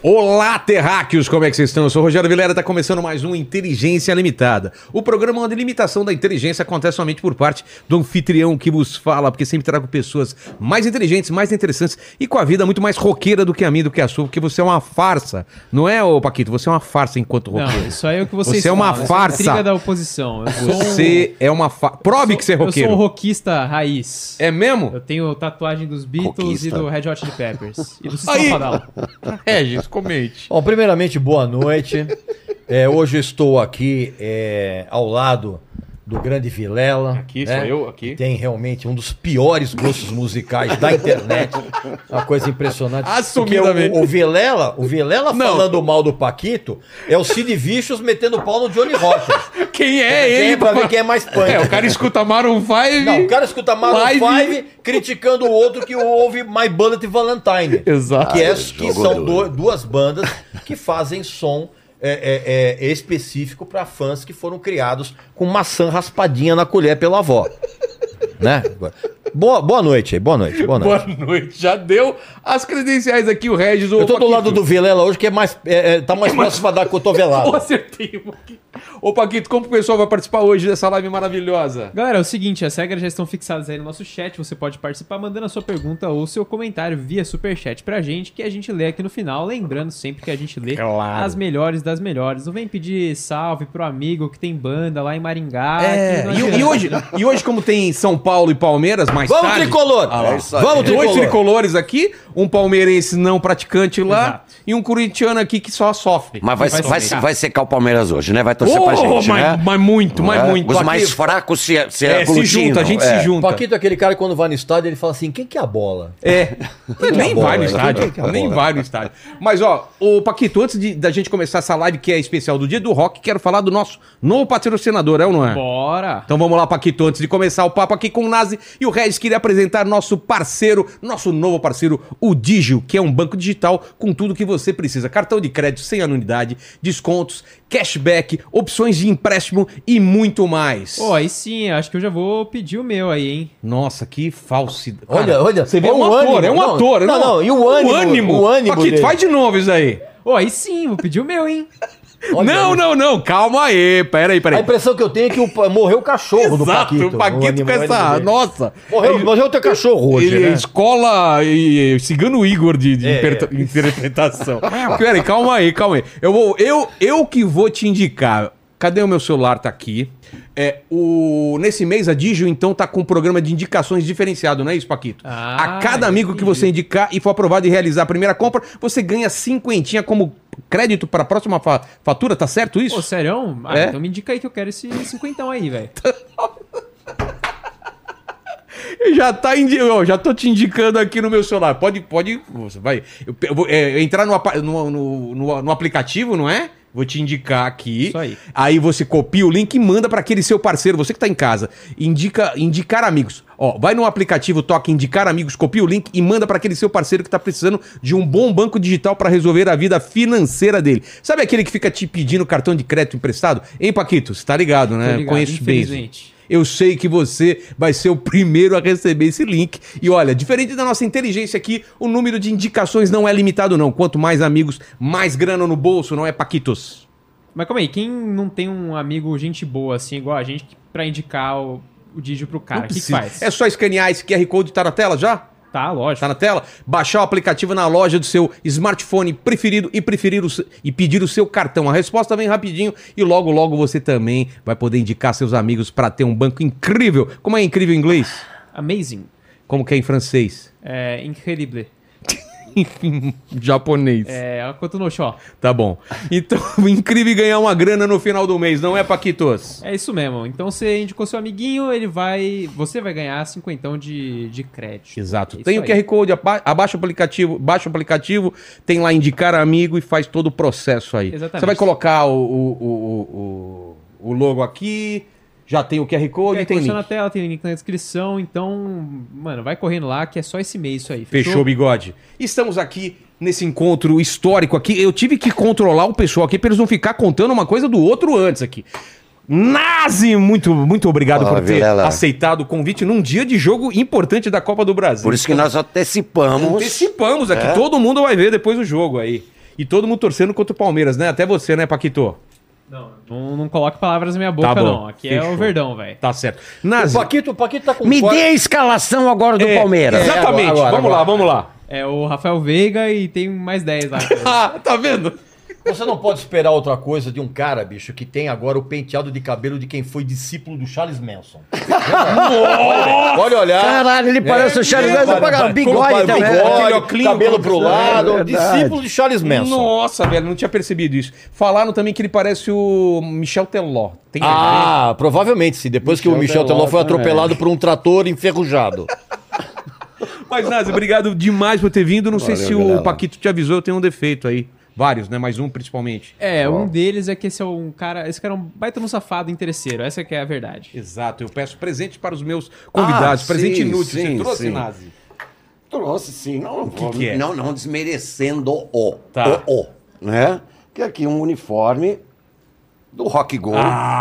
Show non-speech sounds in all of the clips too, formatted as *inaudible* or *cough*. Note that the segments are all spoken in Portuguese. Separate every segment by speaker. Speaker 1: Olá, terráqueos, como é que vocês estão? Eu sou o Rogério Vilera, está começando mais um Inteligência Limitada. O programa onde a limitação da inteligência acontece somente por parte do anfitrião que vos fala, porque sempre trago pessoas mais inteligentes, mais interessantes e com a vida muito mais roqueira do que a minha, do que a sua, porque você é uma farsa. Não é, ô Paquito? Você é uma farsa enquanto roqueiro.
Speaker 2: Não, isso aí é o que vocês
Speaker 1: Você é uma
Speaker 2: falam,
Speaker 1: farsa.
Speaker 2: Isso é intriga da oposição. Eu sou
Speaker 1: Você é uma farsa. Probe que você é
Speaker 2: um, eu sou
Speaker 1: roqueiro.
Speaker 2: um roquista raiz.
Speaker 1: É mesmo?
Speaker 2: Eu tenho tatuagem dos Beatles e do Red Hot Chili Peppers. E do
Speaker 1: Aí.
Speaker 2: Sistema Fadal.
Speaker 1: Regis, comente.
Speaker 3: Bom, primeiramente, boa noite. É, hoje eu estou aqui é, ao lado do grande Vilela.
Speaker 1: Aqui,
Speaker 3: né?
Speaker 1: sou eu, aqui.
Speaker 3: Que Tem realmente um dos piores gostos musicais da internet. Uma coisa impressionante.
Speaker 1: Assumidamente.
Speaker 3: Porque O, o Vilela, o Vilela
Speaker 1: Não.
Speaker 3: falando mal do Paquito é o Sid Vicious metendo pau no Johnny Rotter.
Speaker 1: Quem *laughs* é
Speaker 3: Quem
Speaker 1: ele?
Speaker 3: é pra ver quem é mais
Speaker 1: *laughs*
Speaker 3: punk.
Speaker 1: É, o cara escuta Maroon 5.
Speaker 3: Não, o cara escuta Maroon
Speaker 1: Live.
Speaker 3: 5 criticando o outro que ouve My Bullet Valentine.
Speaker 1: Exato.
Speaker 3: Que, é,
Speaker 4: Ah,
Speaker 3: que
Speaker 4: jogou
Speaker 3: são
Speaker 4: duro.
Speaker 3: du- duas bandas que fazem som é, é, é, específico para fãs que foram criados com maçã raspadinha na colher pela avó. né? Boa, boa noite aí, boa noite, boa noite.
Speaker 1: Boa noite. Já deu as credenciais aqui, o Regis.
Speaker 3: Eu tô do lado do Vilela hoje que é mais, é, é, tá mais próximo da
Speaker 1: Pô,
Speaker 3: cotovelada.
Speaker 1: acertei. um Paquito. Ô, Paquito, como que o pessoal vai participar hoje dessa live maravilhosa?
Speaker 2: Galera, é o seguinte, as regras já estão fixadas aí no nosso chat. Você pode participar mandando a sua pergunta ou seu comentário via superchat pra gente, que a gente lê aqui no final. Lembrando sempre que a gente lê
Speaker 1: Claro.
Speaker 2: as melhores das melhores. Não vem pedir salve pro amigo que tem banda lá em Maringá. que não
Speaker 1: É,
Speaker 2: é
Speaker 1: e,
Speaker 2: adianta.
Speaker 1: e hoje, e hoje, como tem São Paulo e Palmeiras, mais
Speaker 3: Vamos,
Speaker 1: tarde...
Speaker 3: tricolor!
Speaker 1: Ah lá.
Speaker 4: É isso aí.
Speaker 3: Vamos,
Speaker 1: Dois
Speaker 3: tricolor!
Speaker 1: tricolores aqui, um palmeirense não praticante lá
Speaker 2: Exato.
Speaker 1: e um corintiano aqui que só sofre.
Speaker 4: Mas vai,
Speaker 2: Vai
Speaker 4: vai,
Speaker 2: secar.
Speaker 4: vai, secar o Palmeiras hoje, né? Vai torcer pra
Speaker 1: Oh,
Speaker 4: gente,
Speaker 1: mas,
Speaker 4: né?
Speaker 1: mas muito, mas
Speaker 4: É?
Speaker 1: muito.
Speaker 4: Os
Speaker 1: Paquito.
Speaker 4: mais fracos se, se
Speaker 1: é, se
Speaker 4: aglutinam,
Speaker 1: junta, a gente
Speaker 4: é.
Speaker 1: se junta.
Speaker 3: Paquito é aquele cara que quando vai no estádio ele fala assim, quem que é a bola?
Speaker 1: É. nem
Speaker 3: bola,
Speaker 1: vai no
Speaker 3: né?
Speaker 1: estádio.
Speaker 3: Tem que a
Speaker 1: Nem
Speaker 3: bola.
Speaker 1: vai no estádio. Mas, ó, o Paquito, antes de- da gente começar essa live que é especial do Dia do Rock, quero falar do nosso novo patrocinador, é ou não é?
Speaker 2: Bora!
Speaker 1: Então vamos lá, Paquito, antes de começar o papo aqui com o Nazi e o Regis, queria apresentar nosso parceiro, nosso novo parceiro, o Digio, que é um banco digital com tudo que você precisa. Cartão de crédito sem anuidade, descontos, cashback, opções de empréstimo e muito mais.
Speaker 2: Pô, aí sim, acho que eu já vou pedir o meu aí, hein?
Speaker 1: Nossa, que falsidade.
Speaker 3: Olha, olha,
Speaker 1: Você vê
Speaker 3: é
Speaker 1: um
Speaker 3: um
Speaker 1: ator,
Speaker 3: ânimo.
Speaker 1: é um
Speaker 3: Não,
Speaker 1: ator.
Speaker 3: não, não, e o ânimo,
Speaker 1: O ânimo.
Speaker 3: o ânimo
Speaker 1: Paquito,
Speaker 3: dele.
Speaker 1: faz de novo isso aí.
Speaker 2: Pô, aí sim, vou pedir o meu, hein?
Speaker 3: Olha,
Speaker 1: não, não, não, calma aí, peraí,
Speaker 3: A
Speaker 1: peraí.
Speaker 3: impressão que eu tenho é que o pa- morreu o cachorro do
Speaker 1: Exato,
Speaker 3: Paquito. um
Speaker 1: o Paquito com
Speaker 3: animal
Speaker 1: essa.
Speaker 3: dele.
Speaker 1: Nossa.
Speaker 3: Morreu, morreu teu cachorro hoje,
Speaker 1: Ele é
Speaker 3: né?
Speaker 1: escola e, e cigano Igor de, de
Speaker 3: É,
Speaker 1: interpreta- interpretação. Peraí, calma aí, calma aí. Eu, vou, eu, eu que vou te indicar. Cadê o meu celular? Tá aqui. É, o, nesse mês, a Digio, então, tá com um programa de indicações diferenciado, não é isso, Paquito? a
Speaker 2: Ah,
Speaker 1: cada amigo que você indicar e for aprovado e realizar a primeira compra, você ganha cinquentinha como crédito para a próxima fa- fatura, tá certo isso? *laughs*
Speaker 2: Pô, sério? Ah,
Speaker 1: É?
Speaker 2: então me indica aí que eu quero esse cinquentão aí,
Speaker 1: *laughs*
Speaker 2: velho.
Speaker 1: Já tá indi... ó, já tô te indicando aqui no meu celular. Pode, pode, você vai. Eu, pe- eu vou é, entrar no, apa- no, no, no- no aplicativo, não é? Vou te indicar aqui.
Speaker 2: Isso aí.
Speaker 1: você copia o link e manda para aquele seu parceiro, você que tá em casa. Indica, indicar amigos. Ó, vai no aplicativo, toca indicar amigos, copia o link e manda para aquele seu parceiro que tá precisando de um bom banco digital para resolver a vida financeira dele. Sabe aquele que fica te pedindo cartão de crédito emprestado? Hein, Paquito? Você tá ligado, né?
Speaker 2: ligado,
Speaker 1: Conheço bem. isso.
Speaker 2: infelizmente.
Speaker 1: Eu sei que você vai ser o primeiro a receber esse link. E olha, diferente da nossa inteligência aqui, o número de indicações não é limitado, não. Quanto mais amigos, mais grana no bolso, não é, Paquitos?
Speaker 2: Mas calma aí, quem não tem um amigo gente boa, assim, igual a gente, que- pra indicar o, o Digio pro cara, o que, que
Speaker 1: Precisa.
Speaker 2: faz?
Speaker 1: É só escanear esse QR Code, tá na tela já?
Speaker 2: Tá, lógico.
Speaker 1: Tá na tela? Baixar o aplicativo na loja do seu smartphone preferido e preferir o se- e pedir o seu cartão. A resposta vem rapidinho e logo, logo você também vai poder indicar seus amigos para ter um banco incrível. Como é incrível em inglês?
Speaker 2: Amazing.
Speaker 1: Como que é em francês?
Speaker 2: É, incredible.
Speaker 1: Enfim, japonês.
Speaker 2: É, quanto no show.
Speaker 1: Tá bom. Então, *laughs* o incrível é ganhar uma grana no final do mês, não é, Paquitos?
Speaker 2: É isso mesmo. Então você indicou seu amiguinho, ele vai. Você vai ganhar cinquentão de, de crédito.
Speaker 1: Exato.
Speaker 2: É
Speaker 1: tem
Speaker 2: isso
Speaker 1: o
Speaker 2: aí.
Speaker 1: QR Code, aba- abaixa o aplicativo, baixa o aplicativo, tem lá indicar amigo e faz todo o processo aí.
Speaker 2: Exatamente.
Speaker 1: Você vai colocar o, o, o, o, o logo aqui, já tem o QR Code e tem
Speaker 2: Tem
Speaker 1: link.
Speaker 2: tá na tela, tem link na descrição, então, mano, vai correndo lá que é só esse mês isso aí.
Speaker 1: Fechou, bigode. Estamos aqui nesse encontro histórico aqui. Eu tive que controlar o pessoal aqui pra eles não ficar contando uma coisa do outro antes aqui. Nazi, muito, muito obrigado
Speaker 4: Ó,
Speaker 1: por ter
Speaker 4: Vilela.
Speaker 1: aceitado o convite num dia de jogo importante da Copa do Brasil.
Speaker 4: Por isso que nós antecipamos.
Speaker 1: antecipamos aqui. Todo mundo vai ver depois o jogo aí. E todo mundo torcendo contra o Palmeiras, né? Até você, né, Paquito?
Speaker 2: Não, não, não coloque palavras na minha boca,
Speaker 1: Tá bom.
Speaker 2: não. Aqui é
Speaker 1: Fechou.
Speaker 2: o Verdão, velho.
Speaker 1: Tá certo. Nazi.
Speaker 3: O Paquito, o Paquito tá com
Speaker 4: Me
Speaker 3: quatro-
Speaker 4: dê a escalação agora do
Speaker 1: É,
Speaker 4: Palmeiras.
Speaker 3: é.
Speaker 1: Exatamente.
Speaker 3: agora, agora,
Speaker 1: vamos lá,
Speaker 3: agora.
Speaker 1: vamos lá.
Speaker 2: É o Rafael Veiga e tem mais
Speaker 1: *laughs*
Speaker 2: 10 lá.
Speaker 1: Ah, tá vendo?
Speaker 3: Você não pode esperar outra coisa de um cara, bicho, que tem agora o penteado de cabelo de quem foi discípulo do Charles
Speaker 4: *laughs*
Speaker 3: Manson. Pode olhar.
Speaker 4: Caralho, ele
Speaker 1: É,
Speaker 4: parece o Charles
Speaker 3: Ele
Speaker 4: Manson,
Speaker 3: pare-
Speaker 4: paga-
Speaker 3: pare-
Speaker 4: bigode
Speaker 3: como pare-
Speaker 4: também. né?
Speaker 1: Aquele
Speaker 3: Bigode,
Speaker 1: óculinho,
Speaker 3: cabelo
Speaker 1: como-
Speaker 3: pro lado.
Speaker 4: É verdade.
Speaker 3: discípulo de Charles Manson.
Speaker 1: Nossa, velho, não tinha percebido isso. Falaram também que ele parece o Michel Teló. Tem a ver?
Speaker 3: Ah, provavelmente sim. Depois que o Michel Teló foi atropelado por um trator enferrujado.
Speaker 1: Mas, Nazi, obrigado demais por ter vindo. Não sei
Speaker 4: Valeu,
Speaker 1: se o
Speaker 4: galera.
Speaker 1: Paquito te avisou, eu tenho um defeito aí. Vários, né? Mas um principalmente.
Speaker 2: É, um deles é que esse é um cara. Esse cara é um baita no safado interesseiro. Essa que é a verdade.
Speaker 1: Exato, eu peço presente para os meus convidados.
Speaker 4: Ah,
Speaker 1: presente
Speaker 4: sim,
Speaker 1: inútil.
Speaker 4: sim,
Speaker 1: Você trouxe,
Speaker 4: sim.
Speaker 1: Nazi?
Speaker 4: Trouxe sim, não, não,
Speaker 1: que que é?
Speaker 4: não, não desmerecendo o,
Speaker 1: Tá.
Speaker 4: o, o, né? Que aqui é um uniforme do Rock Go.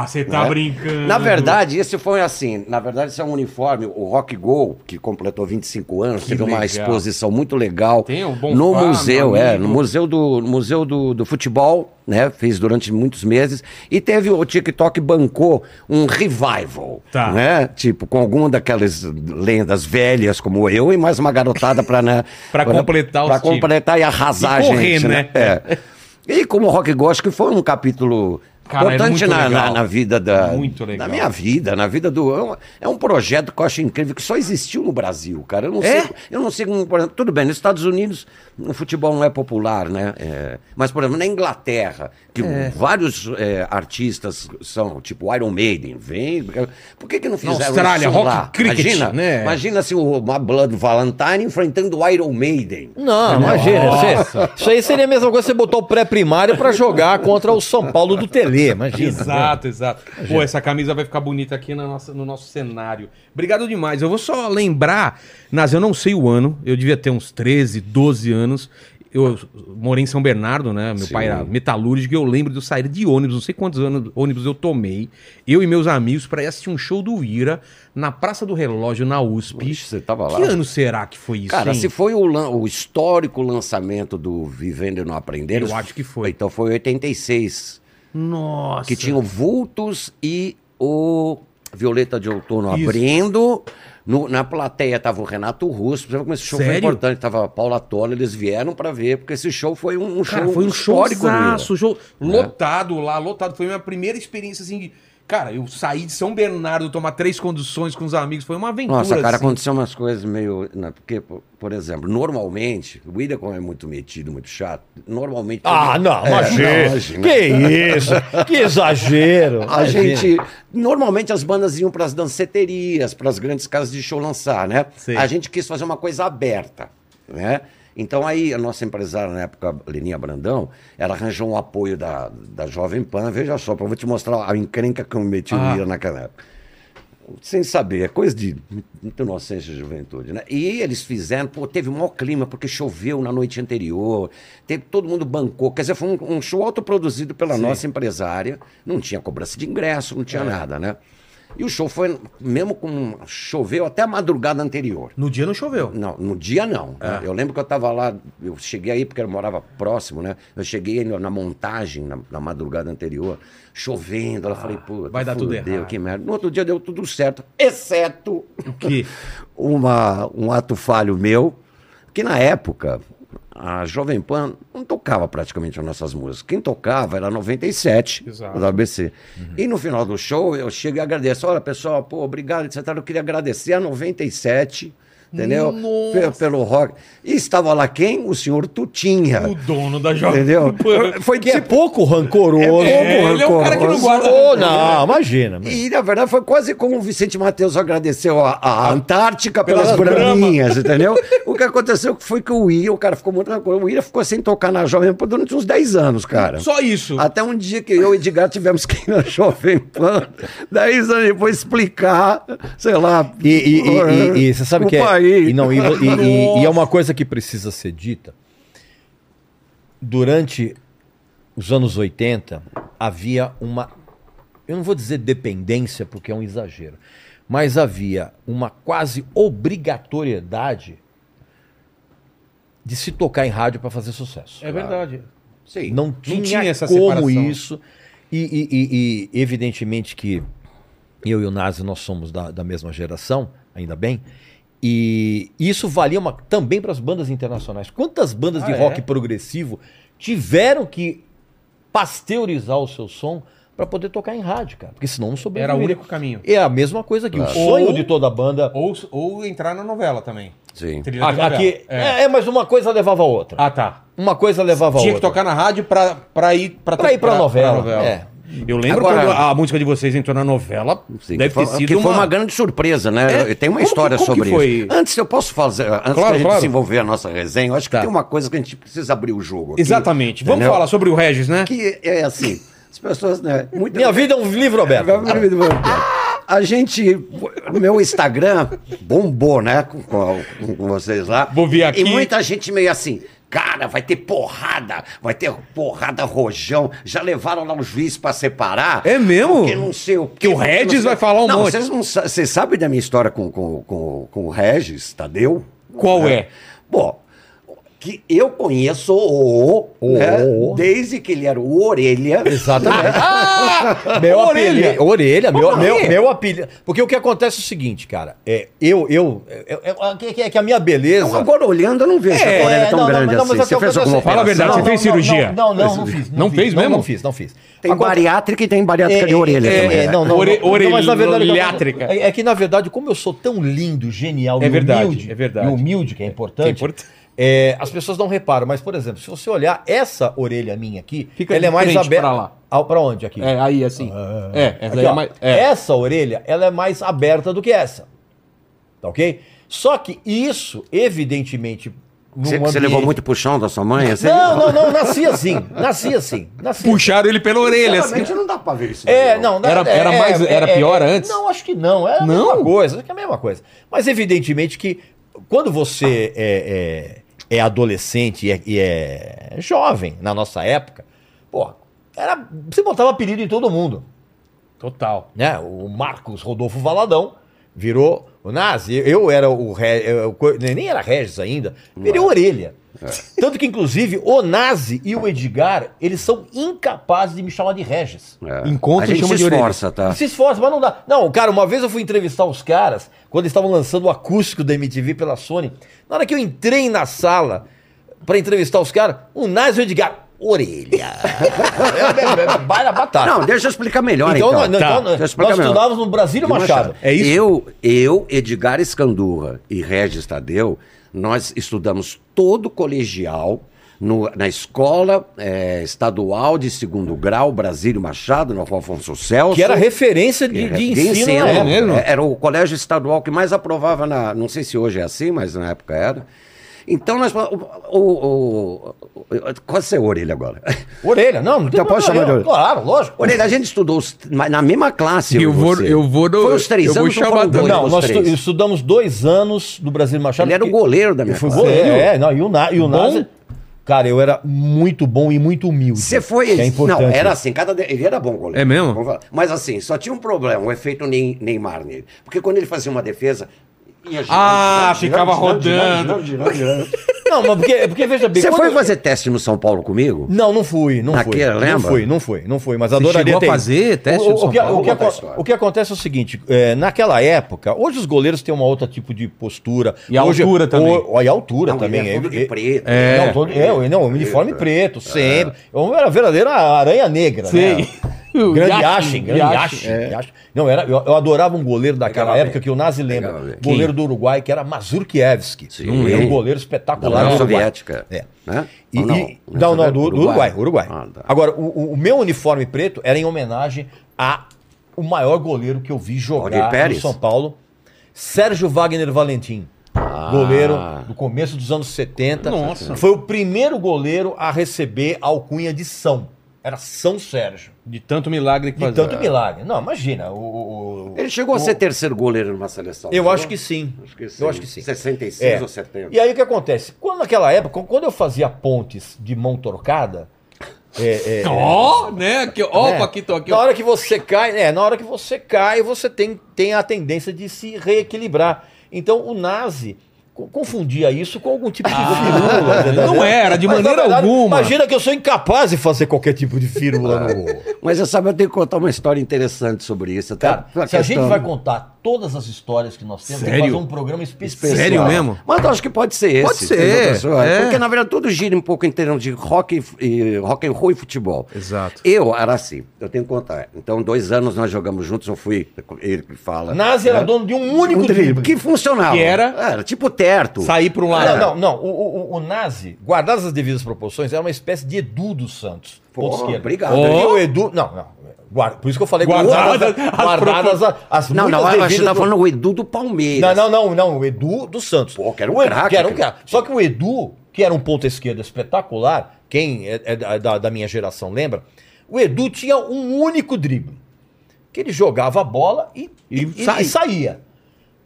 Speaker 1: você tá
Speaker 4: né? Na verdade, esse foi assim. Na verdade, esse é um uniforme. O Rock Go, que completou 25 anos, teve uma
Speaker 1: legal.
Speaker 4: exposição muito legal.
Speaker 1: Tem o Bonfá,
Speaker 4: no museu,
Speaker 1: meu
Speaker 4: é.
Speaker 1: amigo.
Speaker 4: No museu do, no museu do, do futebol, né? Fez durante muitos meses. E teve o TikTok bancou um revival.
Speaker 1: Tá.
Speaker 4: Né? Tipo, com alguma daquelas lendas velhas como eu e mais uma garotada para né,
Speaker 1: *laughs* Pra completar os
Speaker 4: Pra
Speaker 1: times.
Speaker 4: completar e arrasar
Speaker 1: E
Speaker 4: a
Speaker 1: correr,
Speaker 4: gente, né?
Speaker 1: né? *laughs*
Speaker 4: É. E como o Rock Go, acho que foi um capítulo
Speaker 1: Cara, é
Speaker 4: importante
Speaker 1: muito
Speaker 4: na, na,
Speaker 1: legal.
Speaker 4: na vida da,
Speaker 1: Muito legal.
Speaker 4: da minha vida, na vida do. É um, é um projeto que eu acho incrível, que só existiu no Brasil, cara. Eu não sei. Eu não sei como, por exemplo, tudo bem, nos Estados Unidos o futebol não é popular, né? É, mas, por exemplo, na Inglaterra, que vários é, artistas são, tipo Iron Maiden, vem. Por que, que não fizeram
Speaker 1: Austrália,
Speaker 4: isso
Speaker 1: rock,
Speaker 4: lá?
Speaker 1: cricket,
Speaker 4: imagina,
Speaker 1: né?
Speaker 4: imagina se o uma Blood Valentine enfrentando o Iron Maiden.
Speaker 3: Não, imagina. você- isso aí seria a mesma coisa que você botar o pré-primário pra jogar contra o São Paulo do Tele, imagina.
Speaker 1: Exato, exato. Pô, essa camisa vai ficar bonita aqui na nossa- no nosso cenário. Obrigado demais. Eu vou só lembrar, Nas, eu não sei o ano, eu devia ter uns 13, 12 anos. Eu morei em São Bernardo, né? Meu pai era metalúrgico e eu lembro de eu sair de ônibus, não sei quantos anos, ônibus eu tomei, eu e meus amigos, pra ir assistir um show do Ira na Praça do Relógio, na USP.
Speaker 4: Ixi, você tava lá?
Speaker 1: Que ano será que foi isso?
Speaker 4: Cara,
Speaker 1: hein?
Speaker 4: se foi o, lan- o histórico lançamento do Vivendo e Não Aprendendo.
Speaker 1: Eu acho que foi.
Speaker 4: Então foi 86.
Speaker 1: Nossa.
Speaker 4: Que tinha o Vultos e o Violeta de Outono
Speaker 1: Isso.
Speaker 4: abrindo. No- na plateia tava o Renato Russo. Por exemplo, como esse show foi
Speaker 1: Sério?
Speaker 4: importante. Tava a Paula Tola, eles vieram pra ver, porque esse show foi um, um
Speaker 1: Cara,
Speaker 4: show
Speaker 1: foi um
Speaker 4: histórico. no Rio.
Speaker 1: showzaço, show lotado lá, lotado. Foi minha primeira experiência, assim. de- Cara, eu saí de São Bernardo tomar três conduções com os amigos. Foi uma aventura.
Speaker 4: Nossa, cara,
Speaker 1: assim.
Speaker 4: aconteceu umas coisas meio. né, porque, por, por exemplo, normalmente, o William, como é muito metido, muito chato, normalmente.
Speaker 1: É.
Speaker 4: É,
Speaker 3: Ah, não, imagina.
Speaker 4: não, imagina.
Speaker 3: Que isso? Que exagero.
Speaker 4: A
Speaker 3: Imagina.
Speaker 4: gente. Normalmente as bandas iam para as danceterias, para as grandes casas de show lançar, né?
Speaker 1: Sim.
Speaker 4: A gente quis fazer uma coisa aberta, né? Então aí a nossa empresária na época, Leninha Brandão, ela arranjou um apoio da, da Jovem Pan. Veja só, eu vou te mostrar a encrenca que eu meti o
Speaker 1: Ah.
Speaker 4: Lira naquela época. Sem saber, é coisa de muita inocência de juventude, né? E eles fizeram, pô, teve o maior clima, porque choveu na noite anterior, teve, todo mundo bancou. Quer dizer, foi um, um show autoproduzido pela nossa empresária, não tinha cobrança de ingresso, não tinha nada, né? E o show foi, mesmo com. choveu até a madrugada anterior.
Speaker 1: No dia não
Speaker 4: *laughs*
Speaker 1: choveu.
Speaker 4: Não, no dia não. né?
Speaker 1: É.
Speaker 4: Eu lembro que eu estava lá, eu cheguei aí porque eu morava próximo, né? Eu cheguei na, na montagem, na, na madrugada anterior, chovendo. Ela falei, pô,
Speaker 1: Ah, vai dar tudo errado.
Speaker 4: que merda. No outro dia deu tudo certo, exceto
Speaker 1: O quê?
Speaker 4: uma, um ato falho meu, que na época a Jovem Pan não tocava praticamente as nossas músicas. Quem tocava era 97
Speaker 1: Exato.
Speaker 4: da ABC. E no final do show eu chego e agradeço. Olha, pessoal, pô, obrigado, etc. Eu queria agradecer a 97. Entendeu?
Speaker 1: Nossa.
Speaker 4: Pe- Pelo rock. E estava lá quem? O senhor Tutinha.
Speaker 1: O dono da jovem.
Speaker 4: Entendeu? Foi
Speaker 3: Que é pouco rancoroso.
Speaker 1: tipo É, ele é um cara que não guarda
Speaker 3: Ô,
Speaker 1: rancor,
Speaker 3: não, imagina. imagina.
Speaker 4: E, na verdade, foi quase como o Vicente Matheus agradeceu a, a Antártica pelas,
Speaker 1: Pelas
Speaker 4: braminhas, entendeu? o que aconteceu foi que o Ira, o cara ficou muito na coisa, o Ira ficou sem tocar na Jovem Pan durante uns 10 anos, cara.
Speaker 1: Só isso.
Speaker 4: Até um dia que eu e Edgar tivemos que ir na Jovem Pan, 10 anos depois explicar, sei lá.
Speaker 3: E, e- e- e- e você sabe
Speaker 4: o
Speaker 3: que é.
Speaker 4: país.
Speaker 3: E, não, e, vo- e- e- e é uma coisa que precisa ser dita. Durante os anos 80, havia uma. Eu não vou dizer dependência, porque é um exagero. Mas havia uma quase obrigatoriedade de se tocar em rádio para fazer sucesso.
Speaker 1: verdade.
Speaker 4: Sim.
Speaker 3: Não tinha,
Speaker 1: tinha essa
Speaker 3: como
Speaker 1: separação.
Speaker 3: isso. E, e- e- e, evidentemente que eu e o Nazi nós somos da, da mesma geração, ainda bem. E isso valia uma- também para as bandas internacionais. Quantas bandas de
Speaker 1: Ah, é?
Speaker 3: rock progressivo tiveram que pasteurizar o seu som para poder tocar em rádio, cara? Porque senão não
Speaker 1: Era o
Speaker 3: sobreviveria.
Speaker 1: único caminho.
Speaker 3: É a mesma coisa que o
Speaker 4: Claro.
Speaker 3: sonho
Speaker 1: Ou-
Speaker 3: de toda banda.
Speaker 1: Ou, ou entrar na novela também.
Speaker 4: Sim.
Speaker 1: Trilha de
Speaker 3: A-
Speaker 1: novela.
Speaker 3: Aqui,
Speaker 1: É.
Speaker 3: é. é, mas uma coisa levava a outra.
Speaker 1: Ah, tá.
Speaker 3: Uma coisa levava a
Speaker 1: Tinha que
Speaker 3: outra.
Speaker 1: tocar na rádio pra, pra ir pra,
Speaker 3: Pra ir pra novela, é.
Speaker 1: Eu lembro
Speaker 4: Agora-
Speaker 1: quando a música de vocês entrou na novela,
Speaker 4: Sim,
Speaker 1: deve
Speaker 4: que foi,
Speaker 1: ter sido
Speaker 4: que foi
Speaker 1: uma...
Speaker 4: uma grande surpresa, né?
Speaker 1: É?
Speaker 4: Tem uma
Speaker 1: Como que-
Speaker 4: história
Speaker 1: como que
Speaker 4: sobre
Speaker 1: foi?
Speaker 4: isso. Antes eu posso fazer, antes
Speaker 1: Claro,
Speaker 4: da gente
Speaker 1: claro.
Speaker 4: desenvolver a nossa resenha, eu acho
Speaker 1: Tá.
Speaker 4: que tem uma coisa que a gente precisa abrir o jogo. aqui,
Speaker 1: Exatamente. Vamos
Speaker 4: entendeu?
Speaker 1: falar sobre o Regis, né?
Speaker 4: que é assim, as pessoas, né, muita-
Speaker 3: Minha vida é um livro aberto.
Speaker 4: Ah. A gente. o Meu Instagram bombou, né? Com, com- com vocês lá.
Speaker 1: Vou vir aqui.
Speaker 4: E muita gente meio assim. Cara, vai ter porrada, vai ter porrada rojão. Já levaram lá o juiz pra separar.
Speaker 1: É mesmo?
Speaker 4: Porque não sei o
Speaker 1: Que o Regis
Speaker 4: não sei-
Speaker 1: vai falar um
Speaker 4: não,
Speaker 1: monte.
Speaker 4: Vocês não sa- vocês sabem da minha história com, com, com, com o Regis, Tadeu? Né?
Speaker 1: Qual é?
Speaker 4: Bom, que eu conheço o,
Speaker 3: O-
Speaker 4: né,
Speaker 3: o-
Speaker 4: desde que ele era o Orelha.
Speaker 3: Exatamente. *laughs* meu
Speaker 1: Ah, Orelha.
Speaker 3: apelido. Orelha, meu,
Speaker 1: Por quê?
Speaker 3: meu, meu apelido. Porque o que acontece é o seguinte, cara. É, eu, eu. eu- eu- é que- é que a minha
Speaker 4: Então,
Speaker 3: beleza.
Speaker 4: agora olhando, eu não vejo
Speaker 3: É,
Speaker 4: essa
Speaker 1: tá
Speaker 4: orelha tão
Speaker 3: não, não,
Speaker 4: grande
Speaker 3: não,
Speaker 4: assim.
Speaker 3: mas é que
Speaker 4: Você fez
Speaker 3: acontece-
Speaker 4: alguma
Speaker 1: Fala a verdade,
Speaker 4: operação?
Speaker 1: você fez cirurgia?
Speaker 3: Não, não, não, fiz.
Speaker 1: Não
Speaker 3: fiz,
Speaker 1: fez
Speaker 3: não,
Speaker 1: mesmo?
Speaker 3: Não fiz, não fiz.
Speaker 4: Tem
Speaker 3: Aconte-
Speaker 4: bariátrica e tem bariátrica de orelha
Speaker 3: é,
Speaker 4: também.
Speaker 3: é,
Speaker 4: né?
Speaker 3: não, não,
Speaker 1: Ore-
Speaker 3: não, não, mas na verdade,
Speaker 1: orelhátrica.
Speaker 3: é, é que na verdade, como eu sou tão lindo, genial
Speaker 1: É
Speaker 3: e
Speaker 1: verdade,
Speaker 3: humilde,
Speaker 1: é verdade.
Speaker 3: e humilde que é importante,
Speaker 1: É importante.
Speaker 3: é, as pessoas não reparam. Mas por exemplo, se você olhar essa orelha minha aqui,
Speaker 1: Fica
Speaker 3: ela é
Speaker 1: de
Speaker 3: mais
Speaker 1: frente
Speaker 3: aberta.
Speaker 1: pra lá.
Speaker 3: Ah, pra onde aqui?
Speaker 1: É, aí, assim. é, essa
Speaker 3: Aqui,
Speaker 1: aí é
Speaker 3: ó.
Speaker 1: mais... É.
Speaker 3: Essa orelha, ela é mais aberta do que essa. Tá ok? Só que isso, evidentemente. num
Speaker 4: Você, você
Speaker 3: ambiente-
Speaker 4: levou muito puxão da sua mãe? assim?
Speaker 3: Não, não, não, nasci assim. Nasci assim. Nasci
Speaker 1: Puxaram ele pela orelha, assim.
Speaker 4: Sinceramente, não dá pra ver isso.
Speaker 3: É,
Speaker 4: daí,
Speaker 3: não, não,
Speaker 1: Era-
Speaker 3: é,
Speaker 1: era
Speaker 3: é,
Speaker 1: mais-
Speaker 3: é,
Speaker 1: era
Speaker 3: é,
Speaker 1: pior
Speaker 3: é,
Speaker 1: antes?
Speaker 3: Não, acho que não. Era
Speaker 1: Não?
Speaker 3: a mesma coisa. Acho que é a mesma coisa. Mas evidentemente que quando você é, é- é adolescente e é, e é jovem na nossa época, pô, era, você botava apelido em todo mundo.
Speaker 1: Total.
Speaker 3: Né? O Marcos Rodolfo Valadão virou o Nazi. Eu era o Re- eu- eu- nem era Regis ainda,
Speaker 4: é.
Speaker 3: virei orelha. Tanto que, inclusive, o Nazi e o Edgar, eles são incapazes de me chamar de Regis.
Speaker 4: É.
Speaker 1: Encontra
Speaker 4: a
Speaker 1: e
Speaker 4: gente
Speaker 1: chama
Speaker 4: se
Speaker 1: de orelha.
Speaker 4: esforça, tá?
Speaker 3: Se esforça, mas não dá. Não, cara, uma vez eu fui entrevistar os caras quando eles estavam lançando o acústico da MTV pela Sony. Na hora que eu entrei na sala pra entrevistar os caras, o Nazi e o Edgar, orelha. *laughs* É, Vai na batata.
Speaker 4: Não, deixa eu explicar melhor,
Speaker 3: então,
Speaker 4: então.
Speaker 3: nós, nós-
Speaker 1: Tá.
Speaker 3: nós-
Speaker 4: Deixa eu
Speaker 3: nós
Speaker 4: explicar melhor.
Speaker 3: estudávamos no Brasílio Machado.
Speaker 1: É isso?
Speaker 4: Eu, eu, Edgar Escandurra e Regis Tadeu, nós estudamos todo o colegial no- na escola eh, estadual de segundo grau, Brasílio Machado, na rua Afonso Celso.
Speaker 3: Que era referência de, de
Speaker 4: De
Speaker 3: ensino.
Speaker 4: ensino,
Speaker 3: na
Speaker 1: é
Speaker 3: época.
Speaker 1: mesmo?
Speaker 4: É, Era o colégio estadual que mais aprovava na. Não sei se hoje é assim, mas na época era. Então nós. O, o, o, o, qual é seu orelha agora? *laughs*
Speaker 3: Orelha, não, não tem
Speaker 4: Então posso
Speaker 3: problema,
Speaker 4: chamar de
Speaker 3: não. Claro, lógico.
Speaker 4: Orelha, é a gente estudou os- mas na mesma classe.
Speaker 1: Eu vou-
Speaker 4: você.
Speaker 1: eu vou no-
Speaker 4: Foi os três
Speaker 1: eu vou
Speaker 4: anos ou
Speaker 1: chamar
Speaker 4: foram
Speaker 1: também.
Speaker 4: dois,
Speaker 3: Não,
Speaker 4: os
Speaker 3: nós
Speaker 4: três?
Speaker 3: estu- estudamos dois anos no Brasílio Machado.
Speaker 4: Ele era o
Speaker 3: porque-
Speaker 4: goleiro da minha
Speaker 3: Foi
Speaker 4: classe.
Speaker 3: goleiro, é, não, e o, na, e o
Speaker 1: Bom?
Speaker 3: Nazi- Cara, eu era muito bom e muito humilde.
Speaker 4: Você foi.
Speaker 3: Que é importante.
Speaker 4: Não, era assim, cada. de- Ele era bom goleiro.
Speaker 1: É mesmo?
Speaker 4: Vamos falar. Mas assim, só tinha um problema, o efeito Ney- Neymar nele. Porque quando ele fazia uma defesa. Ia girando,
Speaker 1: Ah,
Speaker 4: girando,
Speaker 1: ficava
Speaker 4: girando,
Speaker 1: rodando.
Speaker 4: girando, girando, girando.
Speaker 3: Não, mas porque, porque veja bem.
Speaker 4: Você
Speaker 3: quando
Speaker 4: foi
Speaker 3: eu-
Speaker 4: fazer teste no São Paulo comigo?
Speaker 3: Não, não fui, não fui.
Speaker 4: Naquela,
Speaker 3: Não
Speaker 4: lembra?
Speaker 3: fui, não fui, não fui, mas
Speaker 1: Você
Speaker 3: adoraria
Speaker 1: chegou a
Speaker 3: ter. ido.
Speaker 1: fazer teste
Speaker 3: o,
Speaker 1: no
Speaker 3: o,
Speaker 1: São
Speaker 3: que,
Speaker 1: Paulo?
Speaker 3: o, que,
Speaker 4: Vamos contar a
Speaker 3: aco-
Speaker 4: história.
Speaker 3: o que acontece é o seguinte, é, naquela época, hoje os goleiros têm uma outra tipo de postura.
Speaker 1: E a
Speaker 3: Hoje-
Speaker 1: altura também.
Speaker 3: o- e a altura
Speaker 4: Não,
Speaker 3: também.
Speaker 4: ele é todo de preto. né? é.
Speaker 1: É.
Speaker 3: Não, todo- é, o- não, o uniforme preto, sempre. Eu era verdadeira aranha negra, *laughs* né?
Speaker 2: O
Speaker 3: Grande
Speaker 2: Yashin,
Speaker 3: Yashin, grande
Speaker 2: Yashin.
Speaker 3: Yashin.
Speaker 1: É.
Speaker 3: Yashin. Não, era, eu, eu adorava um goleiro daquela
Speaker 4: Pegava
Speaker 3: época
Speaker 4: bem.
Speaker 3: que o Nazi
Speaker 4: Pegava
Speaker 3: lembra.
Speaker 4: bem.
Speaker 3: Goleiro do Uruguai, que era Mazurkiewski.
Speaker 4: Sim.
Speaker 3: Era um goleiro
Speaker 4: Da
Speaker 3: espetacular. do
Speaker 4: União
Speaker 3: Uruguai.
Speaker 4: Soviética.
Speaker 3: É.
Speaker 4: Né?
Speaker 3: E-
Speaker 4: Ou
Speaker 3: e- não, não, do, do Uruguai, Uruguai.
Speaker 4: Ah, tá.
Speaker 3: Agora, o, o- o meu uniforme preto era em homenagem a o maior goleiro que eu vi
Speaker 4: Valdir
Speaker 3: jogar no
Speaker 4: Pérez?
Speaker 3: São Paulo, Sérgio Wagner Valentim.
Speaker 4: Ah.
Speaker 3: Goleiro do começo dos anos 70.
Speaker 1: Nossa.
Speaker 3: Foi o primeiro goleiro a receber a alcunha de São. Era São Sérgio.
Speaker 1: De tanto milagre que
Speaker 3: De
Speaker 1: fazia.
Speaker 3: tanto milagre. Não, imagina. o- O, o-
Speaker 4: é. Ele chegou a ser terceiro goleiro numa seleção. é?
Speaker 3: Eu
Speaker 4: chegou?
Speaker 3: acho que sim. Eu acho que sim.
Speaker 4: 66
Speaker 3: É.
Speaker 4: ou 70.
Speaker 3: E aí o que acontece? Quando, naquela época, quando eu fazia pontes de mão torcada. é, é,
Speaker 1: Ó, né? Aqui, ó,
Speaker 3: né?
Speaker 1: Paquito, aqui.
Speaker 3: Na
Speaker 1: ó.
Speaker 3: hora que você cai, é, na hora que você cai, você tem, tem a tendência de se reequilibrar. Então o Nazi, co- confundia isso com algum tipo de firula. entendeu?
Speaker 1: não era, Ah, de
Speaker 3: Mas, na
Speaker 1: né? maneira
Speaker 3: verdade,
Speaker 1: alguma.
Speaker 3: Imagina que eu sou incapaz de fazer qualquer tipo de firula
Speaker 1: *laughs*
Speaker 3: no
Speaker 4: Mas você sabe, eu tenho que contar uma história interessante sobre isso. até
Speaker 3: Cara,
Speaker 4: pela
Speaker 3: se a
Speaker 4: questão-
Speaker 3: gente vai contar todas as histórias que nós temos, tem que
Speaker 1: Tá Sério?
Speaker 3: fazer um programa especial.
Speaker 4: especial.
Speaker 1: Sério mesmo?
Speaker 4: Mas eu acho que pode ser esse.
Speaker 1: Pode ser,
Speaker 4: entendeu, pessoal?
Speaker 1: é.
Speaker 4: Porque, na verdade, tudo gira um pouco em termos de rock, e- e, rock and roll e futebol.
Speaker 1: Exato.
Speaker 4: Eu era assim, eu tenho que contar. Então, dois anos nós jogamos juntos, eu fui, ele que fala.
Speaker 3: Nazi era dono de um único
Speaker 4: Um drible,
Speaker 3: drible.
Speaker 4: que funcionava.
Speaker 1: Que era?
Speaker 4: tipo terto.
Speaker 1: Sair pra um lado.
Speaker 3: Não, não, não. O, o, o- o Nazi, guardadas as devidas proporções, era uma espécie de Edu dos Santos.
Speaker 4: Pô,
Speaker 3: ponta esquerda.
Speaker 4: obrigado.
Speaker 3: Porque o Edu. Não, não. Guarda- por isso que eu falei
Speaker 1: Guardadas
Speaker 3: guardadas,
Speaker 1: as
Speaker 3: guardadas as, as
Speaker 4: Não, não,
Speaker 3: muitas
Speaker 4: eu acho que
Speaker 3: devidas
Speaker 4: você tá
Speaker 3: pro-
Speaker 4: falando o Edu do Palmeiras.
Speaker 3: Não, não, não, não, o Edu dos Santos.
Speaker 4: Pô, que era um
Speaker 3: o Edu,
Speaker 4: craque,
Speaker 3: que era um
Speaker 4: cara.
Speaker 3: craque. Só que o Edu, que era um ponta esquerda espetacular, quem é, é da- da, da minha geração lembra, o Edu tinha um único drible. Que ele jogava a bola e,
Speaker 1: E
Speaker 3: e-
Speaker 1: sai.
Speaker 3: e saía.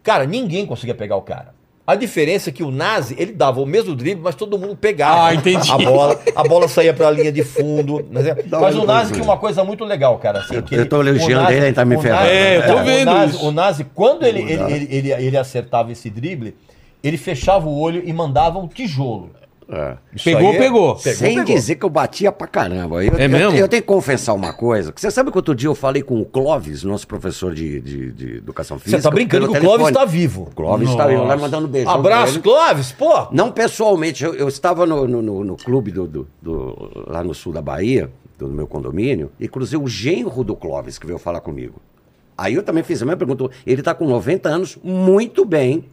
Speaker 3: Cara, ninguém conseguia pegar o cara. A diferença é que o Nazi, ele dava o mesmo drible, mas todo mundo pegava
Speaker 1: Ah, entendi.
Speaker 3: a bola. A bola saía pra linha de fundo. Mas, é-
Speaker 4: Dá
Speaker 3: mas
Speaker 4: uma
Speaker 3: o Nazi
Speaker 4: coisa.
Speaker 3: tinha uma coisa muito legal, cara. assim,
Speaker 4: Eu-
Speaker 3: que
Speaker 4: eu tô
Speaker 3: o
Speaker 4: elogiando
Speaker 3: Nazi-
Speaker 4: ele, ele tá me
Speaker 3: o
Speaker 4: ferrando.
Speaker 3: Nazi-
Speaker 1: É, eu tô
Speaker 3: não, o
Speaker 1: vendo
Speaker 3: Nazi-
Speaker 1: isso.
Speaker 3: o Nazi, quando ele, ele, ele, ele, ele acertava esse drible, ele fechava o olho e mandava um tijolo.
Speaker 4: É.
Speaker 3: Isso
Speaker 1: Pegou,
Speaker 3: aí é-
Speaker 1: pegou.
Speaker 3: pegou,
Speaker 4: Sem
Speaker 3: pegou.
Speaker 4: dizer que eu batia pra caramba. Eu,
Speaker 1: É
Speaker 4: eu-
Speaker 1: mesmo?
Speaker 4: Eu, tenho que confessar uma coisa. que Você sabe que outro dia eu falei com o Clóvis, nosso professor de, de- de educação física.
Speaker 3: Você tá brincando
Speaker 4: pelo
Speaker 3: que o Clóvis
Speaker 4: telefone.
Speaker 3: tá vivo.
Speaker 4: O Clóvis tá vindo lá mandando um beijão. pra
Speaker 3: Abraço,
Speaker 4: ele.
Speaker 3: Clóvis, pô!
Speaker 4: Não pessoalmente, eu, eu estava no, no- no- no clube do, do- do- lá no sul da Bahia, do meu condomínio, e cruzei o genro do Clóvis que veio falar comigo. Aí eu também fiz a mesma pergunta. Ele está com 90 anos, muito bem.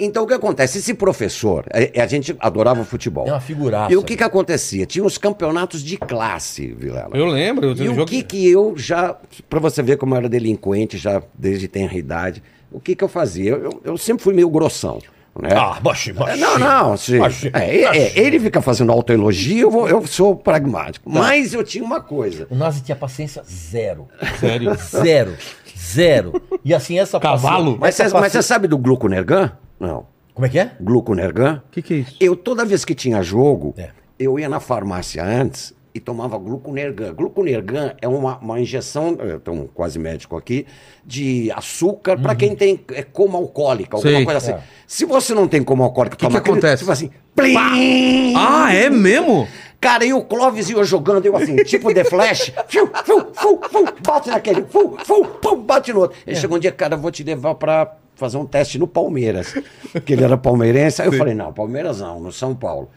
Speaker 4: Então o que acontece? Esse professor, é, a, a gente adorava futebol.
Speaker 3: É uma figuraça.
Speaker 4: E o que, que acontecia? Tinha os campeonatos de classe, Vilela.
Speaker 1: Eu lembro. Eu
Speaker 4: E o que que eu já, pra você ver como eu era delinquente já desde tenra idade, o que que eu fazia? Eu, eu- eu sempre fui meio grossão, né?
Speaker 3: Ah, baixinho,
Speaker 4: É,
Speaker 3: baixinho.
Speaker 4: Não, não, sim.
Speaker 3: Baixinho,
Speaker 4: É, é,
Speaker 3: baixinho.
Speaker 4: é, ele fica fazendo autoelogio, eu, vou- eu sou pragmático. Mas eu tinha uma coisa.
Speaker 3: O Nazi tinha paciência zero. *laughs*
Speaker 1: Sério.
Speaker 3: Zero. Zero. E assim, essa
Speaker 1: Cavalo?
Speaker 3: paciência-
Speaker 4: Mas você
Speaker 3: essa
Speaker 4: mas
Speaker 3: paciência-
Speaker 4: você sabe do Gluconergan? Não.
Speaker 3: Como é que é?
Speaker 4: Gluconergan?
Speaker 1: O que, que é isso?
Speaker 4: Eu, toda vez que tinha jogo,
Speaker 3: É.
Speaker 4: eu ia na farmácia antes e tomava gluconergan. Gluconergan é uma, uma injeção, estamos quase médico aqui, de açúcar para
Speaker 1: Uhum.
Speaker 4: quem tem é, coma alcoólica, alguma
Speaker 1: Sei.
Speaker 4: coisa assim. Se você não tem coma alcoólica,
Speaker 1: é. que acontece?
Speaker 4: Tipo assim, plim!
Speaker 1: Ah, é mesmo?
Speaker 4: Cara, e o Clóvis ia jogando, eu assim, tipo The Flash, fiu, fiu, fiu, fiu, bate naquele, fiu, fiu, fiu, bate no outro.
Speaker 3: É.
Speaker 4: Ele chegou um dia, cara, eu vou te levar pra fazer um teste no Palmeiras, porque ele era palmeirense. Aí eu falei, não, Palmeiras não, no São Paulo.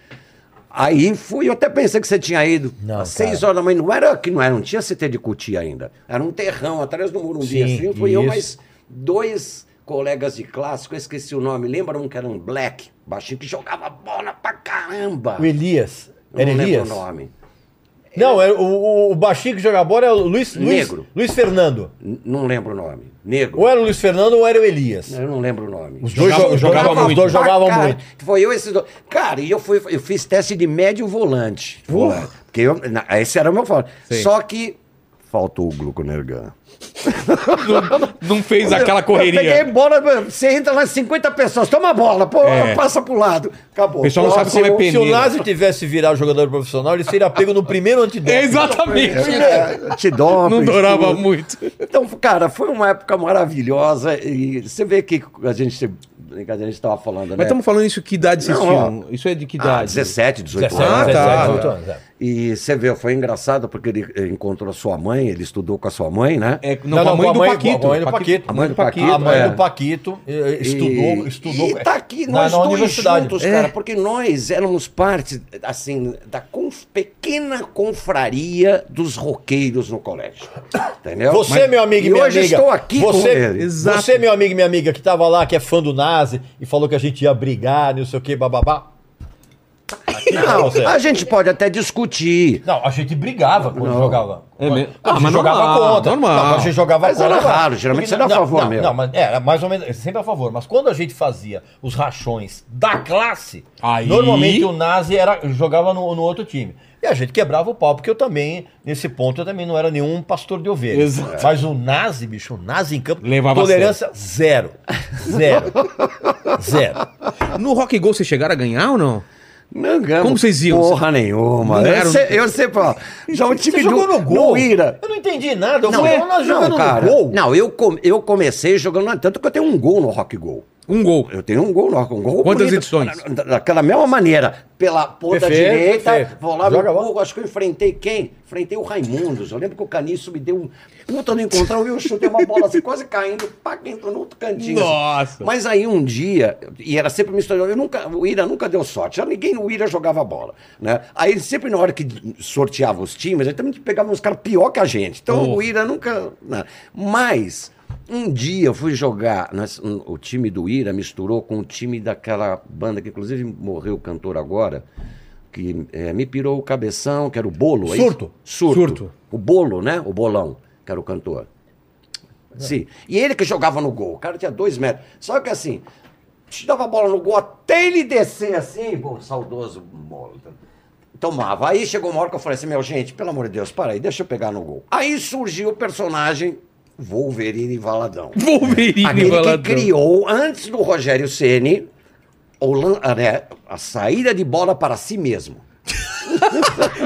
Speaker 4: Aí fui, eu até pensei que você tinha ido.
Speaker 3: Não,
Speaker 4: às seis
Speaker 3: cara.
Speaker 4: horas da manhã, não era que não era, não tinha CT de Cuti ainda. Era um terrão atrás do Morumbi,
Speaker 3: Sim,
Speaker 4: assim, fui eu,
Speaker 3: isso.
Speaker 4: mas dois colegas de clássico, eu esqueci o nome, lembra um que era um Black, baixinho, que jogava bola pra caramba.
Speaker 3: O Elias.
Speaker 4: Eu
Speaker 3: Era
Speaker 4: não
Speaker 3: Elias?
Speaker 4: lembro o nome.
Speaker 3: Não, era o, o, o baixinho que jogava bola é o Luiz, Luiz,
Speaker 4: Negro.
Speaker 3: Luiz Fernando.
Speaker 4: N- Não lembro o nome. Negro.
Speaker 3: Ou era o Luiz Fernando ou era o Elias.
Speaker 4: Eu não lembro o nome.
Speaker 3: Os dois
Speaker 1: Jogava-
Speaker 3: jo-
Speaker 1: jogava
Speaker 3: jogavam-
Speaker 1: muito.
Speaker 3: Os dois jogavam
Speaker 4: Pra cara-
Speaker 3: muito.
Speaker 4: Foi eu e esses dois. Cara, e eu, fui, eu fiz teste de médio volante. Volante. Porque eu, na- esse era o meu forte.
Speaker 1: Sim.
Speaker 4: Só que faltou o gluconergan.
Speaker 1: Não, não fez aquela
Speaker 4: Eu peguei
Speaker 1: correria.
Speaker 4: bola, você entra lá 50 pessoas, toma a bola, pô,
Speaker 1: É.
Speaker 4: passa pro lado. Acabou.
Speaker 1: O pessoal não sabe como é
Speaker 4: Próximo-
Speaker 1: pen-
Speaker 3: Se o
Speaker 1: Peneira.
Speaker 3: Nazi tivesse virado jogador profissional, ele seria pego no primeiro antidoping.
Speaker 1: É, *laughs* exatamente.
Speaker 4: É, Te doping,
Speaker 1: Não durava
Speaker 4: tudo.
Speaker 1: muito.
Speaker 4: Então, cara, foi uma época maravilhosa e você vê que a gente a gente estava falando, né?
Speaker 1: Mas estamos falando isso que idade vocês
Speaker 4: Não,
Speaker 1: tinham? Isso é de que
Speaker 4: Ah,
Speaker 1: idade?
Speaker 4: 17, 18
Speaker 3: 17,
Speaker 4: anos.
Speaker 1: Ah, tá.
Speaker 3: 18 anos. é.
Speaker 4: E você vê, foi engraçado porque ele eh, encontrou sua mãe, ele estudou com a sua mãe, né?
Speaker 1: É, não, com a mãe do Paquito.
Speaker 3: com a mãe do Paquito.
Speaker 1: A mãe do
Speaker 3: A
Speaker 1: Paquito.
Speaker 3: mãe
Speaker 1: é.
Speaker 3: do Paquito eh, estudou,
Speaker 4: E-
Speaker 3: estudou.
Speaker 4: E tá aqui,
Speaker 3: na-
Speaker 4: nós
Speaker 3: na
Speaker 4: dois
Speaker 3: universidade.
Speaker 4: juntos,
Speaker 1: É.
Speaker 4: cara, porque nós éramos parte, assim, da conf- pequena confraria dos roqueiros no colégio. Entendeu?
Speaker 3: É, Você,
Speaker 4: Mas-
Speaker 3: meu amigo e
Speaker 4: e
Speaker 3: minha
Speaker 4: hoje
Speaker 3: amiga.
Speaker 4: estou aqui com
Speaker 3: você,
Speaker 4: ele.
Speaker 1: Exato.
Speaker 3: Você, meu amigo e minha amiga, que tava lá, que é fã do Nazi e falou que a gente ia brigar, não sei o que, bababá. Aqui pra você.
Speaker 4: Não, a gente pode até discutir.
Speaker 3: Não, a gente brigava quando jogava.
Speaker 1: É mesmo?
Speaker 3: Quando
Speaker 1: Ah,
Speaker 3: a gente
Speaker 1: mas
Speaker 3: jogava
Speaker 1: normal,
Speaker 3: contra.
Speaker 1: normal.
Speaker 3: Não, quando a gente jogava
Speaker 4: Mas
Speaker 3: contra.
Speaker 4: era raro, geralmente você
Speaker 3: Porque-
Speaker 4: era a
Speaker 3: não,
Speaker 4: favor
Speaker 3: não,
Speaker 4: mesmo.
Speaker 3: Não, mas era mais ou menos, é sempre a favor. Mas quando a gente fazia os rachões da classe,
Speaker 1: Aí-
Speaker 3: normalmente o Nazi era, jogava no, no outro time. E a gente quebrava o pau, porque eu também, nesse ponto, eu também não era nenhum pastor de ovelha.
Speaker 1: Exato.
Speaker 3: Mas o Nazi, bicho, o Nazi em campo,
Speaker 1: Levava a
Speaker 3: tolerância zero.
Speaker 4: *laughs*
Speaker 3: Zero. zero.
Speaker 1: No Rock Go vocês chegaram a ganhar ou não?
Speaker 4: Não ganhamos
Speaker 1: Como vocês iam?
Speaker 4: Porra nenhuma.
Speaker 1: Não
Speaker 3: né?
Speaker 4: eu,
Speaker 1: era um-
Speaker 4: sei- eu
Speaker 3: *laughs*
Speaker 4: sempre, ó, já o time
Speaker 3: Você jogou
Speaker 4: do,
Speaker 3: no gol?
Speaker 4: do Ira.
Speaker 3: Eu não entendi nada. Eu
Speaker 4: Não,
Speaker 3: falei,
Speaker 4: é,
Speaker 3: nós jogando
Speaker 4: não, cara,
Speaker 3: no gol.
Speaker 4: não eu, com- eu comecei jogando, tanto que eu tenho um gol no Rock Gol.
Speaker 1: Um gol.
Speaker 4: Eu tenho um gol no arco, um gol.
Speaker 1: Quantas edições?
Speaker 4: Da- Daquela mesma maneira. Pela ponta
Speaker 3: Perfeito,
Speaker 4: direita,
Speaker 3: perfeito.
Speaker 4: vou lá,
Speaker 3: Joga a
Speaker 4: me
Speaker 3: bola.
Speaker 4: empurro, acho que eu enfrentei quem? Enfrentei o Raimundos. Eu lembro que o Caniço me deu um puta no encontrão e eu chutei uma bola assim, quase caindo, pá, que entrou no outro cantinho. assim.
Speaker 1: Nossa.
Speaker 4: Mas aí um dia, e era sempre uma história, eu nunca, o Ira nunca deu sorte, já ninguém no Ira jogava bola, né? Aí sempre na hora que sorteava os times, ele também pegava uns caras pior que a gente. Então
Speaker 1: Oh.
Speaker 4: o Ira nunca, né? Mas um dia eu fui jogar, nós- um- o time do Ira misturou com o time daquela banda que inclusive morreu o cantor agora, que eh, me pirou o cabeção, que era o Bolo. é isso?
Speaker 3: Surto.
Speaker 4: Surto.
Speaker 1: Surto.
Speaker 4: O Bolo, né? O Bolão, que era o cantor. É. Sim. E ele que jogava no gol. O cara tinha dois metros. Só que assim, te dava a bola no gol até ele descer assim, pô, saudoso Molotov. Tomava. Aí chegou uma hora que eu falei assim, meu, gente, pelo amor de Deus, para aí, deixa eu pegar no gol. Aí surgiu o personagem Wolverine Valadão.
Speaker 1: Wolverine,
Speaker 4: Aquele
Speaker 1: Valadão.
Speaker 4: que criou, antes do Rogério Ceni o lan- ah, né, a saída de bola para si mesmo.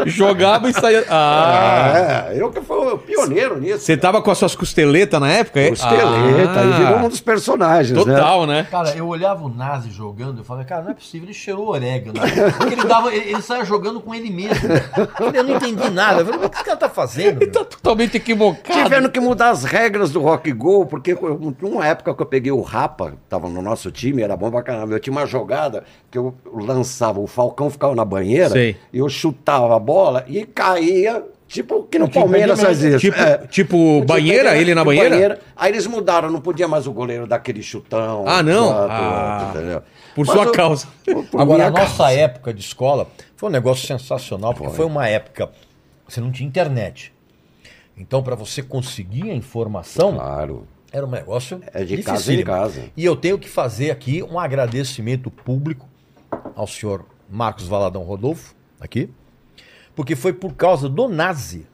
Speaker 1: Jogava e saía. Ah.
Speaker 4: É, eu que fui o pioneiro nisso.
Speaker 1: Você tá- tava com as suas costeletas na época? é?
Speaker 4: Costeleta, aí virou um dos personagens, né?
Speaker 1: Total, né?
Speaker 3: Cara, eu olhava o Nazi jogando, eu falava, cara, não é possível, ele cheirou orégano. Porque ele, dava, ele, ele saia jogando com ele mesmo. Eu falei, eu não entendi nada. Eu falei, o que esse cara tá fazendo?
Speaker 4: Então,
Speaker 3: meu?"
Speaker 1: Tá totalmente equivocado.
Speaker 4: Tiveram que mudar as regras do rock go, porque eu- numa época que eu peguei o Rapa, tava no nosso time, era bom pra caramba. Eu tinha uma jogada que eu lançava, o Falcão ficava na banheira,
Speaker 1: Sei.
Speaker 4: e eu chutava a bola e caía, tipo que no
Speaker 3: Tipo
Speaker 4: Palmeiras faz
Speaker 3: impedimento.
Speaker 4: isso.
Speaker 1: Tipo,
Speaker 4: é.
Speaker 1: tipo banheira, ele na
Speaker 4: Tipo
Speaker 1: banheira?
Speaker 4: Aí eles mudaram, não podia mais o goleiro daquele chutão.
Speaker 1: Ah, não?
Speaker 4: lá, do
Speaker 1: Ah.
Speaker 4: outro, entendeu?
Speaker 1: Por
Speaker 4: Mas
Speaker 1: sua
Speaker 4: eu-
Speaker 1: causa.
Speaker 4: Por, por
Speaker 3: Agora, a
Speaker 4: minha
Speaker 3: nossa é-
Speaker 4: causa.
Speaker 3: época de escola foi um negócio sensacional, porque foi uma época você não tinha internet. Então, para você conseguir a informação,
Speaker 4: Claro.
Speaker 3: era um negócio
Speaker 4: É de casa em
Speaker 3: dificílimo.
Speaker 4: casa.
Speaker 3: E eu tenho que fazer aqui um agradecimento público ao senhor Marcos Valadão Rodolfo, aqui, porque foi por causa do Nazi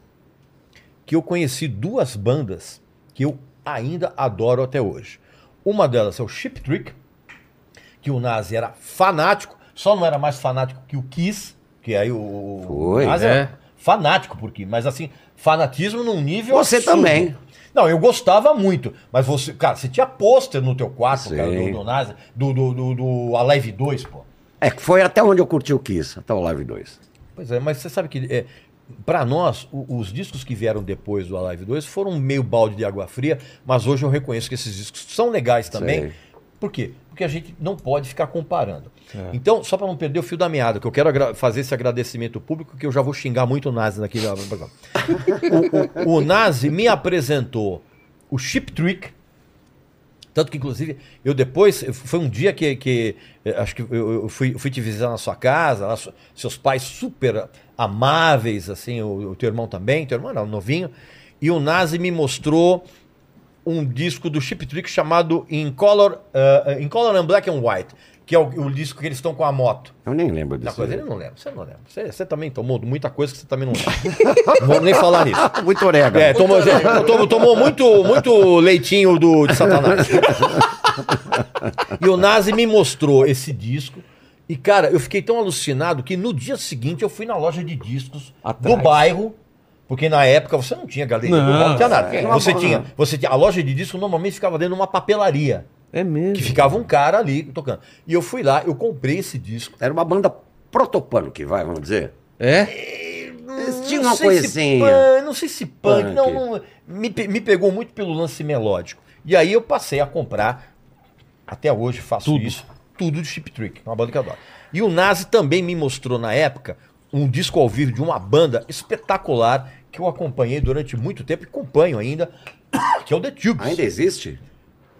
Speaker 3: que eu conheci duas bandas que eu ainda adoro até hoje. Uma delas é o Chip Trick, que o Nazi era fanático, só não era mais fanático que o Kiss, que aí o
Speaker 4: Foi, né?
Speaker 3: o Nazi
Speaker 1: é.
Speaker 3: era fanático porque, mas assim, fanatismo num nível
Speaker 4: Você também.
Speaker 3: Não, eu gostava muito, mas você, cara, você tinha pôster no teu quarto,
Speaker 4: Sim.
Speaker 3: cara, do, do Nazi, do, do, do, do Alive 2, pô.
Speaker 4: É que foi até onde eu curti o Kiss, até o Live 2.
Speaker 3: Pois é, mas você sabe que é, para nós, o- os discos que vieram depois do Alive 2 foram meio balde de água fria, mas hoje eu reconheço que esses discos são legais também.
Speaker 4: Sei.
Speaker 3: Por quê? Porque a gente não pode ficar comparando. Então, só para não perder o fio da meada, que eu quero agra- fazer esse agradecimento público, que eu já vou xingar muito o Nazi daqui. já- *laughs* o, o, o Nazi me apresentou o Chip Trick, tanto que, inclusive, eu depois. Foi um dia que. que eh, acho que eu, eu fui, eu fui te visitar na sua casa, lá, su- seus pais super amáveis, assim, o, o teu irmão também, teu irmão era novinho. E o Nazi me mostrou um disco do Chip Trick chamado In Color, eh, In Color and Black and White, que é o, o disco que eles estão com a moto.
Speaker 4: Eu nem lembro
Speaker 3: Na
Speaker 4: disso.
Speaker 3: coisa, ele não lembra, você não lembra. Você, você também tomou muita coisa que você também não lembra. *laughs* não vou nem falar nisso.
Speaker 4: Tá Muito orégano.
Speaker 3: É, tomou, *laughs* tomou, tomou muito, muito leitinho do, de Satanás. e o Nazi me mostrou esse disco. E, cara, eu fiquei tão alucinado que no dia seguinte eu fui na loja de discos
Speaker 1: Atrás.
Speaker 3: do bairro. Porque na época você não tinha galeria,
Speaker 1: Não,
Speaker 3: não, não tinha nada.
Speaker 4: é.
Speaker 3: Você tinha, você tinha- a loja de disco normalmente ficava dentro de uma papelaria,
Speaker 1: É
Speaker 3: que
Speaker 1: mesmo.
Speaker 3: ficava um cara ali tocando. E eu fui lá, eu comprei esse disco.
Speaker 4: Era uma banda protopunk, vai, vamos dizer.
Speaker 1: É?
Speaker 4: Eles
Speaker 3: Hum, Não
Speaker 4: tinham uma
Speaker 3: sei se
Speaker 4: coisinha.
Speaker 3: pan- não sei se punk,
Speaker 4: Punk.
Speaker 3: não, não- me, pe- me pegou muito pelo lance melódico. E aí eu passei a comprar, até hoje faço
Speaker 1: Tudo.
Speaker 3: isso, tudo de Chip Trick, uma banda que eu adoro. E o Nazi também me mostrou na época um disco ao vivo de uma banda espetacular que eu acompanhei durante muito tempo e acompanho ainda, *coughs* que é o The Tubes.
Speaker 4: Ainda existe?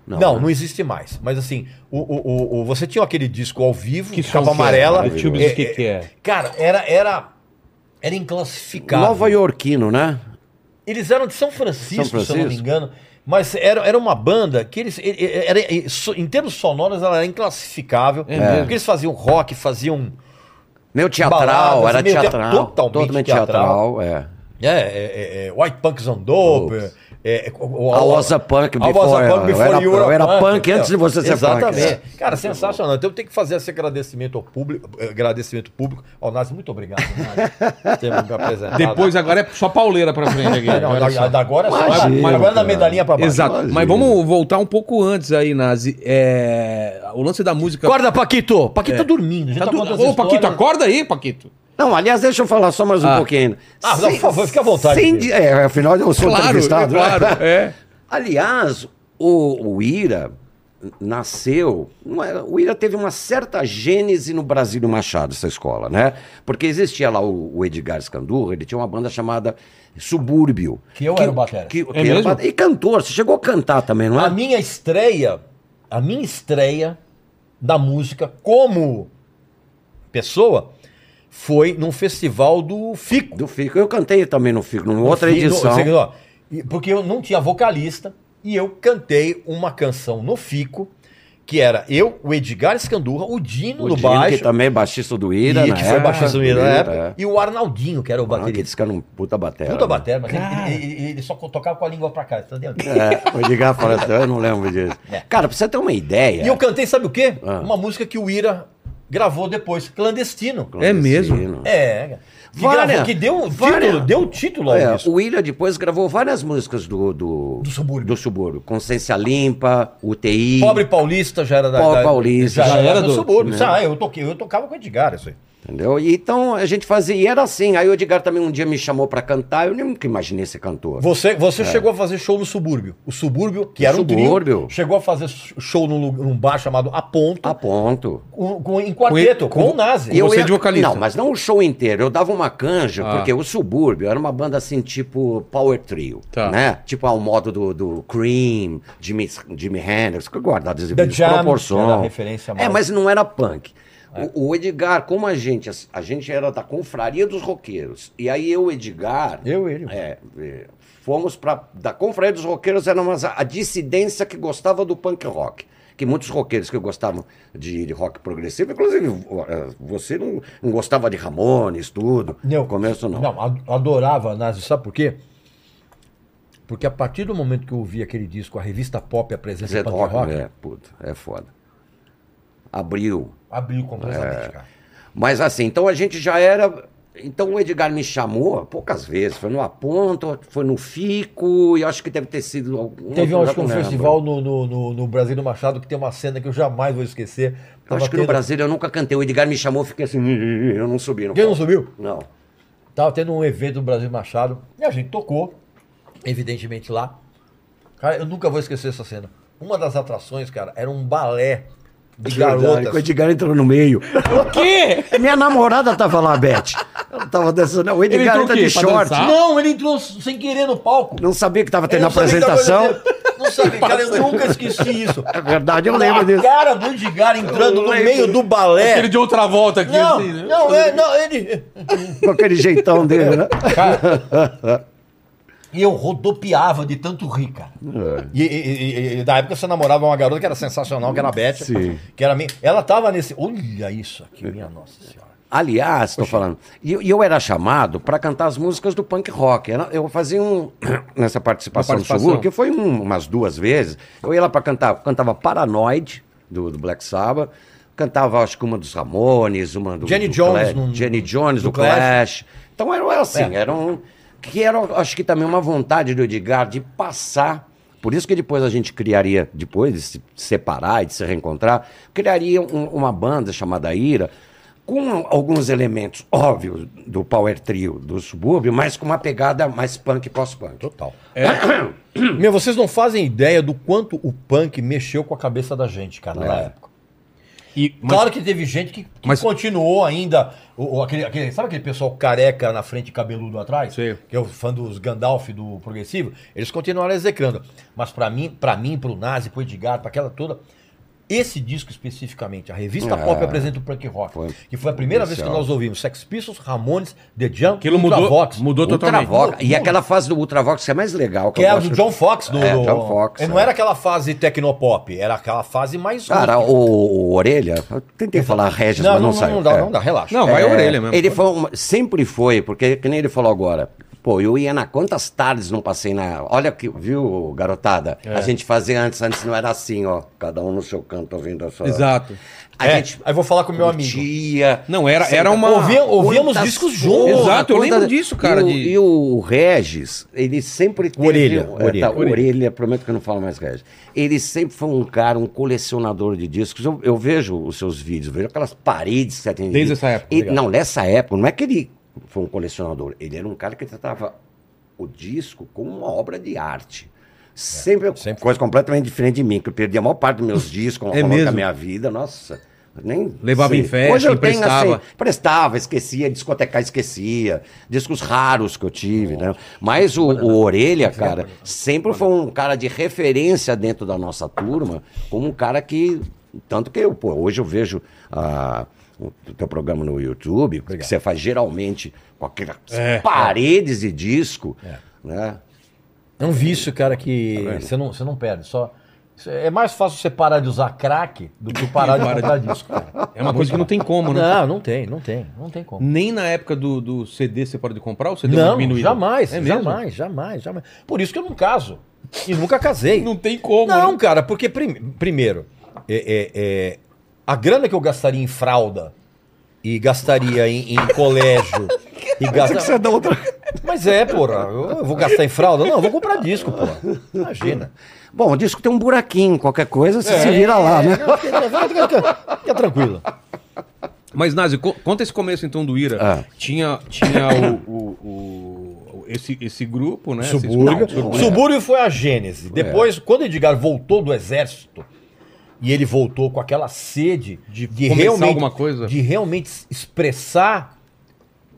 Speaker 4: né?
Speaker 3: Não, não, existe mais. Mas assim, o, o, o- o- você tinha aquele disco ao vivo,
Speaker 1: Que
Speaker 3: que
Speaker 1: som que
Speaker 3: capa amarela.
Speaker 1: era? The Tubes,
Speaker 3: É,
Speaker 1: o que
Speaker 3: é,
Speaker 1: que é?
Speaker 3: Cara, era, era, era inclassificável.
Speaker 4: Nova Iorquino, né?
Speaker 3: Eles eram de São Francisco,
Speaker 4: São Francisco?
Speaker 3: se eu não me engano. Mas era, era uma banda que eles. ele- ele- Era, e- so- em termos sonoros, ela era inclassificável.
Speaker 1: É mesmo?
Speaker 3: Porque eles faziam rock, faziam.
Speaker 4: Meio teatral,
Speaker 3: Baladas,
Speaker 4: era
Speaker 3: meio te-
Speaker 4: teatral.
Speaker 3: totalmente
Speaker 4: teatral. é.
Speaker 3: né, É, é, é, é, White Punks on Dope,
Speaker 4: Dope.
Speaker 3: é, É, o, o,
Speaker 4: I was a punk
Speaker 3: I was a
Speaker 4: before-
Speaker 3: punk
Speaker 4: eu
Speaker 3: before
Speaker 4: era-
Speaker 3: you were
Speaker 4: eu
Speaker 3: a
Speaker 4: era punk antes de você ser punk.
Speaker 3: Exatamente.
Speaker 4: É.
Speaker 3: Cara, sensacional. Então eu tenho que fazer esse agradecimento ao público. eh, Agradecimento público. Ao Nazi, muito obrigado, Nazi, por ter me apresentado.
Speaker 1: Depois agora é só pauleira pra frente aqui.
Speaker 3: Ah, *laughs* não,
Speaker 1: Olha só.
Speaker 3: da- da- agora é só.
Speaker 4: Imagina,
Speaker 3: mas agora é na
Speaker 4: cara.
Speaker 3: medalhinha pra baixo.
Speaker 1: Exato. Mas
Speaker 4: Imagina.
Speaker 1: vamos voltar um pouco antes aí, Nazi. É, O lance da música.
Speaker 3: Acorda, Paquito. Paquito
Speaker 4: É.
Speaker 3: tá dormindo. a gente
Speaker 1: Tá
Speaker 3: tá
Speaker 1: do-
Speaker 3: contando
Speaker 1: Ô,
Speaker 3: essa
Speaker 1: Paquito,
Speaker 3: história.
Speaker 1: acorda aí, Paquito.
Speaker 4: Não, aliás, deixa eu falar só mais um
Speaker 1: Ah.
Speaker 4: pouquinho.
Speaker 3: Ah, não, por favor, fica à vontade,
Speaker 4: Sem,
Speaker 3: Pedro.
Speaker 4: di- é, afinal, eu sou entrevistado. né?
Speaker 1: claro. É.
Speaker 4: Aliás, o, o Ira nasceu. não era- o Ira teve uma certa gênese no Brasil Machado, essa escola, né? Porque existia lá o, o Edgar Scandurra, ele tinha uma banda chamada Subúrbio.
Speaker 3: Que eu era o batera.
Speaker 4: que- que
Speaker 1: É
Speaker 4: era o
Speaker 1: mesmo?
Speaker 4: bate- E cantor, você chegou a cantar também, não é?
Speaker 3: A minha estreia, a minha estreia da música como pessoa foi num festival do Fico.
Speaker 4: Do Fico. Eu cantei também no Fico, numa outra
Speaker 3: Fico,
Speaker 4: edição.
Speaker 3: você- ó, e- Porque eu não tinha vocalista e eu cantei uma canção no Fico, que era eu, o Edgar Escandurra, o Dino
Speaker 4: O
Speaker 3: do
Speaker 4: Dino, que
Speaker 3: baixo,
Speaker 4: também é baixista do Ira,
Speaker 3: e,
Speaker 4: na
Speaker 3: que foi
Speaker 4: época.
Speaker 3: baixista do Ira na
Speaker 4: Ira,
Speaker 3: época,
Speaker 4: é.
Speaker 3: e o Arnaldinho, que era o
Speaker 4: Ah, que
Speaker 3: baterista.
Speaker 4: esse cara é um puta batera.
Speaker 3: Puta
Speaker 4: né?
Speaker 3: batera, mas ele, ele- ele- ele só tocava com a língua pra cá, entendeu?
Speaker 4: É, o Edgar fala assim, eu não lembro disso. Cara, pra você ter uma ideia.
Speaker 3: É. E eu cantei, sabe o quê?
Speaker 4: é. Ah.
Speaker 3: Uma música que o Ira gravou depois, clandestino.
Speaker 1: É mesmo?
Speaker 4: Clandestino.
Speaker 3: É. Que,
Speaker 4: Várias.
Speaker 3: gravou, que deu, o título,
Speaker 4: Várias.
Speaker 3: deu o título ao
Speaker 4: É,
Speaker 3: disco.
Speaker 4: o William depois gravou várias músicas do, do,
Speaker 3: Do Subúrbio.
Speaker 4: do subúrbio. Consciência Limpa, UTI.
Speaker 3: Pobre Paulista já era da.
Speaker 4: Pobre
Speaker 3: da-
Speaker 4: Paulista,
Speaker 3: Já,
Speaker 1: já
Speaker 3: era
Speaker 1: era
Speaker 3: do,
Speaker 1: do-
Speaker 3: subúrbio.
Speaker 4: né?
Speaker 3: Ah, eu, toquei, eu tocava com o Edgar, isso aí.
Speaker 4: Entendeu? E Então a gente fazia. E era assim. Aí o Edgar também um dia me chamou pra cantar. Eu nunca imaginei ser cantor.
Speaker 3: Você,
Speaker 4: É.
Speaker 3: você chegou a fazer show no subúrbio. O subúrbio, que
Speaker 4: O
Speaker 3: era um trio,
Speaker 4: Subúrbio.
Speaker 3: chegou a fazer show num, lu- num bar chamado A Ponto,
Speaker 4: A ponto.
Speaker 3: com, com- em quarteto, com,
Speaker 1: com-
Speaker 3: o Nazi.
Speaker 1: E eu- você é de vocalista.
Speaker 4: Não, mas não o show inteiro. Eu dava uma canja,
Speaker 1: Ah.
Speaker 4: porque o Subúrbio era uma banda assim, tipo Power Trio,
Speaker 1: Tá.
Speaker 4: né? Tipo ao modo do, do Cream, Jimmy, Jimmy Hendrix, que eu guardava as
Speaker 3: The Jam, que era a
Speaker 4: proporção.
Speaker 3: referência
Speaker 4: É,
Speaker 3: mais- É.
Speaker 4: mas não era punk. O, o Edgar, como a gente, a gente era da confraria dos roqueiros. E aí eu, Edgar,
Speaker 3: Eu, ele.
Speaker 4: é, é, fomos para da Confraria dos Roqueiros era uma, a dissidência que gostava do punk rock. Que muitos roqueiros que gostavam de, de rock progressivo, inclusive o- eh, você não, não gostava de Ramones, tudo.
Speaker 3: Não,
Speaker 4: No começo não.
Speaker 3: Não, ad- adorava a Nazi, sabe por quê? Porque a partir do momento que eu ouvi aquele disco, a revista Pop apresenta
Speaker 4: Zé
Speaker 3: o punk
Speaker 4: rock,
Speaker 3: rock,
Speaker 4: é, puta, é foda. Abriu.
Speaker 3: abriu
Speaker 4: É.
Speaker 3: completamente, cara.
Speaker 4: Mas assim, então a gente já era. Então o Edgar me chamou poucas vezes. Foi no Aponto, foi no Fico, e acho que deve ter sido algum.
Speaker 3: Teve
Speaker 4: outro,
Speaker 3: acho
Speaker 4: já
Speaker 3: que um
Speaker 4: não lembro.
Speaker 3: festival no, no, no, no Brasílio Machado que tem uma cena que eu jamais vou esquecer.
Speaker 4: Eu
Speaker 3: Tava
Speaker 4: acho que no
Speaker 3: tendo-
Speaker 4: Brasil eu nunca cantei. O Edgar me chamou, eu fiquei assim, *laughs* eu não subi. No
Speaker 3: Quem não
Speaker 4: palco.
Speaker 3: subiu?
Speaker 4: Não.
Speaker 3: Tava tendo um evento no Brasil Machado e a gente tocou, evidentemente lá. Cara, eu nunca vou esquecer essa cena. Uma das atrações, cara, era um balé de
Speaker 4: O
Speaker 3: garotas.
Speaker 4: Edgar entrou no meio. *laughs*
Speaker 1: O quê?
Speaker 4: Minha namorada tava lá, Beth. Ela tava dançando. O Edgar
Speaker 1: entrou
Speaker 4: entra
Speaker 1: o quê?
Speaker 4: de
Speaker 1: Pra
Speaker 4: short.
Speaker 1: dançar?
Speaker 3: Não, ele entrou sem querer no palco.
Speaker 4: Não sabia que tava
Speaker 3: Eu
Speaker 4: tendo
Speaker 3: não sabia que tava
Speaker 4: apresentação.
Speaker 3: acontecendo. Não sabia, cara, eu nunca esqueci isso.
Speaker 4: É verdade, eu
Speaker 3: a
Speaker 4: lembro disso.
Speaker 3: cara do Edgar entrando
Speaker 4: Eu
Speaker 3: no
Speaker 4: lembro.
Speaker 3: meio do
Speaker 1: Aquele
Speaker 3: balé.
Speaker 1: de outra volta aqui.
Speaker 3: Não,
Speaker 1: assim, né?
Speaker 3: não, é, não, ele.
Speaker 4: Com aquele jeitão dele, né?
Speaker 3: *laughs* E eu rodopiava de tanto rir, cara.
Speaker 4: É.
Speaker 3: E, e- e- e- e na época você namorava uma garota que era sensacional, que era a Beth.
Speaker 4: Sim. É.
Speaker 3: Que era minha. Ela tava nesse. Olha isso aqui, minha nossa senhora.
Speaker 4: Aliás, estou falando. E eu, e eu era chamado para cantar as músicas do punk rock. Era- Eu fazia um. *clears throat* Nessa participação,
Speaker 1: Uma participação.
Speaker 4: do Seguro, que foi um- umas duas vezes. Eu ia lá para cantar. Cantava Paranoid, do, do Black Sabbath. Cantava, acho que uma dos Ramones, uma do.
Speaker 3: Jenny
Speaker 4: do
Speaker 3: Jones
Speaker 4: Clash,
Speaker 3: num-
Speaker 4: Jenny Jones,
Speaker 3: do
Speaker 4: do,
Speaker 3: Clash.
Speaker 4: Clash. Então era era assim,
Speaker 3: É.
Speaker 4: era um. Que era, acho que também uma vontade do Edgar de passar. Por isso que depois a gente criaria, depois de se separar e de se reencontrar, criaria um- uma banda chamada Ira, com alguns elementos óbvios do Power Trio do subúrbio, mas com uma pegada mais punk e pós-punk.
Speaker 3: Total. Meu, vocês não fazem ideia do quanto o punk mexeu com a cabeça da gente, cara, na
Speaker 4: É.
Speaker 3: época.
Speaker 1: E, mas-
Speaker 3: Claro que teve gente que, que
Speaker 1: Mas-
Speaker 3: continuou ainda. O, o- aquele, aquele- sabe aquele pessoal careca na frente e cabeludo atrás?
Speaker 1: Sim.
Speaker 3: Que é o fã dos Gandalf do Progressivo. Eles continuaram execrando. Mas pra mim, para mim, pro Nazi, pro Edgar, pra aquela toda. Esse disco especificamente, a revista
Speaker 4: É.
Speaker 3: Pop apresenta o punk rock.
Speaker 4: Foi
Speaker 3: que foi a primeira vez que
Speaker 4: crucial.
Speaker 3: nós ouvimos Sex Pistols, Ramones, The Jam,
Speaker 1: Aquilo mudou,
Speaker 3: Ultravox.
Speaker 1: mudou
Speaker 3: Então,
Speaker 1: totalmente.
Speaker 4: Ultravox. E aquela fase do Ultravox que é mais legal.
Speaker 3: Que
Speaker 4: eu
Speaker 3: era
Speaker 4: gosto.
Speaker 3: do John Fox. Do,
Speaker 4: É,
Speaker 3: do-
Speaker 4: John Fox,
Speaker 3: E Não
Speaker 4: é.
Speaker 3: era aquela fase tecnopop, era aquela fase mais...
Speaker 4: Cara, o, o Orelha, eu tentei falar Regis,
Speaker 3: não,
Speaker 4: mas
Speaker 3: não,
Speaker 4: não,
Speaker 3: não,
Speaker 4: saiu.
Speaker 3: não dá,
Speaker 4: É.
Speaker 3: não dá, relaxa.
Speaker 1: Não, vai
Speaker 4: É,
Speaker 1: a orelha mesmo.
Speaker 4: Ele foi uma- sempre foi, porque que nem ele falou agora. Pô, eu ia na quantas tardes não passei na. Olha que, viu, garotada? A
Speaker 1: É.
Speaker 4: gente fazia antes, antes não era assim, ó. Cada um no seu canto ouvindo a sua.
Speaker 1: Exato.
Speaker 4: A
Speaker 3: É,
Speaker 4: gente
Speaker 3: aí vou falar com o meu amigo.
Speaker 4: curtia.
Speaker 1: Não, era- era uma-
Speaker 3: Ouvia- ouvíamos
Speaker 4: Quantas coisas,
Speaker 3: discos juntos.
Speaker 1: Exato, eu
Speaker 4: quantas-
Speaker 1: lembro disso, cara,
Speaker 4: E o,
Speaker 1: de-
Speaker 4: e o Regis, ele sempre teve.
Speaker 3: Orelha,
Speaker 4: é, tá,
Speaker 3: orelha.
Speaker 4: orelha, prometo que eu não falo mais Regis. Ele sempre foi um cara, um colecionador de discos. Eu, eu vejo os seus vídeos, vejo aquelas paredes que você tem. de
Speaker 1: Desde
Speaker 4: disco.
Speaker 1: essa época,
Speaker 4: E-
Speaker 1: legal.
Speaker 4: não, nessa época, não é que ele foi um colecionador. Ele era um cara que tratava o disco como uma obra de arte. Sempre,
Speaker 3: sempre.
Speaker 4: coisa completamente diferente de mim, que eu perdi a maior parte
Speaker 1: *laughs*
Speaker 4: dos meus discos,
Speaker 1: É
Speaker 4: ao longo
Speaker 1: mesmo?
Speaker 4: da minha vida, nossa. Nem
Speaker 1: Levava em festa,
Speaker 4: Hoje eu tenho,
Speaker 1: emprestava.
Speaker 4: assim, prestava, esquecia, discotecar esquecia, discos raros que eu tive, né? Mas o, o Orelha, cara, sempre foi um cara de referência dentro da nossa turma, como um cara que, tanto que eu, pô, hoje eu vejo ah, o teu programa no YouTube, que você faz geralmente com aquelas
Speaker 1: É,
Speaker 4: paredes de disco, né?
Speaker 3: É um vício, cara, que
Speaker 4: Tá
Speaker 3: você não, você não perde. Só... isso É mais fácil você parar de usar crack do que
Speaker 1: *laughs*
Speaker 3: parar de comprar disco, cara.
Speaker 1: É uma coisa que não tem *laughs* como, né?
Speaker 3: Não, não tem, não tem, não tem como.
Speaker 1: Nem na época do, do CD você pode comprar ou você deu uma
Speaker 3: Não,
Speaker 1: diminuída?
Speaker 3: jamais,
Speaker 1: É mesmo?
Speaker 3: jamais, jamais, jamais. Por isso que eu não caso. E nunca casei.
Speaker 1: Não tem como.
Speaker 3: Não,
Speaker 1: né?
Speaker 3: cara, porque prim- primeiro, é- é- é, a grana que eu gastaria em fralda e gastaria em, em
Speaker 1: *laughs*
Speaker 3: colégio e
Speaker 1: é
Speaker 3: gastaria.
Speaker 4: dá outra
Speaker 3: Mas é, porra, eu vou gastar em fralda? Não, eu vou comprar disco, porra. Imagina.
Speaker 4: Bom, o disco tem um buraquinho, qualquer coisa, você se vira lá,
Speaker 1: É.
Speaker 4: né?
Speaker 3: É, Não, fica, fica- fica- fica tranquilo.
Speaker 1: Mas, Nazi, co- conta esse começo então do Ira.
Speaker 4: Ah.
Speaker 1: Tinha, tinha o, o- o- o- esse, esse grupo, né? Esse
Speaker 3: Subúrbio.
Speaker 1: grupo,
Speaker 3: Subúrbio. Subúrbio foi a gênese.
Speaker 1: É.
Speaker 3: Depois, quando Edgar voltou do exército, e ele voltou com aquela sede de,
Speaker 1: começar alguma coisa.
Speaker 3: de realmente s- expressar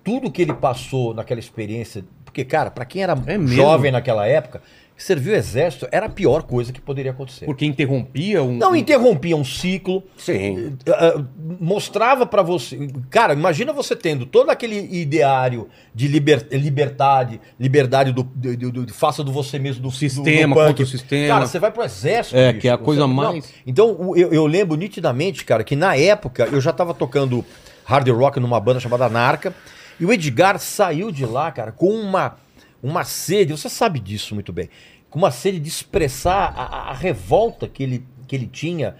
Speaker 3: tudo que ele passou naquela experiência. Porque, cara, pra quem era
Speaker 1: É mesmo?
Speaker 3: jovem naquela época, servir o exército era a pior coisa que poderia acontecer.
Speaker 1: Porque interrompia um.
Speaker 3: Não
Speaker 1: um-
Speaker 3: interrompia um ciclo,
Speaker 4: Sim.
Speaker 3: ah, ah, mostrava pra você. Cara, imagina você tendo todo aquele ideário de liber- liberdade, liberdade do, do- do- do- faça do você mesmo, do do- do
Speaker 1: Sistema,
Speaker 3: punk.
Speaker 1: contra o sistema.
Speaker 3: Cara, você vai pro exército.
Speaker 1: É, que é a
Speaker 3: Você-
Speaker 1: coisa
Speaker 3: não.
Speaker 1: mais-
Speaker 3: Então, o- eu, eu lembro nitidamente, cara, que na época eu já tava tocando hard rock numa banda chamada Narca. E o Edgar saiu de lá, cara, com uma, uma sede, você sabe disso muito bem, com uma sede de expressar a, a- a revolta que ele, que ele tinha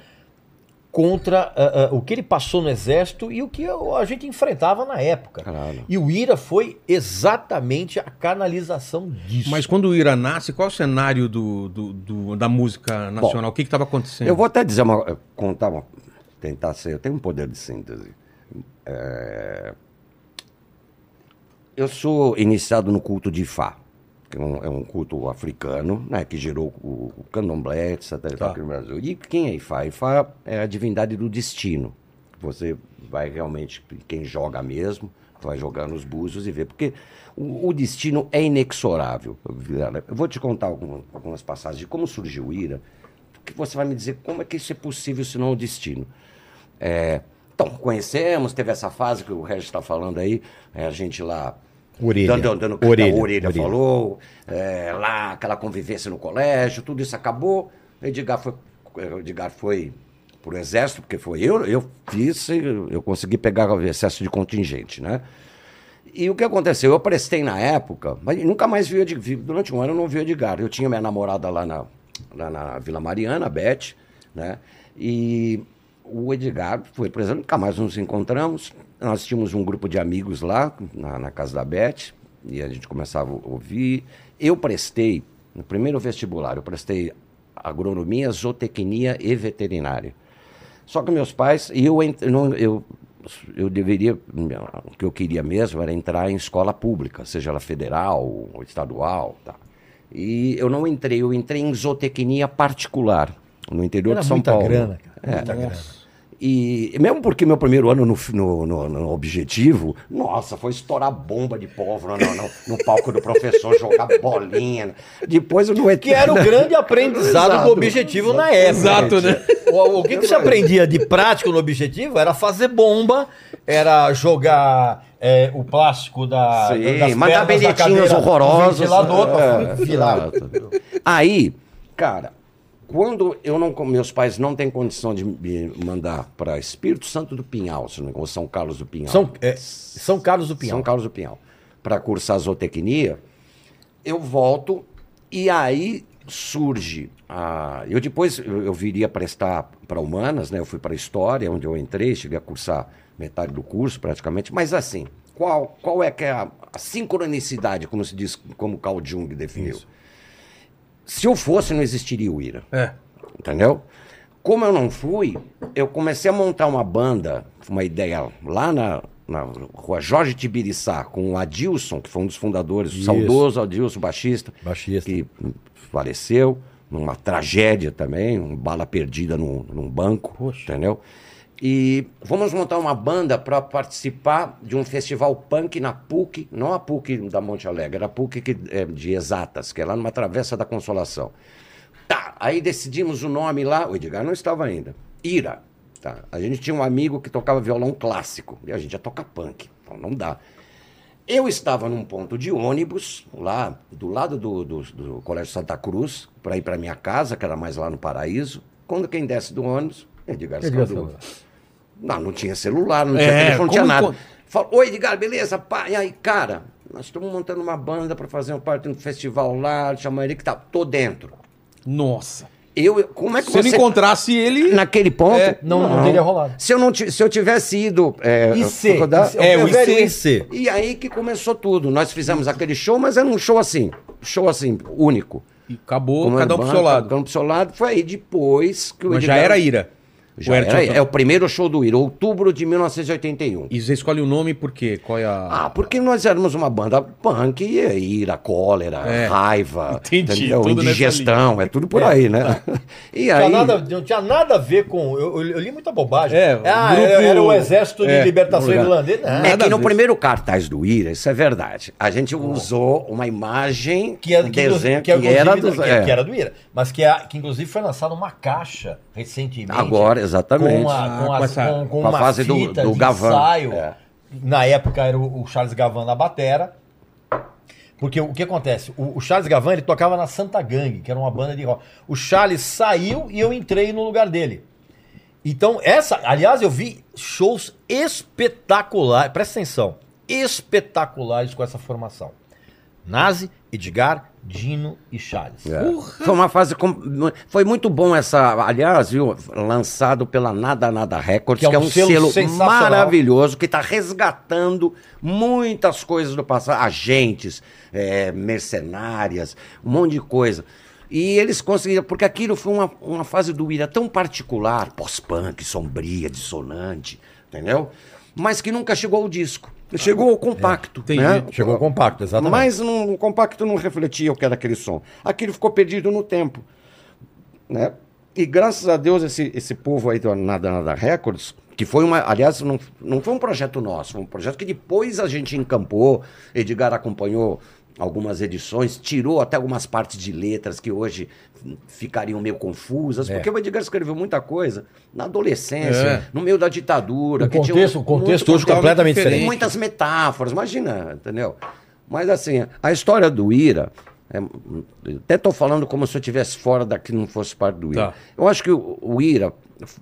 Speaker 3: contra ah, ah, o que ele passou no exército e o que a a gente enfrentava na época.
Speaker 4: Caralho.
Speaker 3: E o Ira foi exatamente a canalização disso.
Speaker 1: Mas quando o Ira nasce, qual é o cenário do, do- do- da música nacional? o que estava acontecendo?
Speaker 4: Eu vou até dizer uma, contar uma, tentar ser. Eu tenho um poder de síntese. É, eu sou iniciado no culto de Ifá, que é um, é um culto africano, né, que gerou o, o candomblé, etc. e tal,
Speaker 1: Tá.
Speaker 4: aqui no Brasil. E quem é Ifá? Ifá é a divindade do destino. Você vai realmente, quem joga mesmo, vai jogar nos búzios e ver. Porque o, o destino é inexorável. Vilela. Eu vou te contar algumas, algumas passagens de como surgiu o Ira, que você vai me dizer como é que isso é possível se não o destino. É, então, conhecemos, teve essa fase que o Regis está falando aí, é, a gente lá.
Speaker 3: Orelha.
Speaker 4: Dando, dando carta,
Speaker 3: Orelha,
Speaker 4: orelha,
Speaker 3: orelha.
Speaker 4: falou, é, lá aquela convivência no colégio, tudo isso acabou. Edgar foi, Edgar foi pro exército, porque foi eu, eu fiz, eu eu consegui pegar o excesso de contingente, né? E o que aconteceu? Eu prestei na época, mas nunca mais vi o Edgar. vi- Durante um ano eu não vi o Edgar. Eu tinha minha namorada lá na, lá na Vila Mariana, a Beth, né? E o Edgar foi preso, nunca mais nos encontramos. Nós tínhamos um grupo de amigos lá, na, na casa da Beth, e a gente começava a ouvir. Eu prestei, no primeiro vestibular, eu prestei agronomia, zootecnia e veterinária. Só que meus pais, e eu, ent- não, eu, eu deveria, o que eu queria mesmo era entrar em escola pública, seja ela federal ou estadual. Tá. E eu não entrei, eu entrei em zootecnia particular, no interior
Speaker 3: Era
Speaker 4: de São
Speaker 3: muita
Speaker 4: Paulo.
Speaker 3: grana, cara.
Speaker 4: É.
Speaker 3: Muita grana.
Speaker 4: E mesmo porque meu primeiro ano no, no, no- no objetivo, nossa, foi estourar bomba de pólvora no, no- no palco do professor, jogar bolinha. Depois eu não
Speaker 3: Que era o
Speaker 4: *laughs*
Speaker 3: grande aprendizado
Speaker 4: Exato.
Speaker 3: do objetivo na época.
Speaker 1: Exato, né?
Speaker 3: O, o que, que você aprendia de prático no objetivo era fazer bomba, era jogar é, o plástico da.
Speaker 4: Sim,
Speaker 3: das
Speaker 4: mandar
Speaker 3: pernas da
Speaker 4: bilhetinhos
Speaker 3: cadeira
Speaker 4: horrorosos.
Speaker 3: no Ventilador pra
Speaker 4: É,
Speaker 3: virar.
Speaker 4: exato. Aí, cara, quando eu não, meus pais não têm condição de me mandar para Espírito Santo do Pinhal, se não, ou São Carlos do Pinhal.
Speaker 3: São, é, São é, Carlos do Pinhal.
Speaker 4: São Carlos do Pinhal, para cursar zootecnia, eu volto e aí surge a eu depois eu, eu viria prestar para humanas né eu fui para história onde eu entrei cheguei a cursar metade do curso praticamente mas assim qual qual é que é a, a sincronicidade como se diz como Carl Jung definiu se eu fosse não existiria o Ira
Speaker 1: É.
Speaker 4: entendeu? Como eu não fui, eu comecei a montar uma banda, uma ideia lá na, na rua Jorge Tibiriçá, com o Adilson, que foi um dos fundadores, o
Speaker 3: Isso.
Speaker 4: saudoso Adilson, baixista,
Speaker 3: Baixista.
Speaker 4: que faleceu numa tragédia também, uma bala perdida num, num banco, entendeu? E vamos montar uma banda para participar de um festival punk na PUC, não a PUC da Monte Alegre, era a PUC que, é, de Exatas, que é lá numa Travessa da Consolação. Tá, aí decidimos o nome lá, o Edgar não estava ainda. Ira. Tá. A gente tinha um amigo que tocava violão clássico, e a gente ia tocar punk, então não dá. Eu estava num ponto de ônibus, lá do lado do, do, do Colégio Santa Cruz, para ir para minha casa, que era mais lá no Paraíso. Quando quem desce do ônibus, Edgar
Speaker 3: Edgar
Speaker 4: Scalduva.
Speaker 3: Scalduva.
Speaker 4: Não, não tinha celular, não tinha
Speaker 1: É,
Speaker 4: telefone, não tinha
Speaker 1: como
Speaker 4: nada.
Speaker 1: enco-
Speaker 4: Fala, oi Edgar, beleza? Pá, e aí, cara, nós estamos montando uma banda para fazer uma parte de um festival lá, chama ele que tá, tô dentro.
Speaker 1: Nossa.
Speaker 4: Eu, eu- como é que
Speaker 1: Se eu
Speaker 4: você...
Speaker 1: não encontrasse ele.
Speaker 4: Naquele ponto...
Speaker 1: É,
Speaker 3: não- não teria rolado.
Speaker 4: Se eu, não ti- se eu tivesse ido... É,
Speaker 3: IC.
Speaker 4: rodar-
Speaker 3: IC,
Speaker 1: É, o
Speaker 3: velho
Speaker 1: IC.
Speaker 3: IC.
Speaker 4: E aí que começou tudo. Nós fizemos aquele show, mas era um show assim, show assim, único.
Speaker 1: E acabou,
Speaker 4: Com
Speaker 1: cada um pro
Speaker 4: banda,
Speaker 1: seu lado.
Speaker 4: Cada um pro seu lado. Foi aí depois que o
Speaker 1: Mas já
Speaker 4: Edgar-
Speaker 1: era ira.
Speaker 4: Já
Speaker 1: O
Speaker 4: era
Speaker 1: Eric
Speaker 4: Ira. É o primeiro show do Ira, outubro de 1981.
Speaker 1: E você escolhe o nome por quê? Qual é a.
Speaker 4: Ah, porque nós éramos uma banda punk, e é ira, cólera,
Speaker 1: É.
Speaker 4: raiva,
Speaker 1: Entendi,
Speaker 4: entendeu?
Speaker 1: tudo nessa É.
Speaker 4: indigestão, é tudo por aí, né? *laughs* E
Speaker 3: Não
Speaker 4: aí,
Speaker 3: tinha, nada, não tinha nada a ver com. Eu, eu- eu li muita bobagem.
Speaker 1: É,
Speaker 3: ah,
Speaker 1: grupo-
Speaker 3: era, era o Exército de
Speaker 1: é,
Speaker 3: Libertação
Speaker 1: lugar.
Speaker 3: Irlandês. né?
Speaker 1: Nada
Speaker 4: é que
Speaker 1: a
Speaker 4: no
Speaker 1: ver.
Speaker 4: primeiro cartaz do Ira, isso é verdade, a gente usou uma imagem,
Speaker 3: que, é,
Speaker 4: um
Speaker 3: que,
Speaker 4: desenho
Speaker 3: que, é,
Speaker 4: que era
Speaker 3: inclusive,
Speaker 4: dos-
Speaker 3: que-
Speaker 4: é.
Speaker 3: que era do Ira. Mas que, é- que inclusive foi lançada uma caixa recentemente.
Speaker 4: Agora, exatamente.
Speaker 3: Com, a,
Speaker 1: Ah,
Speaker 3: com, as-
Speaker 1: com essa-
Speaker 3: com- com
Speaker 4: com a
Speaker 3: uma
Speaker 4: fase do-
Speaker 3: fita
Speaker 4: do
Speaker 3: de
Speaker 4: Gavan.
Speaker 3: ensaio.
Speaker 4: É.
Speaker 3: Na época era o, o Charles Gavan na batera. Porque o que acontece? O, o Charles Gavan ele tocava na Santa Gangue, que era uma banda de rock. O Charles saiu e eu entrei no lugar dele. Então, essa, aliás, eu vi shows espetaculares, presta atenção, espetaculares com essa formação. Nazi, Edgar, Dino e Charles.
Speaker 4: É. Foi uma fase. com- Foi muito bom essa. Aliás, viu? Lançado pela Nada Nada Records, que é um, selo,
Speaker 3: sensacional.
Speaker 4: maravilhoso que está resgatando muitas coisas do passado. Agentes, é, mercenárias, um monte de coisa. E eles conseguiram, porque aquilo foi uma, uma fase do Ira tão particular, pós-punk, sombria, dissonante, entendeu? Mas que nunca chegou ao disco. Chegou ao compacto.
Speaker 1: entendi.
Speaker 4: né?
Speaker 3: Chegou compacto, exatamente.
Speaker 4: Mas não- o compacto não refletia o que era aquele som. Aquilo ficou perdido no tempo. Né? E graças a Deus, esse, esse povo aí do Nada Nada Records, que foi uma. Aliás, não, não foi um projeto nosso, foi um projeto que depois a gente encampou, Edgar acompanhou algumas edições, tirou até algumas partes de letras que hoje ficariam meio confusas,
Speaker 3: É.
Speaker 4: porque o Edgar escreveu muita coisa na adolescência,
Speaker 1: É.
Speaker 4: no meio da ditadura.
Speaker 3: o
Speaker 4: que tinha
Speaker 3: contexto,
Speaker 4: um-
Speaker 3: o contexto
Speaker 4: muito
Speaker 3: hoje completamente
Speaker 1: diferente.
Speaker 3: diferente.
Speaker 4: tem muitas metáforas, imagina, entendeu? Mas assim, a história do Ira. é, eu até estou falando como se eu estivesse fora daqui não fosse parte do Ira.
Speaker 1: Tá.
Speaker 4: Eu acho que o, o Ira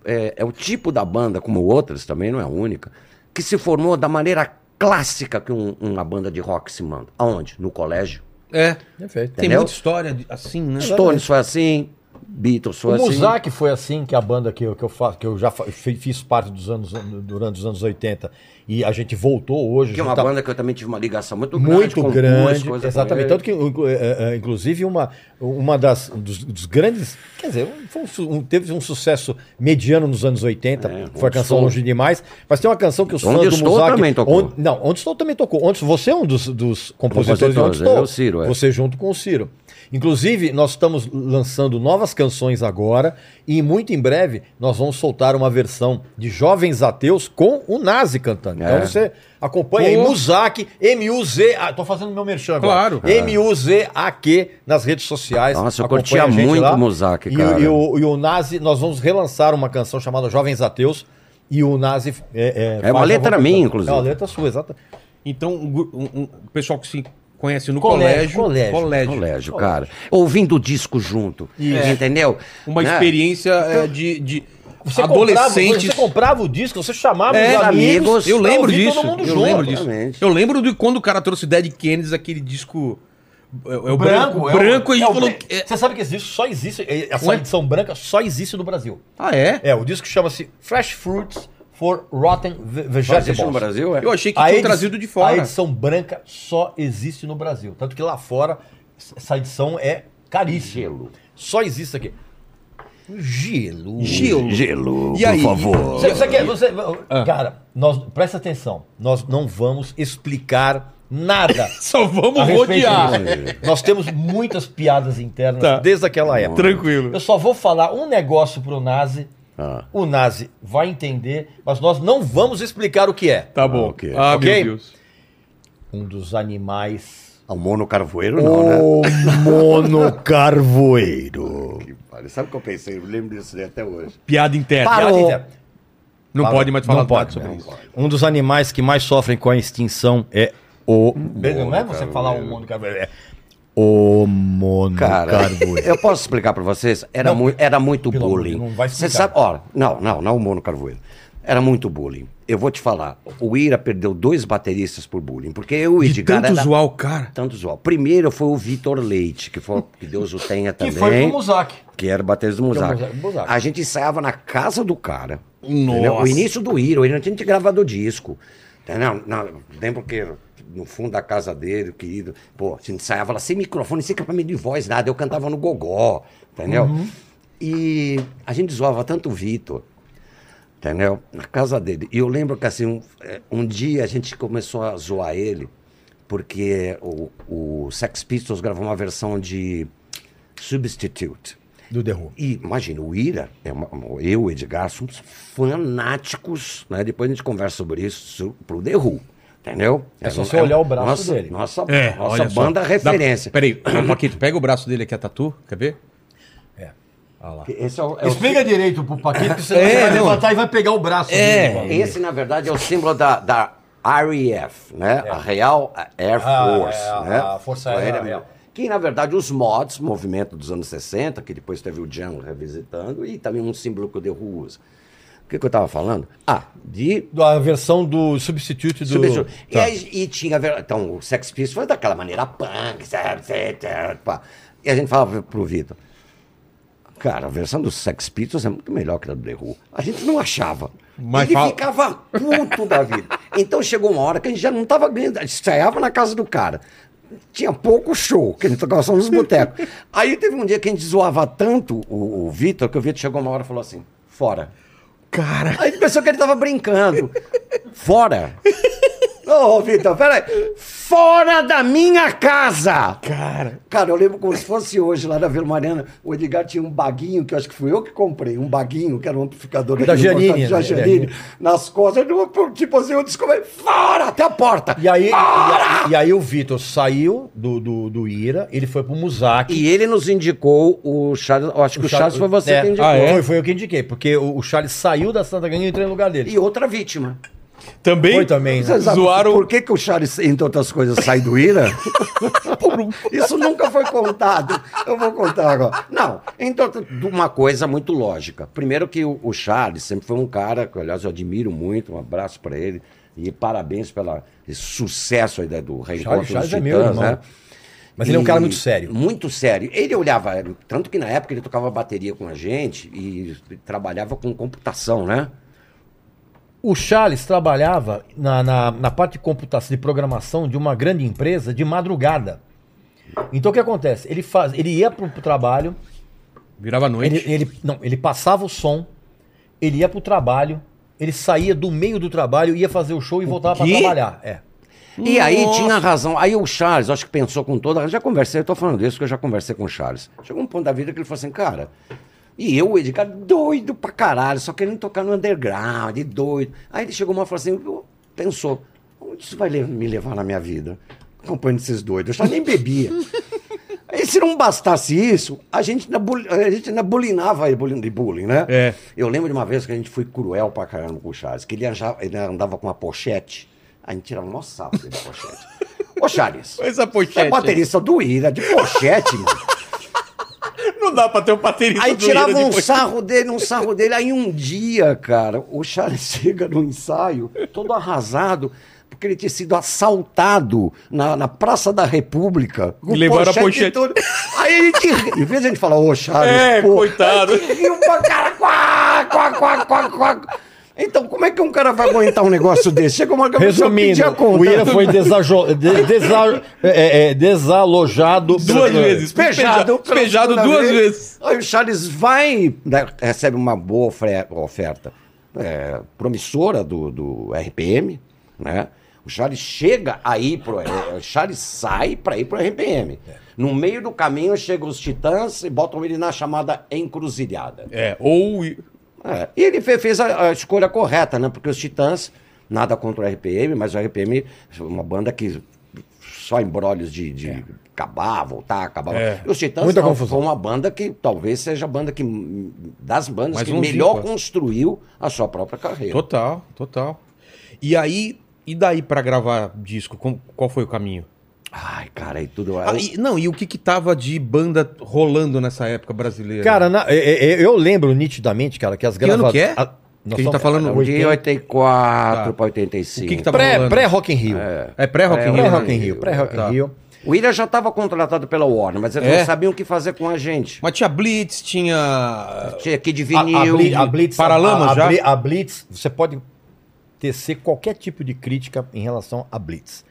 Speaker 4: é, é o tipo da banda, como outras também, não é a única, que se formou da maneira clássica que um- uma banda de rock se manda. Aonde? No colégio.
Speaker 1: É.
Speaker 3: Perfeito.
Speaker 1: Tem
Speaker 4: Entendeu?
Speaker 1: muita história de- assim, né?
Speaker 4: Stones foi assim, Beatles foi
Speaker 3: O
Speaker 4: assim.
Speaker 3: Muzak foi assim, que é a banda que eu, que eu, faço, que eu já fa- fi- fiz parte dos anos, durante os anos 80 e a gente voltou hoje.
Speaker 4: Que é uma
Speaker 3: junta-
Speaker 4: banda que eu também tive uma ligação muito grande.
Speaker 3: tá muito
Speaker 4: compus
Speaker 3: grande,
Speaker 4: coisas né? com
Speaker 3: exatamente.
Speaker 4: ele.
Speaker 3: Tanto que, inclu- é, é, inclusive, uma, uma das um dos, dos grandes. Quer dizer, um- foi um su- um- teve um sucesso mediano nos anos 80,
Speaker 4: É,
Speaker 3: foi a
Speaker 4: Onde
Speaker 3: canção
Speaker 4: Estou.
Speaker 3: Longe Demais. Mas tem uma canção que os
Speaker 4: Onde
Speaker 3: fãs do
Speaker 4: Estou
Speaker 3: Muzak.
Speaker 4: também tocou.
Speaker 3: Onde- não, Onde Estou também tocou. Onde, você é um dos, dos compositores de
Speaker 4: Compositor,
Speaker 3: Onde
Speaker 4: ele
Speaker 3: Estou.
Speaker 4: é o Ciro, é.
Speaker 3: Você junto com o Ciro. Inclusive, nós estamos lançando novas canções agora e muito em breve nós vamos soltar uma versão de Jovens Ateus com o Nazi cantando.
Speaker 4: É.
Speaker 3: Então você acompanha aí,
Speaker 1: Pô.
Speaker 3: Muzak, M-U-Z, ah, tô fazendo meu merchan agora. É.
Speaker 1: Claro.
Speaker 3: M-U-Z-A-Q nas redes sociais.
Speaker 4: Nossa, eu
Speaker 3: Acompanha
Speaker 4: curtia
Speaker 3: a gente
Speaker 4: muito
Speaker 3: lá.
Speaker 4: o Muzak,
Speaker 3: E o-
Speaker 4: cara.
Speaker 3: E, o, e o Nazi, nós vamos relançar uma canção chamada Jovens Ateus e o Nazi... É,
Speaker 4: É uma
Speaker 3: faz a
Speaker 4: letra
Speaker 3: voz
Speaker 4: minha,
Speaker 3: cantando.
Speaker 4: inclusive.
Speaker 3: É uma letra sua, exatamente.
Speaker 1: Então, um gru- um- um- o pessoal que se conhece no colégio.
Speaker 3: Colégio,
Speaker 1: Colégio.
Speaker 4: colégio, cara. Ouvindo o disco junto. Entendeu?
Speaker 1: Uma
Speaker 4: Né?
Speaker 1: experiência é, de, de
Speaker 3: Então, Você
Speaker 1: adolescentes.
Speaker 3: Comprava, você comprava o disco, você chamava
Speaker 1: É,
Speaker 3: os amigos.
Speaker 4: amigos,
Speaker 1: Eu
Speaker 3: pra
Speaker 1: lembro
Speaker 3: ouvir
Speaker 1: disso.
Speaker 3: Todo mundo
Speaker 1: eu
Speaker 3: junto.
Speaker 1: lembro disso.
Speaker 4: Exatamente.
Speaker 1: Eu lembro de quando o cara trouxe o Dead Kennedys, aquele disco. É, é o branco. branco, a gente
Speaker 3: é o
Speaker 1: falou.
Speaker 3: bran-
Speaker 1: que é-
Speaker 3: Você sabe que esse disco só existe, é, essa
Speaker 1: Ué?
Speaker 3: edição branca só existe no Brasil.
Speaker 1: Ah, é?
Speaker 3: É, o disco chama-se Fresh Fruits for Rotten Ve-
Speaker 4: Já existe no
Speaker 3: Vegetables.
Speaker 4: Brasil? É?
Speaker 1: Eu achei que
Speaker 3: A
Speaker 1: tinham
Speaker 3: edi-
Speaker 1: trazido de
Speaker 3: A
Speaker 1: fora.
Speaker 3: edição branca só existe no Brasil. Tanto que lá fora, s- essa edição é caríssima.
Speaker 4: Gelo.
Speaker 3: Só existe aqui. Gelo.
Speaker 1: Gelo.
Speaker 4: Gelo,
Speaker 1: E aí?
Speaker 4: por favor.
Speaker 3: Você, você quer, você-
Speaker 1: Ah.
Speaker 3: Cara, nós, presta atenção. Nós não vamos explicar nada.
Speaker 1: *laughs* Só *laughs* vamos
Speaker 3: a respeito
Speaker 1: rodear.
Speaker 3: disso. Nós temos muitas piadas internas
Speaker 1: Tá.
Speaker 3: desde aquela época.
Speaker 1: Tranquilo.
Speaker 3: Eu só vou falar um negócio pro Nazi.
Speaker 4: Ah.
Speaker 3: O Nazi vai entender, mas nós não vamos explicar o que é.
Speaker 1: Tá bom. Ah,
Speaker 4: ok.
Speaker 3: Ok?
Speaker 1: meu Deus.
Speaker 3: Um dos animais
Speaker 4: Ah, O mono carvoeiro não, né?
Speaker 3: monocarvoeiro.
Speaker 4: Que pariu. Sabe o que eu pensei? Eu lembro disso daí até hoje.
Speaker 1: Piada interna.
Speaker 3: Parou.
Speaker 1: Não
Speaker 3: Parou.
Speaker 1: pode mais falar
Speaker 3: Não pode,
Speaker 1: sobre
Speaker 3: não
Speaker 1: isso.
Speaker 3: Um dos animais que mais sofrem com a extinção é o. não é você
Speaker 4: monocarvoeiro.
Speaker 3: falar o monocarvoeiro, é o
Speaker 4: Cara,
Speaker 3: monocarvoeiro.
Speaker 4: eu posso explicar pra vocês? Era,
Speaker 3: Não.
Speaker 4: mui- era muito
Speaker 3: Pelo amor de
Speaker 4: bullying.
Speaker 3: Deus, não vai
Speaker 4: Você
Speaker 3: explicar.
Speaker 4: sabe, ó, não, não, não o Mono Carvoeiro. Era muito bullying. Eu vou te falar, o Ira perdeu dois bateristas por bullying, porque eu e o
Speaker 1: De
Speaker 4: Edgar
Speaker 1: tanto
Speaker 4: era
Speaker 1: zoar o cara.
Speaker 4: tanto zoar. Primeiro foi o Vitor Leite, que foi, que Deus o tenha
Speaker 3: *laughs* Que
Speaker 4: também.
Speaker 3: foi pro Muzak.
Speaker 4: Que era o baterista do
Speaker 3: é o
Speaker 4: Muzak.
Speaker 3: Muzak- Muzak.
Speaker 4: A gente ensaiava na casa do cara.
Speaker 1: Nossa.
Speaker 4: entendeu? O início do Hero, ele não tinha gravado o disco. Entendeu? Não, lembro que no fundo da casa dele, o querido, pô, a gente ensaiava lá sem microfone, sem equipamento de voz, nada. Eu cantava no gogó, entendeu?
Speaker 3: Uhum.
Speaker 4: E a gente zoava tanto o Vitor, entendeu? Na casa dele. E eu lembro que assim, um, eh, um dia a gente começou a zoar ele, porque o, o Sex Pistols gravou uma versão de Substitute.
Speaker 3: Do The Who.
Speaker 4: E imagina, o Ira, é uma- uma- eu e o Edgar somos fanáticos, né? Depois a gente conversa sobre isso su- pro The Who, entendeu?
Speaker 3: É só você olhar o braço
Speaker 4: nossa,
Speaker 3: dele.
Speaker 4: Nossa,
Speaker 1: É,
Speaker 4: nossa
Speaker 1: olha só.
Speaker 4: banda
Speaker 1: Dá-
Speaker 4: referência.
Speaker 1: Peraí, *clears throat* ô, Paquito, pega o braço dele aqui, a tatu, quer ver?
Speaker 3: É.
Speaker 4: Esse, é o- é o-
Speaker 3: Explica direito pro Paquito, que você
Speaker 1: É,
Speaker 3: vai
Speaker 1: não.
Speaker 3: levantar e vai pegar o braço
Speaker 1: É,
Speaker 3: dele.
Speaker 4: esse, na verdade, é o símbolo da, da RAF, né? A Real Air
Speaker 3: É. Ah,
Speaker 4: Force,
Speaker 3: é, a-
Speaker 4: né?
Speaker 3: a Força Aérea Real.
Speaker 4: Que, na verdade, os mods, movimento dos anos 60, que depois teve o Django revisitando, e também um símbolo que o The Who usa. O que, que eu estava falando? Ah, de
Speaker 3: É. A versão do Substitute do.
Speaker 4: Substitui. E,
Speaker 3: Tá.
Speaker 4: aí- e tinha. ver- Então, o Sex Pistols foi daquela maneira punk, sabe, tê, tê, pá. E a gente falava pro Vitor. Cara, a versão do Sex Pistols é muito melhor que a do The Who. A gente não achava.
Speaker 1: Mas
Speaker 4: Ele
Speaker 1: fala-
Speaker 4: ficava puto da vida. Então chegou uma hora que a gente já não tava ganhando. A gente ensaiava na casa do cara. Tinha pouco show, que a gente tocava só
Speaker 1: *laughs*
Speaker 4: nos botecos. Aí teve um dia que a gente zoava tanto o, o Vitor, que o Vitor chegou uma hora e falou assim, fora.
Speaker 1: Cara.
Speaker 4: Aí ele pensou que ele tava brincando. Fora! Ô, Vitor, peraí. Fora da minha casa!
Speaker 1: Cara.
Speaker 4: Cara, eu lembro como se fosse hoje, lá na Vila Mariana, o Edgar tinha um baguinho, que eu acho que fui eu que comprei, um baguinho, que era um amplificador
Speaker 3: Da
Speaker 4: daquele
Speaker 3: Janine,
Speaker 4: montado,
Speaker 3: né?
Speaker 4: da Janine, nas costas, eu, tipo assim, eu descobri, fora, até a porta!
Speaker 3: E aí, e
Speaker 4: Fora!
Speaker 3: a- e aí o Vitor saiu do, do, do Ira, ele foi pro Muzak.
Speaker 4: E ele nos indicou o Charles, eu acho que o Charles, foi você
Speaker 3: é,
Speaker 4: que indicou.
Speaker 3: Ah, é? Foi, foi eu que indiquei, porque o, o Charles saiu da Santa Gangue e entrei no lugar dele.
Speaker 4: E outra vítima.
Speaker 1: Também.
Speaker 3: Foi também, né?
Speaker 4: Você sabe
Speaker 1: Zoaram-
Speaker 4: Por que, que o Charles, entre outras coisas, sai do
Speaker 3: *laughs*
Speaker 4: Ira?
Speaker 3: um
Speaker 4: Isso nunca foi contado. Eu vou contar agora. Não, entre outras, de uma coisa muito lógica. Primeiro que o, o Charles sempre foi um cara, que aliás eu admiro muito, um abraço para ele. E parabéns pelo sucesso aí da- do Reencontro dos
Speaker 3: Charles é
Speaker 4: Titãs,
Speaker 3: meu irmão.
Speaker 4: né?
Speaker 3: Mas ele é um cara muito sério.
Speaker 4: Muito sério. Ele olhava, tanto que na época ele tocava bateria com a gente e trabalhava com computação, né?
Speaker 3: O Charles trabalhava na, na, na parte de computação, de programação de uma grande empresa de madrugada. Então o que acontece? Ele, faz, ele ia pro, pro trabalho,
Speaker 1: Virava noite.
Speaker 3: ele, ele- não, ele passava o som, ele ia pro trabalho, ele saía do meio do trabalho, ia fazer o show e voltava pra
Speaker 1: quê?
Speaker 3: trabalhar. É.
Speaker 4: E aí
Speaker 1: Nossa.
Speaker 4: tinha razão. Aí o Charles, acho que pensou com toda. Já conversei, eu tô falando isso, que eu já conversei com o Charles. Chegou um ponto da vida que ele falou assim, cara. E eu, o Edgar, doido pra caralho, só querendo tocar no underground, e doido. Aí ele chegou uma e falou assim: eu- pensou, onde isso vai le- me levar na minha vida? Acompanhando esses doidos. Eu já
Speaker 1: *laughs*
Speaker 4: nem bebia. Aí, se não bastasse isso, a gente ainda, bul- a gente ainda bulinava ele bullying, de bullying, né?
Speaker 1: É.
Speaker 4: Eu lembro de uma vez que a gente foi cruel pra caramba com o Charles, que ele, anja- ele andava com uma pochete, a gente tirava o maior sarro dele da pochete. Ô, Charles,
Speaker 1: Mas a
Speaker 4: você é
Speaker 1: pochete.
Speaker 4: baterista do Ira, de pochete, mano.
Speaker 1: Não dá pra ter um baterista
Speaker 4: Aí
Speaker 1: do Ira
Speaker 4: tirava
Speaker 1: de
Speaker 4: um
Speaker 1: pochete.
Speaker 4: sarro dele, um sarro *laughs* dele. Aí um dia, cara, o Charles chega no ensaio, todo arrasado. porque ele tinha sido assaltado na, na Praça da República. com
Speaker 1: E levaram a pochete.
Speaker 4: toda. Aí a gente, ri. em vez de a gente falar, ô Charles,
Speaker 1: É, coitado.
Speaker 4: a gente riu pra cara, quá, quá, quá, quá, quá. Então, como é que um cara vai aguentar um negócio desse? Chega uma hora que a pessoa pedir
Speaker 3: Resumindo,
Speaker 4: a conta.
Speaker 3: o Ira foi desajo- de- *laughs* desa- é, é, desalojado
Speaker 1: Duas vezes.
Speaker 4: Despejado.
Speaker 1: Despejado, despejado duas vezes.
Speaker 4: Aí o Charles vai, né, recebe uma boa ofre- oferta é, promissora do, do RPM, né? O Charles chega aí pro. é, o Charles sai para ir pro RPM. No meio do caminho chegam os titãs e botam ele na chamada encruzilhada.
Speaker 1: É, ou.
Speaker 4: É, E ele fe- fez a, a escolha correta, né? Porque os Titãs, nada contra o RPM, mas o RPM é uma banda que só embrólios de, de acabar, voltar, acabar.
Speaker 1: É.
Speaker 4: E os Titãs
Speaker 3: Muita
Speaker 4: não,
Speaker 3: confusão.
Speaker 4: foi uma banda que talvez seja a banda que hum, das bandas
Speaker 1: Mais
Speaker 4: que
Speaker 1: um
Speaker 4: melhor
Speaker 1: vínculo.
Speaker 4: construiu a sua própria carreira.
Speaker 1: Total, total. E aí, e daí pra gravar disco? Com- Qual foi o caminho?
Speaker 4: Ai, cara, e tudo. é
Speaker 1: Ah, e- não, e o que que tava de banda rolando nessa época brasileira?
Speaker 3: Cara, na- é, é, é, eu lembro nitidamente, cara, que as
Speaker 1: Que ano
Speaker 3: gravadoras.
Speaker 1: que é?
Speaker 3: a- nós
Speaker 1: Que a gente tá
Speaker 3: estamos-
Speaker 1: falando-
Speaker 4: de
Speaker 3: oitenta-
Speaker 4: 84
Speaker 1: Tá.
Speaker 4: para 85.
Speaker 1: o que que tava
Speaker 3: Pré-
Speaker 1: rolando?
Speaker 3: Pré-Rock in Rio.
Speaker 1: É pré-Rock in Rio.
Speaker 3: Pré-Rock
Speaker 1: né?
Speaker 3: in Rio, pré-Rock in
Speaker 1: Tá.
Speaker 3: Rio.
Speaker 4: O William já estava contratado pela Warner, mas eles
Speaker 1: É?
Speaker 4: não sabiam o que fazer com a gente.
Speaker 1: Mas tinha Blitz, tinha.
Speaker 4: Tinha um aqui de
Speaker 3: A, a
Speaker 4: vinil.
Speaker 3: Bli- a Blitz,
Speaker 1: Paralamas
Speaker 3: a, a
Speaker 1: já?
Speaker 3: Bli- a Blitz, você pode tecer qualquer tipo de crítica em relação à Blitz.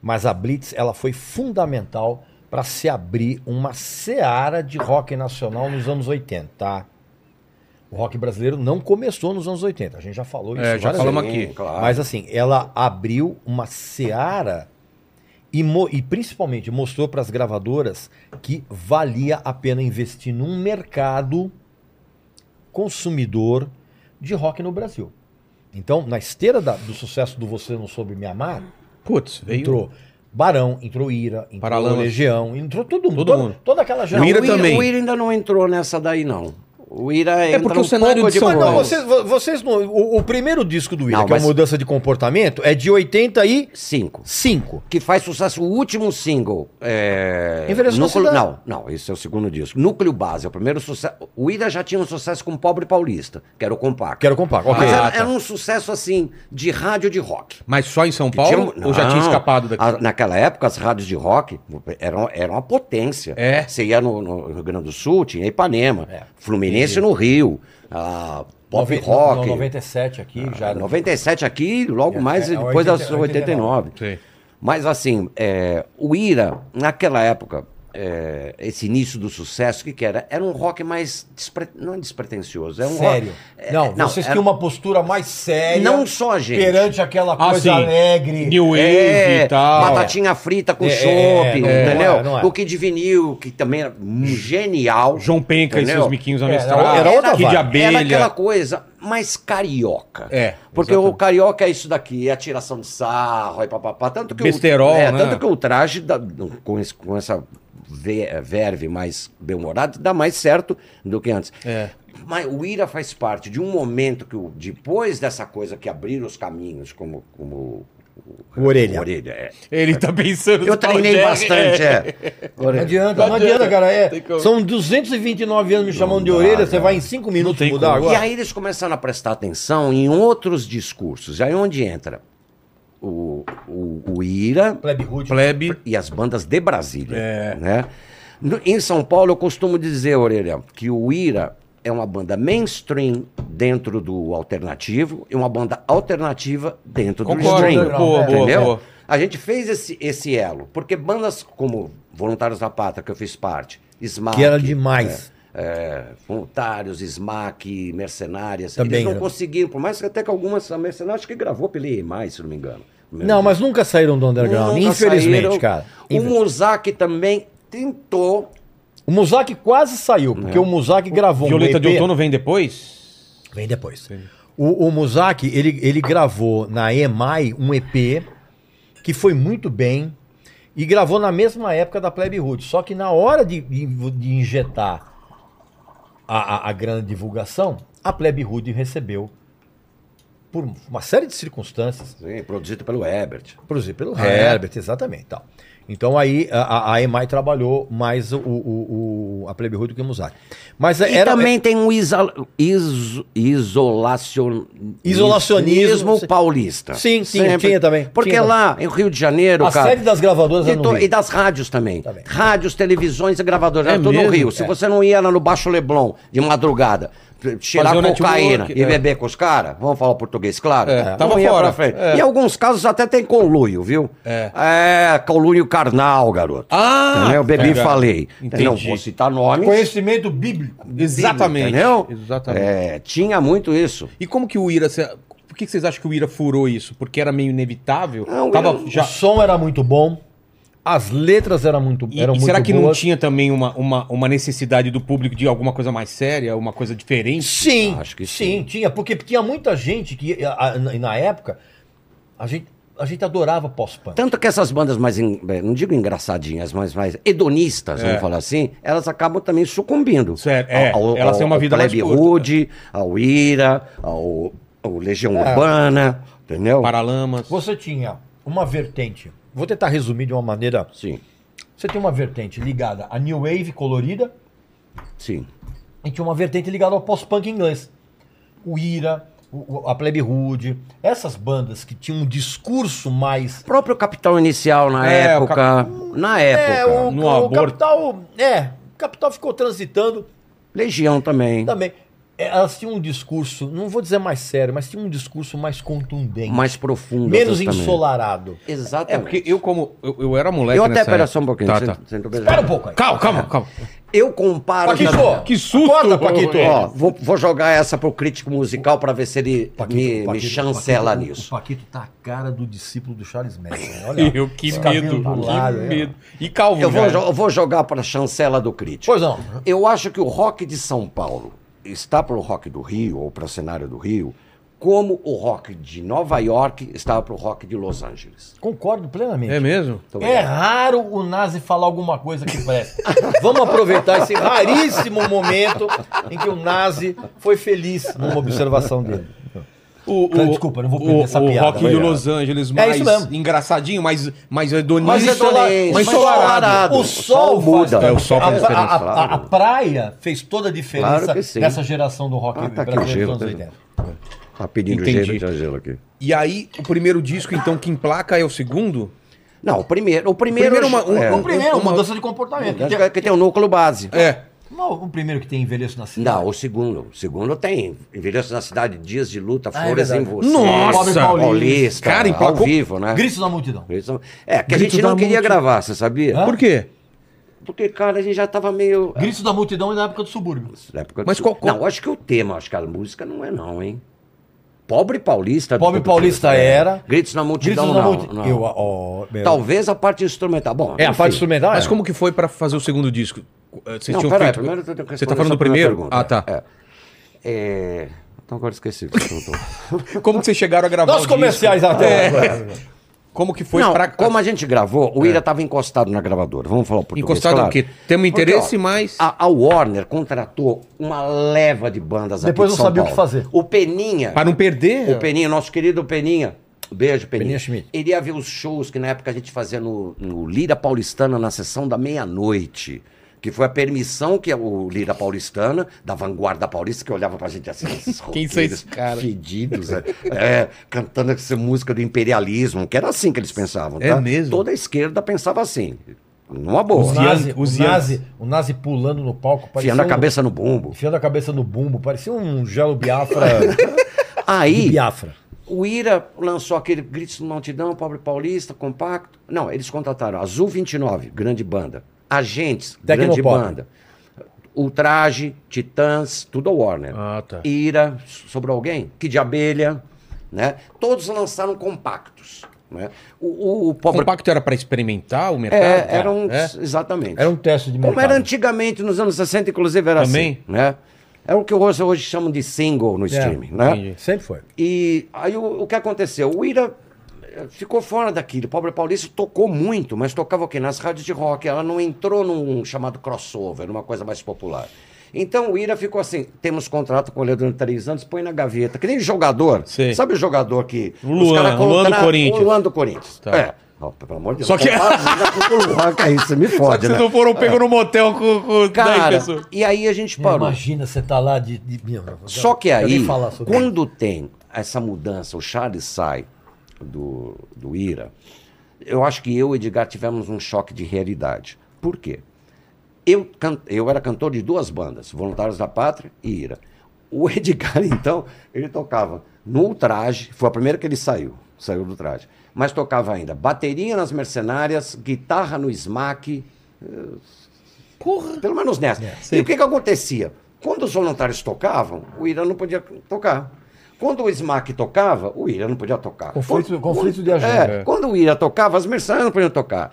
Speaker 3: Mas a Blitz, ela foi fundamental para se abrir uma seara de rock nacional nos anos 80, tá? O rock brasileiro não começou nos anos 80, a gente já falou isso.
Speaker 1: É, já
Speaker 3: várias
Speaker 1: falamos
Speaker 4: um. Sim,
Speaker 1: aqui.
Speaker 4: Claro.
Speaker 3: Mas assim, ela abriu uma seara e, mo- e principalmente mostrou para as gravadoras que valia a pena investir num mercado consumidor de rock no Brasil. Então, na esteira da- do sucesso do Você Não Soube Me Amar,
Speaker 1: Putz, veio.
Speaker 3: entrou Barão, entrou Ira, entrou
Speaker 1: Paralamas.
Speaker 3: Legião, entrou todo mundo.
Speaker 1: Todo
Speaker 3: toda,
Speaker 1: mundo.
Speaker 3: toda aquela
Speaker 4: Não,
Speaker 1: O Ira
Speaker 3: geração.
Speaker 1: também.
Speaker 4: O Ira ainda não entrou nessa daí, não. O Ira
Speaker 1: É
Speaker 4: entra
Speaker 1: porque
Speaker 4: um
Speaker 1: o cenário
Speaker 4: pouco
Speaker 1: de São
Speaker 3: Mas
Speaker 1: Paulo-
Speaker 3: não,
Speaker 1: Mas-
Speaker 3: vocês, vo- vocês não- o, o primeiro disco do Ira,
Speaker 4: Não,
Speaker 3: que é
Speaker 4: mas-
Speaker 3: o Mudança de Comportamento, é de 85.
Speaker 4: Cinco. Que faz sucesso, o último single. É...
Speaker 3: Envelheço na
Speaker 4: Núcleo...
Speaker 3: Cidade.
Speaker 4: Não, não, esse é o segundo disco. Núcleo Base, é o primeiro sucesso. O Ira já tinha um sucesso com Pobre Paulista, que era o compacto.
Speaker 3: Quero comprar. ok.
Speaker 4: Mas
Speaker 1: Ah,
Speaker 4: era,
Speaker 1: tá.
Speaker 4: era um sucesso, assim, de rádio de rock.
Speaker 1: Mas só em São
Speaker 4: Que
Speaker 1: Paulo?
Speaker 4: tinha um-
Speaker 1: Ou já
Speaker 4: Não.
Speaker 1: tinha escapado daqui?
Speaker 4: A- naquela época, as rádios de rock eram, eram uma potência.
Speaker 1: É.
Speaker 4: Você ia no, no Rio Grande do Sul, tinha Ipanema,
Speaker 3: É.
Speaker 4: Fluminense no Rio, ah, pop
Speaker 3: Noven-
Speaker 4: rock.
Speaker 3: no- 97 aqui já.
Speaker 4: Ah, 97 aqui, logo
Speaker 3: É,
Speaker 4: mais
Speaker 3: é, é
Speaker 4: depois
Speaker 3: 80,
Speaker 4: das 89.
Speaker 1: Sei.
Speaker 4: Mas assim, é, o Ira, naquela época, é, esse início do sucesso, o que, que era? Era um rock mais despre- não é despretensioso. É um
Speaker 3: sério.
Speaker 4: rock- é,
Speaker 3: não, vocês
Speaker 4: era-
Speaker 3: tinham uma postura mais séria.
Speaker 4: Não só a gente.
Speaker 3: Perante aquela
Speaker 1: Ah,
Speaker 3: coisa
Speaker 1: sim.
Speaker 3: alegre.
Speaker 1: New Wave
Speaker 4: É,
Speaker 1: e tal.
Speaker 4: batatinha frita com
Speaker 3: É,
Speaker 4: chopp,
Speaker 3: é, é, não é,
Speaker 4: entendeu?
Speaker 3: não é.
Speaker 4: O que de vinil, que também era hum, genial.
Speaker 1: João Penca e
Speaker 4: entendeu? É,
Speaker 1: seus miquinhos
Speaker 3: Era-
Speaker 1: amestrados.
Speaker 3: era outra
Speaker 1: Kid
Speaker 3: vibe.
Speaker 1: de
Speaker 4: Era aquela
Speaker 1: abelha.
Speaker 4: coisa mais carioca.
Speaker 1: É,
Speaker 4: Porque
Speaker 1: exatamente.
Speaker 4: o carioca é isso daqui, é atiração de sarro, é papapá. Tanto que
Speaker 1: Besterol,
Speaker 4: o, é,
Speaker 1: né?
Speaker 4: Tanto que o traje, dá- com, esse- com essa ve- verve mais bem-humorada, dá mais certo do que antes.
Speaker 1: É.
Speaker 4: Mas o Ira faz parte de um momento que, o- depois dessa coisa que abriram os caminhos, como, como
Speaker 3: O Orelha.
Speaker 4: orelha é.
Speaker 1: Ele tá pensando.
Speaker 4: Eu treinei bastante, é.
Speaker 3: Não adianta, não adianta, cara. é. São 229 anos me chamando de orelha, você vai em 5 minutos
Speaker 1: tem
Speaker 3: mudar
Speaker 1: como.
Speaker 3: agora.
Speaker 4: E aí eles começaram a prestar atenção em outros discursos. E aí onde entra o, o, o Ira
Speaker 3: Plebe Hood.
Speaker 1: Plebe.
Speaker 4: e as bandas de Brasília.
Speaker 1: É.
Speaker 4: Né? No- em São Paulo, eu costumo dizer, Orelha, que o Ira é uma banda mainstream dentro do alternativo e uma banda alternativa dentro
Speaker 1: Concordo.
Speaker 4: do stream.
Speaker 1: Boa, boa,
Speaker 4: entendeu?
Speaker 1: boa.
Speaker 4: A gente fez esse, esse elo, porque bandas como Voluntários da Pátria, que eu fiz parte, Smack,
Speaker 3: Que era demais.
Speaker 4: é, voluntários, SMAC, mercenárias.
Speaker 3: Também,
Speaker 4: eles não
Speaker 3: né?
Speaker 4: conseguiram, por mais que até que algumas a mercenária acho que gravou pela EMI, se não me engano.
Speaker 3: Não, mas nunca saíram do underground,
Speaker 4: é. Nunca
Speaker 3: infelizmente,
Speaker 4: saíram. Um
Speaker 3: cara.
Speaker 4: O Muzak também tentou.
Speaker 3: O Muzak quase saiu, porque
Speaker 4: É.
Speaker 3: o Muzak gravou
Speaker 1: Violeta
Speaker 3: um
Speaker 1: de
Speaker 3: EP.
Speaker 1: Outono vem depois?
Speaker 3: Vem depois. O, o Muzak, ele, ele gravou na EMAI um EP que foi muito bem e gravou na mesma época da Plebe Hood. Só que na hora de, de, de injetar a, a, a grande divulgação, a Plebe Hood recebeu, por uma série de circunstâncias,
Speaker 4: Sim, produzido pelo Ebert.
Speaker 3: produzido pelo
Speaker 1: é?
Speaker 3: Herbert, exatamente. Tal. Então aí a, a- a EMAI trabalhou mais o, o- o- a Plebe Ruim do que o Muzak. Mas
Speaker 4: E
Speaker 3: era.
Speaker 4: também tem um isa- iso- isolacion-
Speaker 3: Isolacionismo.
Speaker 4: ismo paulista.
Speaker 3: Sim, sim,
Speaker 4: Sempre.
Speaker 3: tinha também,
Speaker 4: Porque
Speaker 3: tinha
Speaker 4: lá, em Rio de Janeiro,
Speaker 3: A
Speaker 4: cara.
Speaker 3: sede das gravadoras
Speaker 4: e,
Speaker 3: era no
Speaker 4: to-
Speaker 3: Rio.
Speaker 4: e das rádios também.
Speaker 3: Tá bem.
Speaker 4: rádios, televisões e gravadoras.
Speaker 1: É
Speaker 4: era tudo no
Speaker 1: mesmo?
Speaker 4: Rio. Se
Speaker 1: É.
Speaker 4: você não ia lá no Baixo Leblon de madrugada, p- cheirar
Speaker 1: Fazer um
Speaker 4: cocaína
Speaker 1: network,
Speaker 4: e
Speaker 1: é.
Speaker 4: beber com os caras, vamos falar português, claro.
Speaker 1: É,
Speaker 4: não
Speaker 1: tava
Speaker 4: ia
Speaker 1: fora.
Speaker 4: pra frente.
Speaker 1: É.
Speaker 4: Em alguns casos até tem conluio, viu?
Speaker 1: É.
Speaker 4: É, conluio carnal, garoto.
Speaker 1: Ah,
Speaker 4: Entendeu? Eu bebi e
Speaker 1: legal.
Speaker 4: falei.
Speaker 1: Entendi.
Speaker 4: Não vou citar nomes.
Speaker 3: Conhecimento bíblico.
Speaker 1: Exatamente.
Speaker 4: Entendeu?
Speaker 1: Exatamente.
Speaker 4: É, tinha muito isso.
Speaker 1: E como que o Ira. cê- Por que que vocês acham que o Ira furou isso? Porque era meio inevitável?
Speaker 4: Não,
Speaker 1: Tava
Speaker 4: eu-
Speaker 1: já...
Speaker 3: O som era muito bom, as letras eram muito,
Speaker 1: E,
Speaker 3: eram
Speaker 1: e
Speaker 3: muito
Speaker 1: será que não
Speaker 3: boas.
Speaker 1: tinha também uma, uma, uma necessidade do público de alguma coisa mais séria, uma coisa diferente?
Speaker 3: Sim,
Speaker 4: Acho que
Speaker 3: sim, tinha, porque tinha muita gente que a- a- na época a gente, a gente adorava pós-punk.
Speaker 4: Tanto que essas bandas mais, en- eh, não digo engraçadinhas, mas mais hedonistas, vamos falar assim, elas acabam também sucumbindo.
Speaker 1: Certo, é. Elas têm uma vida mais
Speaker 4: Plebe
Speaker 1: curta.
Speaker 4: Rude, ao Ira, ao, ao Legião
Speaker 3: É.
Speaker 4: Urbana, entendeu?
Speaker 1: Paralamas.
Speaker 3: Você tinha uma vertente, vou tentar resumir de uma maneira,
Speaker 4: Sim,
Speaker 3: você tem uma vertente ligada à New Wave colorida
Speaker 4: sim.
Speaker 3: e tinha uma vertente ligada ao pós-punk inglês. O Ira, o- o- a Plebe Rude, essas bandas que tinham um discurso mais...
Speaker 4: O próprio Capital Inicial na
Speaker 1: É, o
Speaker 4: época, na
Speaker 3: É,
Speaker 4: época,
Speaker 3: o,
Speaker 1: no
Speaker 3: o
Speaker 1: aborto.
Speaker 3: Capital... É, o Capital ficou transitando...
Speaker 4: Legião
Speaker 1: Uhum.
Speaker 4: também,
Speaker 3: Também. É, Elas tinham um discurso, não vou dizer mais sério, mas tinham um discurso mais contundente.
Speaker 4: mais profundo.
Speaker 3: menos
Speaker 4: outras também.
Speaker 3: ensolarado.
Speaker 4: Exatamente.
Speaker 1: É porque eu, como. Eu, eu era moleque.
Speaker 4: Eu até,
Speaker 1: nessa
Speaker 4: pera
Speaker 1: época.
Speaker 4: só um pouquinho,
Speaker 1: Tá,
Speaker 4: sem-
Speaker 1: tá.
Speaker 4: sem tu-
Speaker 3: Espera um pouco aí.
Speaker 1: Calma, calma, calma.
Speaker 4: Eu comparo...
Speaker 3: Paquito!
Speaker 1: Que susto!
Speaker 3: Acorda, Paquito!
Speaker 4: Ó, vou, vou jogar essa pro crítico musical pra ver se ele me, me chancela
Speaker 3: Paquito, O
Speaker 4: nisso.
Speaker 3: Paquito tá a cara do discípulo do Charles Manson.
Speaker 1: *laughs*
Speaker 3: Olha lá.
Speaker 1: *laughs* Eu, que
Speaker 3: Esse cabelo
Speaker 1: medo,
Speaker 3: do
Speaker 1: que
Speaker 3: lado, aí, ó.
Speaker 1: medo. E né? calvo,
Speaker 4: Eu vou,
Speaker 1: já.
Speaker 4: jo- eu vou jogar pra chancela do crítico.
Speaker 3: Pois não.
Speaker 4: Eu acho que o rock de São Paulo está pro rock do Rio ou para o cenário do Rio, como o rock de Nova York estava pro rock de Los Angeles.
Speaker 3: Concordo plenamente.
Speaker 1: É mesmo?
Speaker 4: Então,
Speaker 3: É raro o Nazi falar alguma coisa
Speaker 1: *laughs*
Speaker 3: que presta. Vamos aproveitar esse raríssimo momento em que o Nazi foi feliz numa observação dele.
Speaker 1: O,
Speaker 3: Cara, desculpa, não vou perder
Speaker 1: o,
Speaker 3: essa
Speaker 1: o
Speaker 3: piada,
Speaker 1: rock
Speaker 3: vai
Speaker 1: de
Speaker 3: lá.
Speaker 1: Los Angeles,
Speaker 3: É
Speaker 1: mais
Speaker 3: isso mesmo.
Speaker 1: engraçadinho, mais, mais hedonista.
Speaker 4: Mais hedonista,
Speaker 1: mais
Speaker 4: mais
Speaker 1: solarado.
Speaker 4: solarado.
Speaker 3: O sol
Speaker 4: O sol muda.
Speaker 3: faz-
Speaker 1: É, o sol faz
Speaker 3: a, a,
Speaker 4: diferença,
Speaker 3: a- a- a
Speaker 4: claro.
Speaker 3: praia fez toda a diferença
Speaker 4: Claro que sim.
Speaker 3: nessa geração do rock
Speaker 4: Ah, tá aqui o gelo,
Speaker 3: brasileiro dos anos
Speaker 4: tá
Speaker 3: 80.
Speaker 4: Tá pedindo
Speaker 1: Entendi.
Speaker 4: gelo de Angelo aqui.
Speaker 1: E aí, o primeiro disco, então, que emplaca é o segundo?
Speaker 4: Não, o primeiro. O primeiro,
Speaker 1: primeiro é uma- um-
Speaker 4: é,
Speaker 1: um-
Speaker 3: O primeiro, um-
Speaker 1: Uma-
Speaker 3: mudança de comportamento.
Speaker 4: acho que é que tem o núcleo base.
Speaker 1: É.
Speaker 3: Não, o primeiro que tem envelheço na cidade.
Speaker 4: Não, o segundo. O segundo tem. Envelheço na cidade, dias de luta,
Speaker 3: Ah, é
Speaker 4: flores em
Speaker 3: verdade.
Speaker 4: você.
Speaker 1: Nossa!
Speaker 4: Pobre Paulista,
Speaker 1: Cara,
Speaker 4: ao
Speaker 1: emplacou-
Speaker 4: vivo, né?
Speaker 3: Gritos da multidão.
Speaker 4: Grito- É, que a
Speaker 1: Grito
Speaker 4: gente
Speaker 1: da
Speaker 4: não queria
Speaker 1: multi-
Speaker 4: gravar, você sabia?
Speaker 3: Hã?
Speaker 1: Por quê?
Speaker 4: Porque, cara, a gente já tava meio.
Speaker 3: Gritos da multidão é da época do subúrbio.
Speaker 4: Na época
Speaker 1: Mas
Speaker 4: do-
Speaker 1: qual- qual-
Speaker 4: Não, acho que o tema, acho que a música não é não, hein? Pobre Paulista.
Speaker 3: Pobre Paulista era.
Speaker 4: Gritos na multidão,
Speaker 3: Gritos da
Speaker 4: não,
Speaker 3: multidão.
Speaker 4: não.
Speaker 3: Eu, ó, meu.
Speaker 4: Talvez a parte instrumental. Bom,
Speaker 3: É, a
Speaker 4: enfim.
Speaker 3: parte instrumental.
Speaker 1: Mas
Speaker 3: é.
Speaker 1: como que foi pra fazer o segundo disco? Eh, Vocês
Speaker 4: Não,
Speaker 1: tinham
Speaker 4: peraí,
Speaker 1: feito...
Speaker 4: primeiro eu tenho que
Speaker 1: Você tá
Speaker 4: responder
Speaker 1: falando
Speaker 4: essa
Speaker 1: do primeiro?
Speaker 4: primeira
Speaker 1: ah, tá.
Speaker 4: pergunta. É. É, Então agora esqueci o que você perguntou.
Speaker 1: Como que vocês chegaram a gravar
Speaker 3: Nós
Speaker 1: o disco? É.
Speaker 3: comerciais até.
Speaker 1: Como que foi
Speaker 4: não,
Speaker 1: pra...
Speaker 4: como a gente gravou, o Ira estava encostado na gravadora. Vamos falar um português,
Speaker 1: É. Encostado
Speaker 4: claro.
Speaker 1: o quê? Temos
Speaker 4: Porque,
Speaker 1: interesse,
Speaker 4: ó,
Speaker 1: mas...
Speaker 4: A, a Warner contratou uma leva de bandas aqui
Speaker 3: Depois
Speaker 4: de
Speaker 3: não
Speaker 4: São
Speaker 3: sabia o que
Speaker 4: Paulo.
Speaker 3: fazer.
Speaker 4: O Peninha...
Speaker 1: Pra não perder...
Speaker 4: O Peninha, nosso querido Peninha. Beijo, Peninha.
Speaker 3: Peninha Schmidt.
Speaker 4: Ele ia ver os shows que na época a gente fazia no, no Lira Paulistana na sessão da meia-noite. Que foi a permissão que o Lira Paulistana, da vanguarda paulista, que olhava pra gente assim, esses
Speaker 1: *laughs* Quem são esses
Speaker 4: roqueiros
Speaker 1: caras?
Speaker 4: fedidos, é, é, cantando essa música do imperialismo, que era assim que eles pensavam, tá?
Speaker 1: É mesmo?
Speaker 4: Toda a esquerda pensava assim, numa boa.
Speaker 3: O
Speaker 1: Zian-
Speaker 3: nazi,
Speaker 1: o
Speaker 3: o,
Speaker 1: Zian-
Speaker 3: nazi, o nazi pulando no palco. parecia
Speaker 4: Enfiando a
Speaker 3: um-
Speaker 4: cabeça no bumbo.
Speaker 3: Enfiando a cabeça no bumbo. Parecia um gelo biafra.
Speaker 4: *laughs* Aí,
Speaker 3: biafra.
Speaker 4: O Ira lançou aquele Gritos no Multidão, Pobre Paulista, Compacto. Não, eles contrataram Azul 29, grande banda. Agentes, grande
Speaker 3: Tecnopop.
Speaker 4: banda. Ultraje, Titãs, tudo a Warner.
Speaker 1: Ah, tá.
Speaker 4: Ira, sobrou alguém? Kid Abelha, né? Todos lançaram compactos. Né? O, o- o
Speaker 1: O
Speaker 4: Pobre...
Speaker 1: compacto era pra experimentar o mercado?
Speaker 4: É,
Speaker 1: cara?
Speaker 4: era um...
Speaker 1: É?
Speaker 4: Exatamente.
Speaker 3: Era um teste de
Speaker 4: Como
Speaker 3: mercado.
Speaker 4: era antigamente, nos anos 60, inclusive, era
Speaker 1: Também? É,
Speaker 4: assim. Né? É o que hoje, hoje chamam de single no streaming, né?
Speaker 1: entendi.
Speaker 3: Sempre foi.
Speaker 4: E aí o, o que aconteceu? O Ira eh, ficou fora daquilo. O Pobre Paulista tocou muito, mas tocava o quê? Nas rádios de rock. Ela não entrou num chamado crossover, numa coisa mais popular. Então o Ira ficou assim: temos contrato com ele durante três anos, põe na gaveta. Que nem jogador.
Speaker 1: Sei.
Speaker 4: Sabe o jogador que.
Speaker 1: O Luan, o Luan do
Speaker 4: contratam-
Speaker 1: Corinthians.
Speaker 4: O Luan do Corinthians.
Speaker 1: Tá.
Speaker 4: É. Não, pelo amor de
Speaker 1: Só que-
Speaker 4: compara nada
Speaker 1: *laughs*
Speaker 4: com o Luanca, isso me fode,
Speaker 1: Vocês
Speaker 4: né?
Speaker 1: não *laughs* foram pegou no motel com, com
Speaker 4: Cara,
Speaker 1: 10 pessoas.
Speaker 4: e aí a gente parou.
Speaker 3: Imagina, você tá lá de. de- meu,
Speaker 4: Só que
Speaker 3: eu nem
Speaker 4: aí,
Speaker 3: falar sobre isso.
Speaker 4: quando tem essa mudança, o Charles sai do, do Ira, eu acho que eu e Edgar tivemos um choque de realidade. Por quê? Eu, can- eu era cantor de duas bandas, Voluntários da Pátria e Ira. O *laughs* Edgar, então, ele tocava no Ultraje, foi a primeira que ele saiu, saiu do Ultraje, mas tocava ainda bateria nas Mercenárias, guitarra no Smack, pelo menos nessa.
Speaker 3: É,
Speaker 4: e o que, que acontecia? Quando os voluntários tocavam, o Irã não podia tocar. Quando o Smack tocava, o Irã não podia tocar. Quando-
Speaker 3: Conflito- conflito de
Speaker 4: é,
Speaker 3: agenda.
Speaker 4: quando o Ira tocava, as mercenárias não podiam tocar.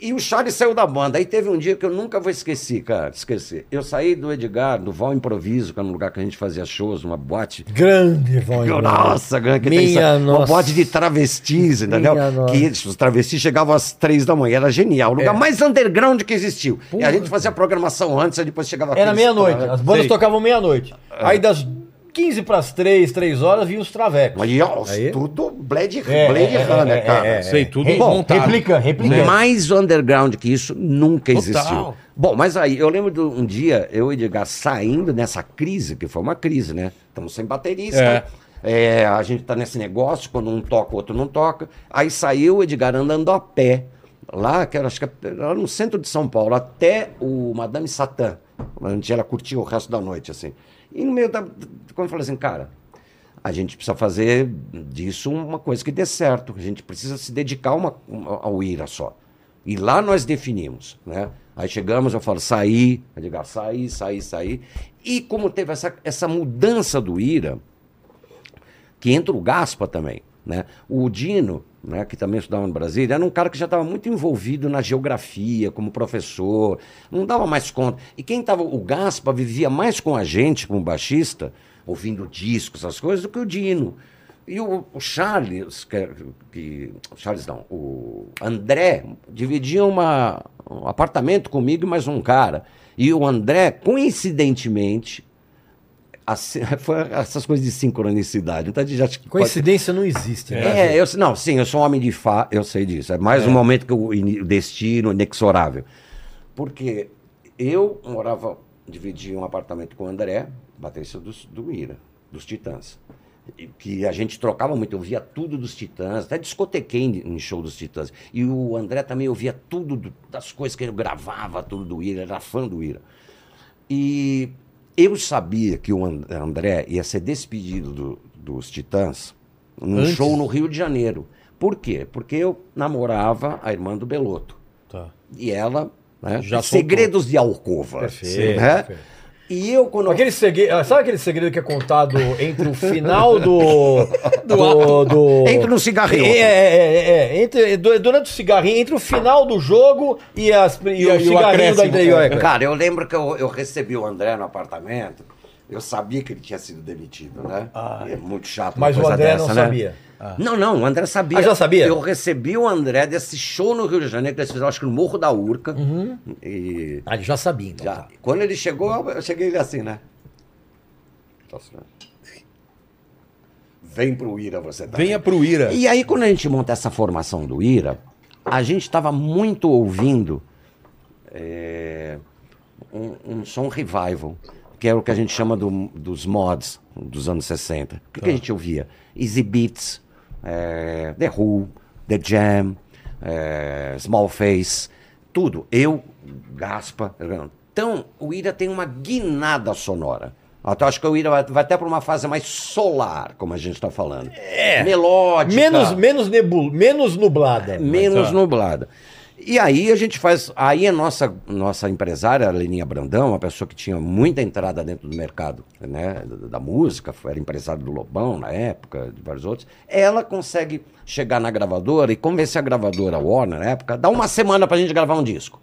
Speaker 4: E o Charles saiu da banda. Aí teve um dia que eu nunca vou esquecer, cara, esquecer. Eu saí do Edgar, do Val Improviso, que era um lugar que a gente fazia shows, uma boate.
Speaker 3: Grande, né? Ivan.
Speaker 4: Eu, nossa, grande que tá tem
Speaker 3: Minha
Speaker 4: isso. Uma
Speaker 3: nossa.
Speaker 4: boate de travestis, entendeu?
Speaker 3: Minha nossa. É.
Speaker 4: Que eles, os travestis chegavam às três da manhã. Era genial. O lugar mais underground que existiu. e a gente fazia a programação antes, aí depois chegava
Speaker 3: Era
Speaker 4: aqueles-
Speaker 3: meia-noite. As bandas
Speaker 1: Sei.
Speaker 3: tocavam meia-noite. Aí das 15 para as 3, 3 horas, vinha os travecos.
Speaker 4: Aí, ó,
Speaker 3: Aí?
Speaker 4: tudo Blade
Speaker 3: É,
Speaker 4: Blade
Speaker 3: é,
Speaker 4: Runner,
Speaker 3: é,
Speaker 4: cara. Né?
Speaker 3: é, é.
Speaker 1: Sei, tudo
Speaker 3: Re-
Speaker 1: bom, montado.
Speaker 3: Replica, replica.
Speaker 4: Mais underground que isso nunca
Speaker 1: Total.
Speaker 4: existiu. Bom, mas aí, eu lembro de um dia, eu e Edgar saindo nessa crise, que foi uma crise, né? Estamos sem baterista.
Speaker 1: É.
Speaker 4: É, a gente tá nesse negócio, quando um toca, o outro não toca. Aí saiu o Edgar andando a pé, lá, que era, acho que era no centro de São Paulo, até o Madame Satã, onde ela curtia o resto da noite, assim. E no meio da. Quando eu falei assim, cara, a gente precisa fazer disso uma coisa que dê certo. A gente precisa se dedicar a uma, uma- ao IRA só. E lá nós definimos, né? Aí chegamos, eu falo, sair, eu digo, ah, sair, sair, sair. E como teve essa, essa mudança do IRA, que entra o Gaspa também, né? O Dino, né, que também estudava no Brasília, era um cara que já estava muito envolvido na geografia, como professor, não dava mais conta. E quem estava, o Gaspa vivia mais com a gente, como baixista, ouvindo discos, essas coisas, do que o Dino. E o, o Charles, que, era- que- Charles não, o André dividia uma, um apartamento comigo e mais um cara. E o André, coincidentemente, assim, *laughs* foi essas coisas de sincronicidade. Então a gente já pode-
Speaker 3: Coincidência não existe, né?
Speaker 4: é, eu, não, sim, eu sou um homem de fá, eu sei disso. É mais um momento que o ini- o destino é inexorável. Porque eu morava, dividia um apartamento com o André, baterista dos, do Ira, dos Titãs. E que a gente trocava muito, eu via tudo dos Titãs, até discotequei em, em show dos Titãs. E o André também ouvia tudo do- das coisas que ele gravava, tudo do Ira, era fã do Ira. E eu sabia que o And- André ia ser despedido do- dos Titãs num
Speaker 3: Antes?
Speaker 4: show no Rio de Janeiro. Por quê? Porque eu namorava a irmã do Beloto.
Speaker 3: Tá.
Speaker 4: E ela, né?
Speaker 3: Já soltou.
Speaker 4: Segredos de Alcova.
Speaker 3: Perfeito,
Speaker 4: né?
Speaker 3: perfeito.
Speaker 4: E eu, quando.
Speaker 3: Aquele segredo, sabe aquele segredo que é contado entre o final
Speaker 4: *laughs*
Speaker 3: do. do, do...
Speaker 4: Entro no cigarrinho.
Speaker 3: É, é, é, é, é. Entre, du- durante o cigarrinho, entre o final do jogo e, as, e,
Speaker 1: E o- e
Speaker 3: o
Speaker 1: o
Speaker 3: cigarrinho da
Speaker 1: acréscimo.
Speaker 3: Andreioca.
Speaker 4: Cara, eu lembro que eu, eu recebi o André no apartamento. Eu sabia que ele tinha sido demitido, né? é muito chato. uma
Speaker 3: Ah, Mas o
Speaker 4: coisa
Speaker 3: André
Speaker 4: dessa,
Speaker 3: não
Speaker 4: né?
Speaker 3: sabia.
Speaker 4: Não, não, o André sabia.
Speaker 3: Ah, já sabia?
Speaker 4: Eu recebi o André desse show no Rio de Janeiro, que eles fizeram, acho que no Morro da Urca.
Speaker 3: Uhum.
Speaker 4: E
Speaker 3: Ah, ele já sabia, então.
Speaker 4: já.
Speaker 3: tá.
Speaker 4: Quando ele chegou, eu- eu cheguei ele assim, né? Tá assim, né? Vem pro Ira você também.
Speaker 1: Venha pro Ira.
Speaker 4: E aí, quando a gente monta essa formação do IRA, a gente estava muito ouvindo é, um, um som revival, que é o que a gente chama do- dos mods dos anos 60. O que, que a gente ouvia? Easy Beats, é, The Who, The Jam, é, Small Face, tudo. Eu, Gaspa. Então, o IRA tem uma guinada sonora. Até acho que o IRA vai, vai até para uma fase mais solar, como a gente está falando. É. Melódica
Speaker 3: Menos, menos, nebul, menos nublada.
Speaker 4: É,
Speaker 3: É
Speaker 4: menos nublada. E aí a gente faz. Aí a nossa, nossa empresária, a Leninha Brandão, uma pessoa que tinha muita entrada dentro do mercado né, da, da música, era empresária do Lobão na época, de vários outros, ela consegue chegar na gravadora e convencer a gravadora Warner na época, dá uma semana pra gente gravar um disco.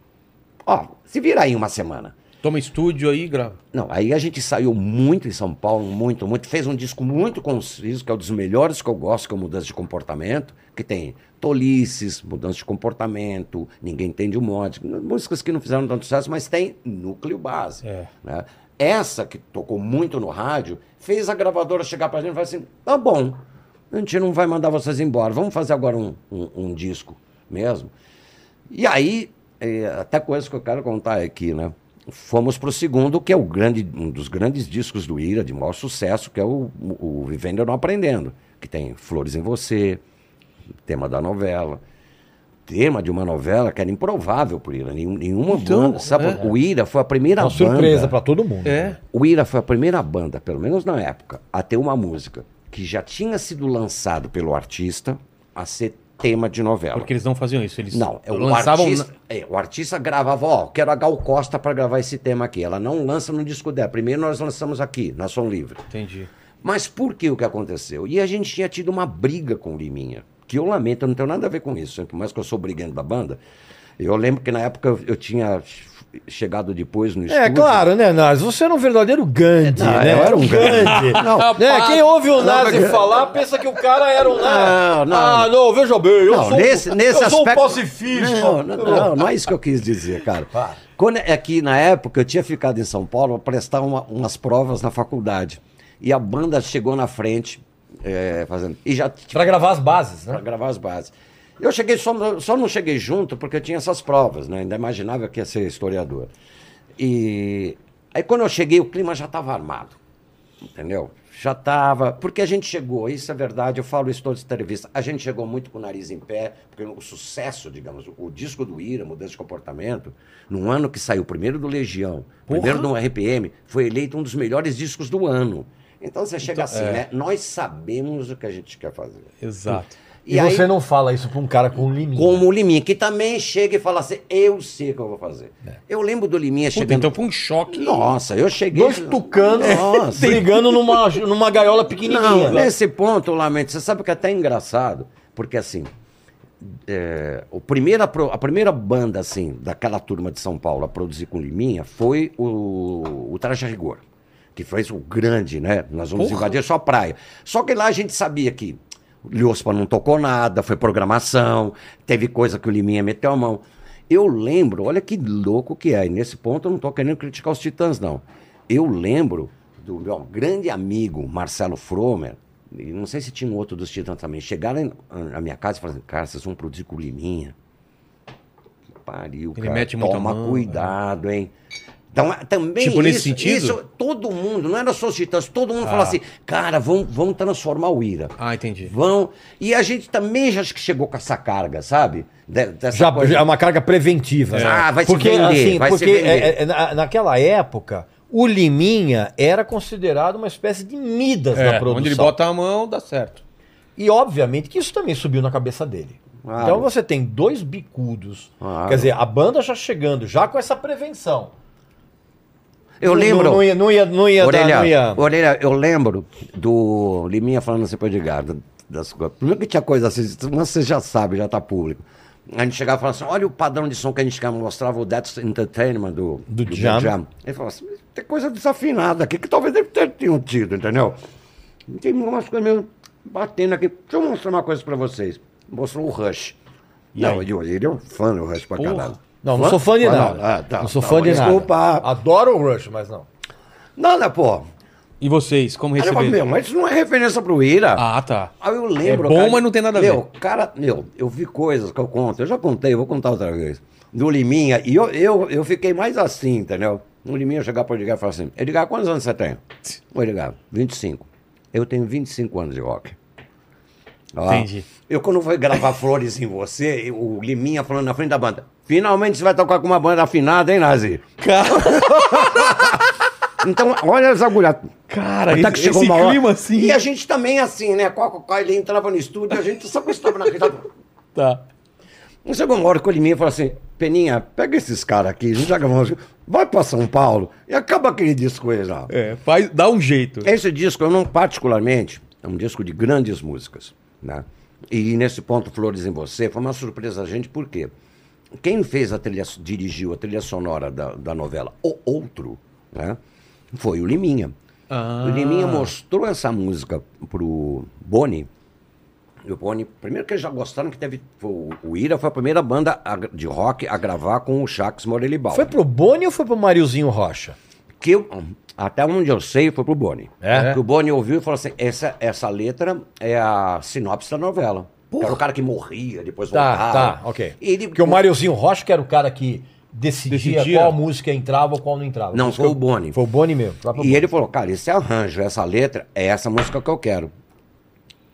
Speaker 4: Ó, se vira aí uma semana.
Speaker 1: Toma estúdio aí, grava.
Speaker 4: Não, aí a gente saiu muito em São Paulo, muito, muito. Fez um disco muito conciso, que é um dos melhores que eu gosto, que é o Mudança de Comportamento, que tem tolices, mudança de comportamento, ninguém entende o mod. Músicas que não fizeram tanto sucesso, mas tem núcleo base. né? Essa, que tocou muito no rádio, fez a gravadora chegar pra gente e falar assim: tá bom, a gente não vai mandar vocês embora, vamos fazer agora um, um- um disco. mesmo. E aí, eh, até coisas que eu quero contar aqui, né? Fomos para o segundo, que é o grande, um dos grandes discos do Ira, de maior sucesso, que é o, o Vivendo e Não Aprendendo, que tem Flores em Você, tema da novela, tema de uma novela que era improvável por Ira. Nenhum, nenhuma
Speaker 1: Então,
Speaker 4: banda. Sabe,
Speaker 1: é.
Speaker 4: o Ira foi a primeira
Speaker 3: Uma
Speaker 4: banda.
Speaker 3: surpresa pra todo mundo.
Speaker 1: É.
Speaker 4: O Ira foi a primeira banda, pelo menos na época, a ter uma música que já tinha sido lançado pelo artista a ser tema de novela.
Speaker 1: É Porque eles não um faziam isso. Eles
Speaker 4: Não, é, o,
Speaker 1: lançavam.
Speaker 4: artista, é, o artista gravava, ó, quero a Gal Costa pra gravar esse tema aqui. Ela não lança no disco dela. Primeiro nós lançamos aqui, na Som Livre.
Speaker 1: Entendi.
Speaker 4: Mas por que o que aconteceu? E a gente tinha tido uma briga com o Liminha, que eu lamento, eu não tenho nada a ver com isso, por mais que eu sou brigando da banda. Eu lembro que na época eu- eu tinha chegado depois no estúdio.
Speaker 3: É claro, né, Nas? Você era um verdadeiro Gandhi,
Speaker 4: Não,
Speaker 3: né?
Speaker 4: eu era um *laughs* Gandhi.
Speaker 3: Não, né? Quem ouve o Nazi falar pensa que o cara era um
Speaker 4: Não, não.
Speaker 3: Ah, não, veja bem, eu
Speaker 4: não,
Speaker 3: sou
Speaker 4: nesse,
Speaker 3: um,
Speaker 4: nesse
Speaker 3: eu
Speaker 4: aspecto...
Speaker 3: sou um pacifista.
Speaker 4: Não, não, não, não é isso que eu quis dizer, cara. Quando, é que na época eu tinha ficado em São Paulo para prestar uma- umas provas na faculdade. E a banda chegou na frente, é, fazendo. E já
Speaker 3: Pra gravar as bases,
Speaker 4: para
Speaker 3: né?
Speaker 4: gravar as bases. Eu cheguei só, só não cheguei junto porque eu tinha essas provas, né? Ainda imaginava que ia ser historiador. E aí quando eu cheguei o clima já estava armado, entendeu? Já estava, porque a gente chegou, isso é verdade, eu falo isso todas as entrevistas, a gente chegou muito com o nariz em pé, porque o sucesso, digamos, o disco do Ira, Mudança de Comportamento, num ano que saiu primeiro do Legião, primeiro do RPM, foi eleito um dos melhores discos do ano. Então você chega assim,
Speaker 3: é.
Speaker 4: né? Nós sabemos o que a gente quer fazer.
Speaker 1: Exato.
Speaker 3: E, você não fala isso pra um cara com um limite.
Speaker 4: Como o Liminha, que também chega e fala assim: eu sei o que eu vou fazer.
Speaker 3: É.
Speaker 4: Eu lembro do Liminha
Speaker 1: Puta,
Speaker 4: chegando.
Speaker 1: então foi um choque.
Speaker 4: Nossa, eu cheguei.
Speaker 3: Dois tucanos
Speaker 4: Nossa.
Speaker 3: *laughs* brigando numa, numa gaiola pequenininha. né?
Speaker 4: Não, nesse ponto, eu lamento. Você sabe que é até engraçado, porque assim. é, o primeira, pro- a primeira banda, assim, daquela turma de São Paulo a produzir com Liminha foi o, o Traje a Rigor, que fez o grande, né? Nós vamos
Speaker 1: Porra.
Speaker 4: invadir a sua praia. Só que lá a gente sabia que Liospa não tocou nada, foi programação, teve coisa que o Liminha meteu a mão. Eu lembro, olha que louco que é, e nesse ponto eu não tô querendo criticar os Titãs, não. Eu lembro do meu grande amigo Marcelo Fromer, e não sei se tinha um outro dos Titãs também, chegaram em- na minha casa e falaram, cara, vocês vão produzir com o Liminha. Que Pariu,
Speaker 1: Ele
Speaker 4: cara.
Speaker 1: mete muito a
Speaker 4: Toma
Speaker 1: mão,
Speaker 4: cuidado, hein? Então, é, também
Speaker 1: Tipo,
Speaker 4: isso,
Speaker 1: nesse sentido?
Speaker 4: isso, todo mundo, não era só os titãs, todo mundo fala assim, cara, vamos, vamos transformar o Ira.
Speaker 1: Ah, entendi.
Speaker 4: Vão. E a gente também já acho que chegou com essa carga, sabe? De- dessa
Speaker 3: Já,
Speaker 4: coisa.
Speaker 3: já é uma carga preventiva. né?
Speaker 4: Ah, vai se
Speaker 3: porque,
Speaker 4: vender,
Speaker 3: Assim,
Speaker 4: vai se
Speaker 3: porque
Speaker 4: vender.
Speaker 3: é, é, na- naquela época, o Liminha era considerado uma espécie de Midas da
Speaker 1: É,
Speaker 3: produção.
Speaker 1: onde ele bota a mão, dá certo.
Speaker 3: E obviamente que isso também subiu na cabeça dele.
Speaker 4: Claro.
Speaker 3: Então você tem dois bicudos.
Speaker 4: Claro.
Speaker 3: Quer dizer, a banda já chegando, já com essa prevenção.
Speaker 4: Eu
Speaker 3: Não-
Speaker 4: lembro.
Speaker 3: Não, não ia, não ia, não ia, dar,
Speaker 4: Orelha,
Speaker 3: não ia-
Speaker 4: Orelha, eu lembro do Liminha falando assim pro Edgar, do- das coisas. Primeiro que tinha coisa assim, mas você já sabe, já tá público. A gente chegava e falava assim: olha o padrão de som que a gente quer, mostrava o Death Entertainment do,
Speaker 3: Do Djam.
Speaker 4: Ele falou assim: tem coisa desafinada aqui que talvez ele tenha- tenha um tido, entendeu? Tem umas coisas meio batendo aqui. Deixa eu mostrar uma coisa pra vocês. Mostrou o Rush. não, eu, ele é um fã do Rush pra
Speaker 1: Porra.
Speaker 4: caralho.
Speaker 3: Não, não sou fã de nada.
Speaker 4: Ah, tá,
Speaker 3: não sou
Speaker 4: tá,
Speaker 3: fã de
Speaker 4: desculpa.
Speaker 3: nada. Adoro o Rush, mas não.
Speaker 4: Nada, pô.
Speaker 1: E vocês, como
Speaker 4: Aí eu falei,
Speaker 1: receberam?
Speaker 4: meu, mas isso não é referência pro Ira.
Speaker 1: Ah, tá.
Speaker 4: Aí eu lembro.
Speaker 1: É bom, mas não tem nada a
Speaker 4: meu,
Speaker 1: ver.
Speaker 4: cara, meu, eu vi coisas que eu conto. Eu já contei, eu vou contar outra vez. Do Liminha. E eu, eu, eu fiquei mais assim, entendeu? O Liminha chegar pro Edgar e falar assim: Edgar, quantos anos
Speaker 1: *laughs*
Speaker 4: você tem? Ô, Edgar, 25. Eu tenho 25 anos de rock. Ó,
Speaker 1: Entendi.
Speaker 4: Eu, quando fui gravar Flores em Você, eu- o Liminha falando na frente da banda: Finalmente você vai tocar com uma banda afinada, hein, Nazi? Então, olha as agulhas.
Speaker 1: Cara,
Speaker 4: Até que chegou uma hora-
Speaker 1: assim.
Speaker 4: E a gente também assim, né? Coca Cola, ele entrava no estúdio, a gente só gostava na
Speaker 1: Tá.
Speaker 4: Não chegou uma hora que o Liminha falou assim: Peninha, pega esses caras aqui, a gente já gravou, um disco, vai pra São Paulo e acaba aquele disco com eles lá.
Speaker 1: É, faz, dá um jeito.
Speaker 4: Esse disco, eu não particularmente, é um disco de grandes músicas, né? E nesse ponto, Flores em Você, foi uma surpresa a gente, por quê? Quem fez a trilha, dirigiu a trilha sonora da, da novela O Outro, né? Foi o Liminha.
Speaker 1: Ah.
Speaker 4: O Liminha mostrou essa música pro Boni. E o Boni, primeiro que eles já gostaram que teve. foi o- o Ira foi a primeira banda a- de rock a gravar com o Chax Morelibal.
Speaker 3: Foi pro Boni ou foi pro Mariozinho Rocha?
Speaker 4: Que eu- até onde eu sei, foi pro Boni.
Speaker 3: É?
Speaker 4: Que o Boni ouviu e falou assim: essa, essa letra é a sinopse da novela. Era o cara que morria, depois
Speaker 3: Tá,
Speaker 4: voltava.
Speaker 3: tá, ok.
Speaker 4: E ele-
Speaker 3: Porque o Máriozinho Rocha, que era o cara que decidia,
Speaker 1: Decidia.
Speaker 3: qual música entrava ou qual não entrava.
Speaker 4: Não,
Speaker 3: Por isso
Speaker 4: foi
Speaker 3: que
Speaker 4: o Boni.
Speaker 3: Foi o Boni mesmo. o próprio
Speaker 4: E
Speaker 3: Boni.
Speaker 4: ele falou, cara, esse arranjo, essa letra, é essa música que eu quero.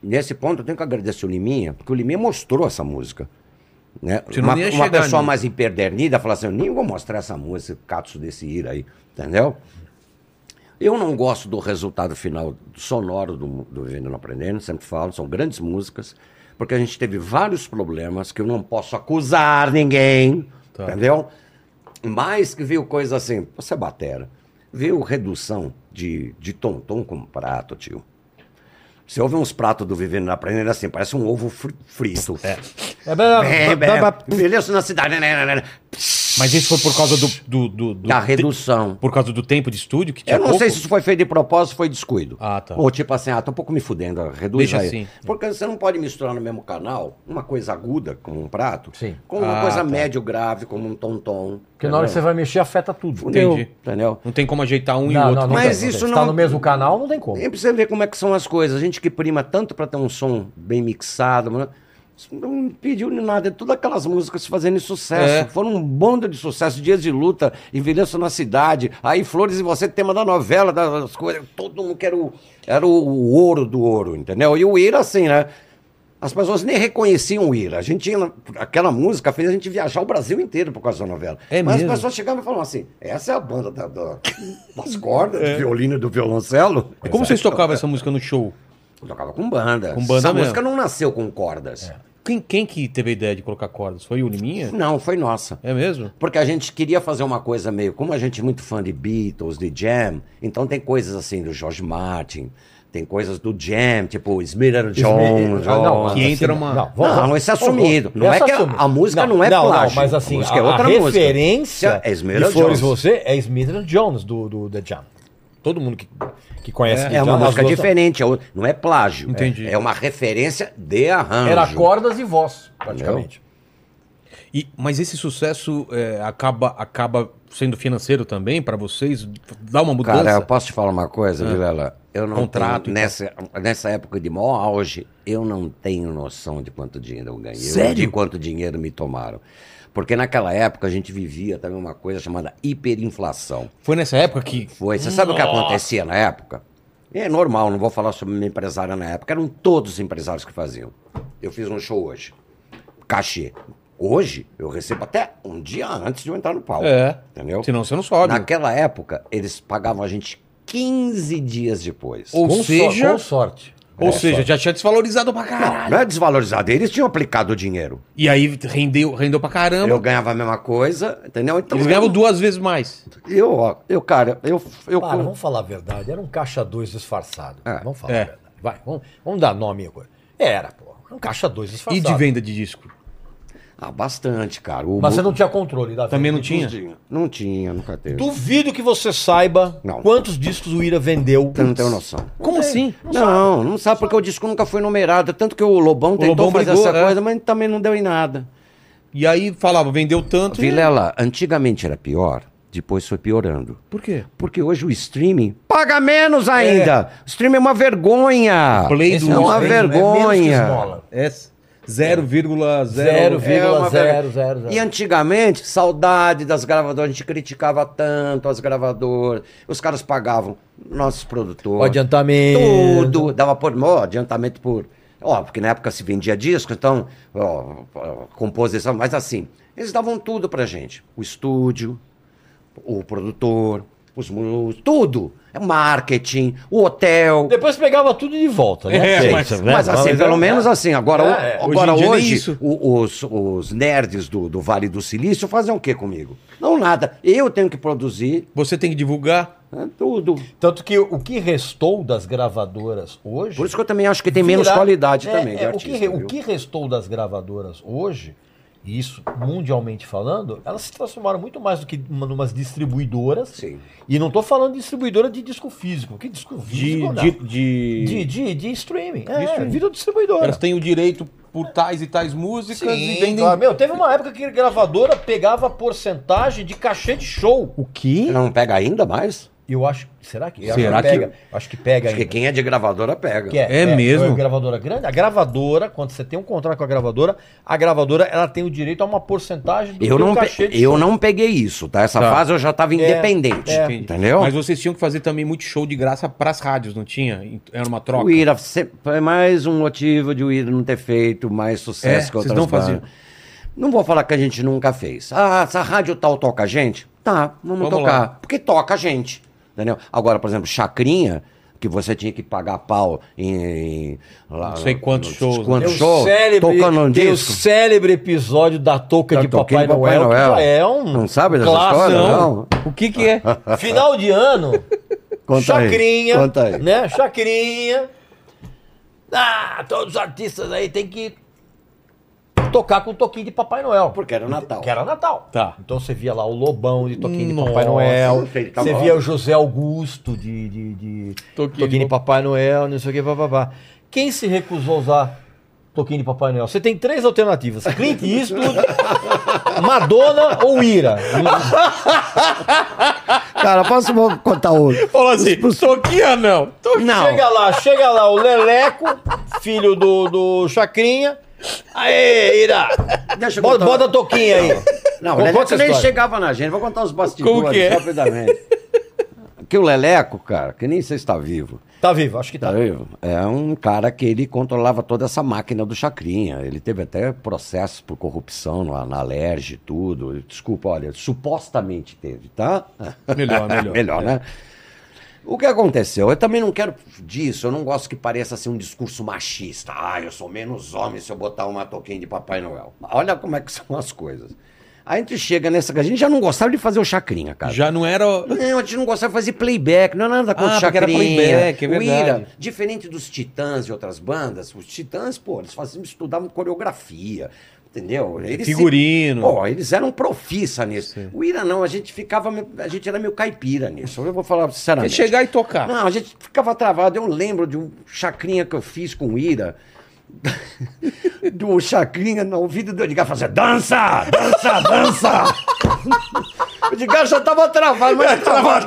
Speaker 4: Nesse ponto, eu tenho que agradecer o Liminha, porque o Liminha mostrou essa música. Né?
Speaker 1: Senão
Speaker 4: Uma,
Speaker 1: nem ia
Speaker 4: uma
Speaker 1: chegar
Speaker 4: pessoa
Speaker 1: nisso.
Speaker 4: mais empedernida fala assim, eu nem vou mostrar essa música, Katsu desse ir aí, entendeu? Eu não gosto do resultado final sonoro do, do Vivendo e Não Aprendendo, sempre falo, são grandes músicas, porque a gente teve vários problemas que eu não posso acusar ninguém,
Speaker 1: Tá.
Speaker 4: entendeu? Mas que viu coisa assim, você é batera, viu redução de, de tom-tom com prato, tio. Você ouve uns pratos do Vivendo e Não Aprendendo assim, parece um ovo fri- frito. É.
Speaker 3: É, blá, blá,
Speaker 4: É,
Speaker 3: blá, blá, blá.
Speaker 4: Beleza na cidade, né, né, né, né.
Speaker 5: Mas isso foi por causa do. do, do- do-
Speaker 4: Da redução.
Speaker 5: Por causa do tempo de estúdio que
Speaker 1: É
Speaker 5: tinha
Speaker 4: Eu não
Speaker 5: pouco?
Speaker 4: sei se isso foi feito de propósito ou foi descuido.
Speaker 5: Ah, tá.
Speaker 4: Ou tipo assim, ah, tô um pouco me fudendo, reduz
Speaker 5: Deixa
Speaker 4: aí.
Speaker 5: assim.
Speaker 4: Porque você não pode misturar no mesmo canal uma coisa aguda, como um prato,
Speaker 3: Sim.
Speaker 4: com uma
Speaker 5: Ah,
Speaker 4: coisa
Speaker 5: tá.
Speaker 4: médio-grave, como um tom-tom.
Speaker 3: Porque na hora que você vai mexer, afeta tudo.
Speaker 4: Fudeu,
Speaker 5: Entendi.
Speaker 4: entendeu?
Speaker 5: Não tem como ajeitar um e
Speaker 3: Não,
Speaker 5: o outro.
Speaker 3: não, não
Speaker 4: Mas
Speaker 3: tem,
Speaker 4: isso
Speaker 3: tem. Se
Speaker 4: não-
Speaker 3: tá no mesmo canal, não tem como.
Speaker 4: E pra você ver como é que são as coisas. A gente que prima tanto pra ter um som bem mixado, né? Isso não pediu nada. Todas aquelas músicas fazendo sucesso.
Speaker 5: É.
Speaker 4: Foram um bando de sucesso. Dias de luta, envelheço na cidade. Aí Flores e Você, tema da novela, das coisas. Todo mundo que era o, era o ouro do ouro, entendeu? E o Ira, assim, né? As pessoas nem reconheciam o Ira. A gente tinha, aquela música fez a gente viajar o Brasil inteiro por causa da novela.
Speaker 5: É
Speaker 4: Mas
Speaker 5: mesmo?
Speaker 4: as pessoas chegavam e falavam assim: essa é a banda da- da- das cordas, do violino e do violoncelo.
Speaker 5: É. E Como vocês tocavam essa música no show?
Speaker 4: Eu tocava com banda.
Speaker 5: Com banda
Speaker 4: Essa
Speaker 5: mesmo.
Speaker 4: música não nasceu com cordas.
Speaker 5: Quem, quem que teve a ideia de colocar cordas? Foi o Liminha?
Speaker 4: Não, foi nossa.
Speaker 5: É mesmo?
Speaker 4: Porque a gente queria fazer uma coisa meio. Como a gente é muito fã de Beatles, de Jam, então tem coisas assim do George Martin, tem coisas do Jam, tipo Smith John.
Speaker 3: Ah, não,
Speaker 4: John.
Speaker 1: que entra uma-
Speaker 3: Não,
Speaker 4: Não, isso é assumido. Não é que a- a música não é plágio.
Speaker 3: mas assim,
Speaker 4: A
Speaker 3: a,
Speaker 4: música é
Speaker 3: a
Speaker 4: outra música.
Speaker 3: referência
Speaker 4: É Esmeralda
Speaker 3: de Flores
Speaker 4: Jones.
Speaker 3: Você é Smith Jones, do, do The Jam.
Speaker 5: Todo mundo que.
Speaker 3: Que conhece The
Speaker 4: É uma
Speaker 3: Jam, as
Speaker 4: música
Speaker 3: duas-
Speaker 4: diferente, é outra- não é plágio.
Speaker 5: Entendi.
Speaker 4: É, é uma referência de arranjo.
Speaker 3: Era cordas e voz, praticamente.
Speaker 5: E- mas esse sucesso é, acaba, acaba sendo financeiro também pra vocês? Dá uma mudança?
Speaker 4: Cara, eu posso te falar uma coisa, Vilela? Eu não
Speaker 5: Tipo Ah. Contrato então.
Speaker 4: tenho,
Speaker 5: e tal.
Speaker 4: nessa, nessa época de maior auge, eu não tenho noção de quanto dinheiro eu ganhei,
Speaker 5: Sério?
Speaker 4: de quanto dinheiro me tomaram. Porque naquela época a gente vivia também uma coisa chamada hiperinflação.
Speaker 5: Foi nessa época que.
Speaker 4: Foi, você sabe o que acontecia na época? É normal, não vou falar sobre minha empresária na época, eram todos os empresários que faziam. Eu fiz um show hoje, cachê. Hoje eu recebo até um dia antes de eu entrar no palco.
Speaker 5: É.
Speaker 4: Entendeu?
Speaker 5: Senão você não sobe.
Speaker 4: Naquela época, eles pagavam a gente 15 dias depois.
Speaker 5: Ou
Speaker 3: Com,
Speaker 5: seja-
Speaker 3: so, com sorte. É.
Speaker 5: Ou seja, já tinha desvalorizado pra caralho.
Speaker 4: Não é desvalorizado, eles tinham aplicado o dinheiro.
Speaker 5: E aí rendeu, rendeu pra caramba.
Speaker 4: Eu ganhava a mesma coisa, entendeu? Então,
Speaker 5: Eles ganhavam duas vezes mais.
Speaker 4: Eu, ó, eu, cara, eu. eu
Speaker 3: Para, vamos falar a verdade. Era um caixa 2 disfarçado.
Speaker 4: É.
Speaker 3: Vamos falar
Speaker 5: É.
Speaker 3: a verdade. Vai, vamos, vamos dar nome agora. Era, pô. Era um caixa 2
Speaker 5: E
Speaker 3: disfarçado.
Speaker 5: de venda de disco?
Speaker 4: Ah, bastante, cara. O
Speaker 3: Mas você
Speaker 4: mu-
Speaker 3: não tinha controle da venda.
Speaker 5: Também não tinha?
Speaker 4: Não tinha, nunca teve.
Speaker 3: Duvido que você saiba
Speaker 4: Não.
Speaker 3: quantos discos o Ira vendeu.
Speaker 4: Você não tem noção.
Speaker 5: Como assim?
Speaker 4: Não, não sabe, porque o disco nunca foi numerado. Tanto que o Lobão tentou
Speaker 5: Lobão
Speaker 4: fazer
Speaker 5: brigou,
Speaker 4: essa
Speaker 5: é.
Speaker 4: coisa, mas também não deu em nada.
Speaker 5: E aí falava, vendeu tanto. e-
Speaker 4: Vilela, antigamente era pior, depois foi piorando.
Speaker 5: Por quê?
Speaker 4: Porque hoje o streaming paga menos ainda. O streaming é uma vergonha.
Speaker 5: O Play do
Speaker 4: é uma
Speaker 5: streaming né?
Speaker 4: vergonha. É
Speaker 5: É 0,0.
Speaker 3: 0,000.
Speaker 4: E antigamente, saudade das gravadoras, a gente criticava tanto as gravadoras. Os caras pagavam nossos produtores.
Speaker 3: O adiantamento.
Speaker 4: Tudo. Dava por, ó, adiantamento por. Ó, porque na época se vendia disco, então, ó, ó, composição, mas assim, eles davam tudo pra gente. O estúdio, o produtor, os músicos, tudo. É Marketing, o hotel.
Speaker 3: Depois pegava tudo de volta, né?
Speaker 5: É,
Speaker 3: Sim.
Speaker 5: mas-
Speaker 4: Mas assim,
Speaker 3: mas-
Speaker 4: pelo menos assim, agora,
Speaker 3: É, é.
Speaker 4: o-
Speaker 5: Hoje
Speaker 4: agora
Speaker 5: em dia nem
Speaker 4: hoje,
Speaker 5: isso.
Speaker 4: o- os, os nerds do, do Vale do Silício fazem o que comigo? Não nada. Eu tenho que produzir
Speaker 5: Você tem que divulgar.
Speaker 4: né, tudo.
Speaker 3: Tanto que o que restou das gravadoras hoje.
Speaker 4: Por isso que eu também acho que tem menos
Speaker 3: Virar-
Speaker 4: qualidade
Speaker 3: É,
Speaker 4: também de
Speaker 3: é, o, que,
Speaker 4: artista.
Speaker 3: re- o
Speaker 4: viu?
Speaker 3: que restou das gravadoras hoje, e isso mundialmente falando, elas se transformaram muito mais do que uma, numas distribuidoras.
Speaker 4: Sim.
Speaker 3: E não tô falando de distribuidora de disco físico. Que disco físico? não.
Speaker 5: de-
Speaker 3: de, de, de streaming. É,
Speaker 5: streaming.
Speaker 3: virou distribuidora.
Speaker 5: Elas têm o direito por tais e tais músicas e vendem.
Speaker 3: claro. Meu, teve uma época que gravadora pegava porcentagem de cachê de show.
Speaker 5: O quê?
Speaker 4: Ela não pega ainda mais?
Speaker 3: Eu acho. Será que? Eu
Speaker 1: Será
Speaker 3: acho
Speaker 1: que-
Speaker 3: pega. Acho que pega
Speaker 4: Porque
Speaker 3: ainda.
Speaker 4: quem é de gravadora pega.
Speaker 3: Que
Speaker 1: É mesmo?
Speaker 3: A gravadora grande. A gravadora, quando você tem um contrato com a gravadora, a gravadora ela tem o direito a uma porcentagem do
Speaker 4: Eu
Speaker 3: teu
Speaker 4: não, pe-
Speaker 3: cachê de
Speaker 4: eu
Speaker 3: som.
Speaker 4: não peguei isso, tá? Essa
Speaker 1: Tá.
Speaker 4: fase eu já estava independente,
Speaker 3: é.
Speaker 4: entendeu?
Speaker 5: Mas vocês tinham que fazer também muito show de graça pras rádios, não tinha? Era uma troca.
Speaker 4: O Ira sempre- é mais um motivo de o Ira não ter feito mais sucesso
Speaker 5: É,
Speaker 4: que
Speaker 5: vocês
Speaker 4: outras
Speaker 5: não faziam.
Speaker 4: bandas. Não vou falar que a gente nunca fez. Ah, essa rádio tal toca a gente? Tá, vamos,
Speaker 5: Vamos
Speaker 4: tocar.
Speaker 5: lá.
Speaker 4: Porque toca a gente, entendeu? Agora, por exemplo, Chacrinha, que você tinha que pagar pau em... em- lá-
Speaker 5: Não sei quantos
Speaker 4: nos-
Speaker 5: shows, né?
Speaker 4: Quantos
Speaker 3: Tem o
Speaker 4: shows,
Speaker 3: célebre-
Speaker 4: tocando um
Speaker 3: tem o
Speaker 4: disco.
Speaker 3: célebre episódio da touca
Speaker 4: Tá
Speaker 3: de
Speaker 4: tocando
Speaker 3: Papai, Noel, que já é um
Speaker 4: Não sabe dessa
Speaker 3: clássico.
Speaker 4: história, não?
Speaker 5: O que que é?
Speaker 3: Final de ano,
Speaker 4: *laughs* Conta
Speaker 3: chacrinha,
Speaker 4: aí, conta aí.
Speaker 3: né? Chacrinha. Ah, todos os artistas aí tem que tocar com o toquinho de Papai Noel.
Speaker 4: Porque era Natal.
Speaker 3: Que era Natal.
Speaker 5: Tá.
Speaker 3: Então você via lá o Lobão de Toquinho de
Speaker 5: Nossa,
Speaker 3: Papai Noel.
Speaker 4: ele tá
Speaker 3: você
Speaker 4: bom.
Speaker 3: via o José Augusto de, de, de Toquinho,
Speaker 2: Toquinho
Speaker 3: de
Speaker 2: de
Speaker 3: Papai Noel, não sei o que, papapá. Quem se recusou a usar Toquinho de Papai Noel? Você tem três alternativas: Clint
Speaker 4: *laughs*
Speaker 3: Eastwood, Madonna ou Ira.
Speaker 6: Cara, posso mo- contar outro?
Speaker 5: Falou assim, Soquinha não.
Speaker 4: Não.
Speaker 3: Chega lá, chega lá o Leleco, filho do, do Chacrinha. Aê, Ira!
Speaker 4: Deixa eu
Speaker 3: Bota,
Speaker 4: contar-
Speaker 3: bota a Toquinha aí.
Speaker 4: Não, o
Speaker 3: Con-
Speaker 4: Leleco
Speaker 3: conta essa
Speaker 4: nem
Speaker 3: história.
Speaker 4: chegava na gente. Vou contar os bastidores
Speaker 5: Como que é?
Speaker 4: rapidamente. que o Leleco, cara, que nem sei se está vivo.
Speaker 3: Tá vivo, acho que tá.
Speaker 4: Tá vivo? É um cara que ele controlava toda essa máquina do Chacrinha. Ele teve até processos por corrupção na, na Alerj e tudo. Desculpa, olha, supostamente teve, tá?
Speaker 5: Melhor, melhor. é.
Speaker 4: melhor, né? O que aconteceu? Eu também não quero disso, eu não gosto que pareça assim um discurso machista. Ah, eu sou menos homem se eu botar uma toquinha de Papai Noel. Olha como é que *laughs* são as coisas. A gente chega nessa. A gente já não gostava de fazer o chacrinha, cara.
Speaker 5: Já não era...
Speaker 4: Não, a gente não gostava de fazer playback, não é nada
Speaker 5: Ah,
Speaker 4: contra o
Speaker 5: porque era
Speaker 4: chacrinha.
Speaker 5: playback, é
Speaker 4: o
Speaker 5: verdade.
Speaker 4: Ira, diferente dos Titãs e outras bandas, os Titãs, pô, eles faziam, estudavam coreografia, entendeu? Eles se-
Speaker 5: Figurino.
Speaker 4: Pô, eles eram profissa nisso. O Ira não, a gente ficava, meio- a gente era meio caipira nisso, eu vou falar
Speaker 5: É
Speaker 4: sinceramente.
Speaker 5: chegar e tocar.
Speaker 4: Não, a gente ficava travado. Eu lembro de um chacrinha que eu fiz com o Ira. *laughs* Do chacrinha no ouvido do Edgar fazia dança, dança, dança. o Edgar já tava travado, mas eu, tava...